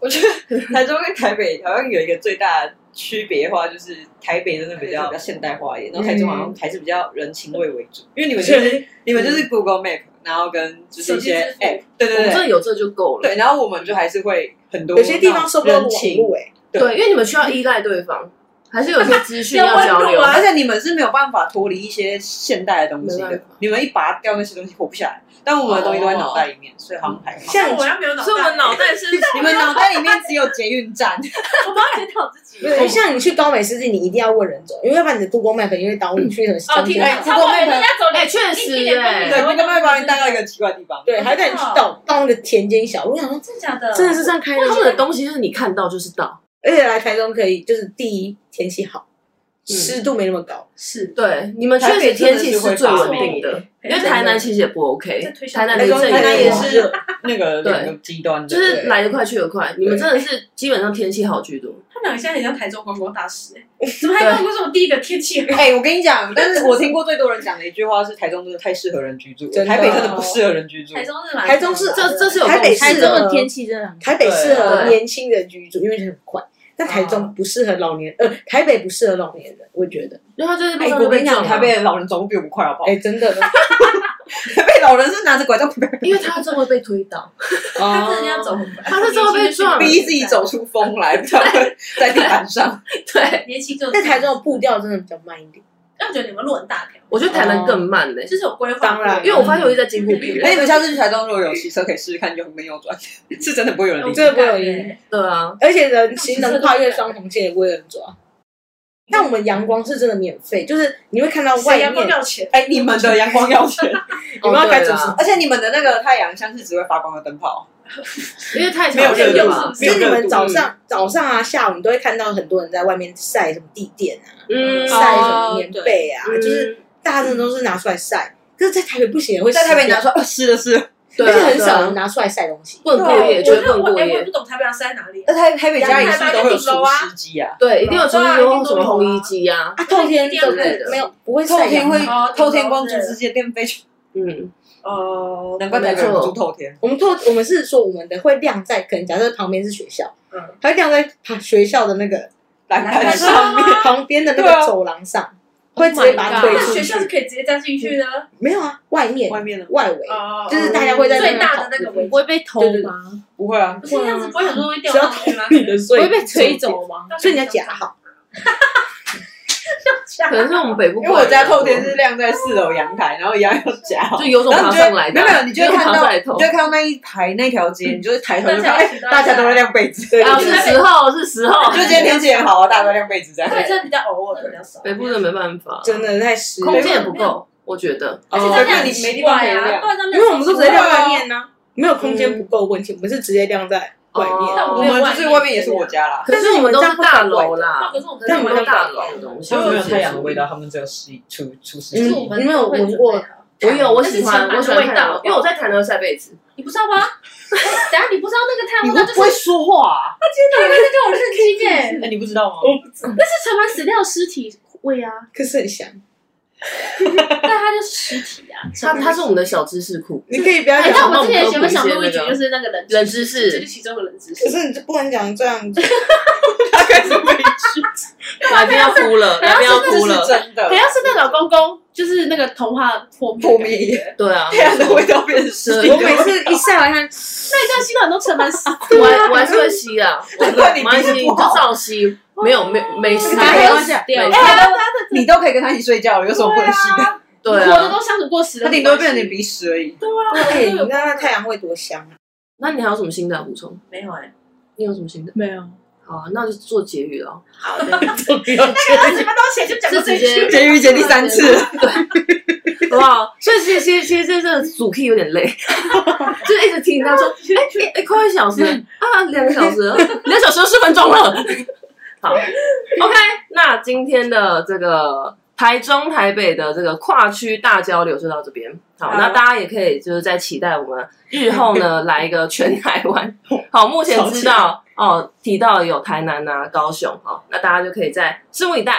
E: [LAUGHS] 台中跟台北好像有一个最大的区别化，就是台北真的比较比较现代化一点，然后台中好像还是比较人情味为主，因为你们就是你们就是 Google Map，然后跟就是一些
C: 手机支付
E: App，对
D: 我
E: 对
D: 们真
E: 对
D: 的有这就够了
E: 对，。然后我们就还是会很多
A: 有些地方收不到
E: 人
A: 网
E: 情，
A: 络哎，
E: 对
D: 对，因为你们需要依赖对方，还是有些资讯
C: 要
D: 要
C: 温
D: 交流
C: 度。啊
E: 而且你们是没有办法脱离一些现代的东西
D: 没办
E: 的
D: 法，
E: 你们一拔掉那些东西活不下来，但我们的东西都在脑袋里面，所以好像还好。
A: 像
C: 欸我要没有脑袋，
D: 所以我们脑袋是哦
E: 你们脑袋里面只有捷运
C: [LAUGHS]
E: 站，
C: 我帮检讨自己。
A: 对，像你去高美湿地，你一定要问人走，因为要不然你的 Google Map 因为导你去什么
C: 哦，
A: 商
C: 听
A: 店。
C: 哎，超过人家走
D: 哎，确实哎，
E: 对，他们会把你带到一个奇怪的地方。
A: 对，还带你去到到那个田间小路，我想说
C: 真的假的？
A: 真的是这样开的
D: 他
A: 吗，
D: 们的东西就是你看到就是到，
A: 而且来台中可以，就是第一天气好，湿度没那么高，
C: 是
D: 对，你们确实天气是最稳定
E: 台北真的是会
D: 的，因为台南其实也不 OK，
C: 在推销
D: 台南
E: 台
A: 哎
D: 的
E: 中
D: 这
E: 台南也
D: 一
E: 是那个两个极端的，
D: 就是来得快去得快，你们真的是基本上天气好居多，
C: 他们两个现在很像台中观光大使，哎，怎么还跟我说我第一个天气很好？
E: 哎、我跟你讲，但是我听过最多人讲的一句话是：台中真的太适合人居住了，
A: 真的
E: 台北真的不适合人居住。
C: 台中是蛮
A: 台中是
D: 这这是有
A: 台北
D: 共识
A: 市
F: 台
A: 的
F: 中的天气真的很
A: 台北适合
D: 对
A: 年轻人居住，因为很快。但台中不适合老年，呃，台北不适合老年人，我觉得。
D: 因为它就是
E: 哎、
D: 被
E: 我跟你讲，台北，的老人走路比我们快，好不好？
A: 哎，真的，
E: 台北老人是拿着拐杖，
D: 因为它真的会被推倒，
C: 他真的要走很快，
D: 他是真的被撞
E: 逼自己走出风来，不然会在地板上。
D: 对，
C: 年轻就
A: 但台中的步调真的比较慢一点。
C: 但我觉得你们路很大条，
D: 我觉得台南更慢呢，
C: 就是有规划过，
A: 当然
D: 因为我发现我一直在进步别
E: 哎、
D: 人，
E: 你们下次去台中，如果有骑车，可以试试看右跟右转， [LAUGHS] 是真的不会有人理
A: 这
E: 你。
A: 个不会有音，
D: 对啊，
A: 而且人行人跨越双红线也不会有人抓。但我们阳光是真的免费，就是你会看到外
C: 谁
A: 面
C: 阳，光要钱？
E: 哎、你们的阳光耀眼，
A: 你们要改主持
D: 哦
E: 哦而且你们的那个太阳像是只会发光的灯泡，
D: 对啦因为太
E: 没有
D: 常见了
E: 热度
D: 吧，，
E: 没有
A: 是你
E: 热
A: 们
E: 度。
A: 早上早上啊、下午，你都会看到很多人在外面晒什么地垫啊、
D: 嗯
A: 晒什么棉
F: 对
A: 被啊，就是
D: 嗯
A: 大家真的都是拿出来晒。可是，在台北不行，会
E: 在台北拿
A: 湿
E: 出来，哦，是的是的。
D: 对
A: 掉，
D: 啊，
A: 而且很少
D: 对
A: 人
D: 啊
A: 拿出来晒东西。
D: 不能过夜，
C: 我
D: 绝对
C: 觉
D: 不
C: 得
D: 能
C: 我
D: 过
C: 哎，我也
D: 夜
C: 不，懂台北要塞哪里，啊
E: 那台台北家里是不是都会有除湿机啊？
D: 对，一定有出去
C: 对啊
D: 用
C: 一定
D: 什
C: 都
D: 么
C: 有
D: 烘衣
C: 啊
D: 机啊，
A: 啊，透天
C: 对
A: 都
D: 对对
A: 没有不会
E: 透
A: 晒阳
E: 天
A: 光
E: 会
C: 哦
E: 透天光租之界电费，
D: 嗯，
C: 哦，
E: 难怪台北人不住透天。
A: 我们透我们是说我们的会晾在，可能假设旁边是学校，
C: 嗯
A: 它会晾在旁学校的那个
E: 来看
C: 是啊
E: 上面，
A: 旁边的那
E: 对啊
A: 个走廊上，会直接把它
D: Oh my
A: 推
D: god
C: 那
A: 出
C: 学
A: 去。
C: 校是可以直接加进去的，
A: 没有啊，外面
E: 外面呢？
A: 外围，
C: 哦，
A: 就是大家会在那边
C: 最大的那个
A: 跑步
C: 围
F: 不会被偷
A: 对对对
F: 吗？
E: 不会啊，
C: 不是这样子，不会很多东西掉
A: 只要
C: 下去
A: 捅
C: 吗？
A: 你的
F: 不
A: 水
F: 会被吹，走吗？
A: 所以你要假好。
D: [LAUGHS] 可能是我们北部怪人，
E: 因
D: 啊
E: 为我家透天是晾在四楼阳台，然后一样要夹好
D: 就。有种
E: 然后
D: 爬
E: 啊你就会
D: 上来的啊，
E: 没有没有，你就会
D: 有种
E: 看
D: 爬
E: 到，
D: 上来
E: 你
D: 的头
E: 就。会看到那一排那条街，你就会抬头就看，
B: 大家
E: 哎，大家都哦在晾被子，对，
D: 啊，
E: 就是是
D: 时候，是时候，
E: [LAUGHS] 就今天天气也好啊，大家都晾被子这样。
B: 对，这比较偶尔，比较少。
D: 北部的没办法，
A: 真的太湿了，
D: 空间也不够，我觉得。
A: 哦，
B: 而且在那里
E: 没地方可以
B: 啊，
E: 晾
B: 不然在那里
A: 因为我们都直接晾外
E: 对啊
A: 面呢、没有空间不够问题，我们是直接晾在外面。
D: 哦
E: 我们就是外
C: 啊
E: 面也是我家啦，
A: 可
D: 可
A: 是
D: 是
A: 你
D: 你
A: 们
D: 们
A: 这
D: 都
A: 样
D: 是
A: 会
D: 大
A: 怪怪
D: 楼
A: 的
B: 那
D: 啦
B: 可，是我们
A: 但我们
D: 都
A: 都
D: 大楼的东西，
E: 所以没有太阳的味
D: 道。
E: 道，他们只有湿出出湿
B: 就
A: 嗯
B: 是
E: 气。
B: 我们
A: 你没有闻过
D: 我有，我
B: 但是
D: 喜欢，
B: 前排
D: 我
B: 的
D: 喜欢
B: 味
D: 看
B: 道
D: 因为我在台南晒被子，
B: 你不知道吗？哎等下你不知道那个太阳
E: 你
B: 味
E: 会
B: 道
E: 不
B: 就是
E: 会说话啊？
B: 他在对我认亲哎，
E: 那你不知道吗？
C: 那是陈凡死掉的尸体味啊，
A: 可是很香。
B: 但它就是实体
D: [LAUGHS]
B: 啊。
D: 它它是我们的小知识
E: [LAUGHS]
D: 库，
A: 你可以不要
D: 哎
A: 讲
D: 那
C: 但
D: 我
C: 我
D: 们
C: 们
D: 之
C: 之
D: 前
C: 前
D: 前面
C: 前
D: 想
C: 面想
D: 录
C: 录
D: 一
C: 一
D: 集
C: 局
D: 就
C: 就是那个冷
D: 冷知
C: 这是
D: 识，
C: 其中的冷知识
A: 可。是你就不能讲这样子，
E: 他开始委 [LAUGHS] 屈，
D: 来宾要哭
E: [LAUGHS]
D: 了，来宾要
E: 这
D: 哭了
E: 是，啊真的
C: 等。下是那老公公，就是那个童话破灭的感觉。
E: 破灭
D: [LAUGHS]
E: 耶，
D: 对啊
E: 太，阳的味道变湿。
D: 对
A: 我每次一晒完看，
C: 那一段新闻都陈凡死，
D: [LAUGHS] 我还
C: [LAUGHS]
D: 我还是会吸
E: [LAUGHS]
D: 啊，我
E: 难啊怪你
D: 我还是
E: 鼻
D: 吸
E: 子不
D: 就
E: 好
D: 照吸，没有没没事，
A: 大家
D: 没
A: 开
D: 有
A: 玩笑，
C: 啊哎
D: 没事
E: 你都可以跟他一起睡觉了，有什么不能吸的？
C: 活
D: 对
C: 的
D: 啊，
C: 都相处过时了，
E: 他顶多变成你鼻屎而已。
C: 啊
A: [LAUGHS] 哎，你知道那太阳会多香啊？
D: 那你还有什么新的啊补充？
B: 没有
C: [LAUGHS]
B: 哎，
D: 你有什么新的？
F: 没有，
D: 好啊，那就做结语
E: [LAUGHS]
D: 了。
B: 好的，
A: 都不要
B: 二十分钟前就讲
D: 是直接
E: [LAUGHS] [LAUGHS] 监狱姐第三次，
D: 好不好？所以其实其实其实这这主 key 有点
E: [LAUGHS]
D: 累， [LAUGHS] 就一直听他说，哎哎哎，快一小时
B: 嗯
D: 啊，两个小时，
B: [LAUGHS]
D: 两小时又十分钟了。 [LAUGHS] 好，OK，那今天的这个台中、台北的这个跨区大交流就到这边。好，
A: 好
D: 那大家也可以就是在期待我们日
B: [LAUGHS]
D: 后呢来一个全台湾。好，目前知道哦，提到有台南啊、高雄哦，那大家就可以在拭目以待。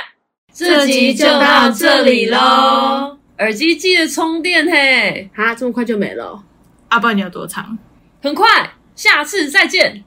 B: 这集就到这里喽，耳机记得充电嘿，
A: 啊，这么快就没了哦。
F: 阿爸你有多长？
B: 很快，下次再见。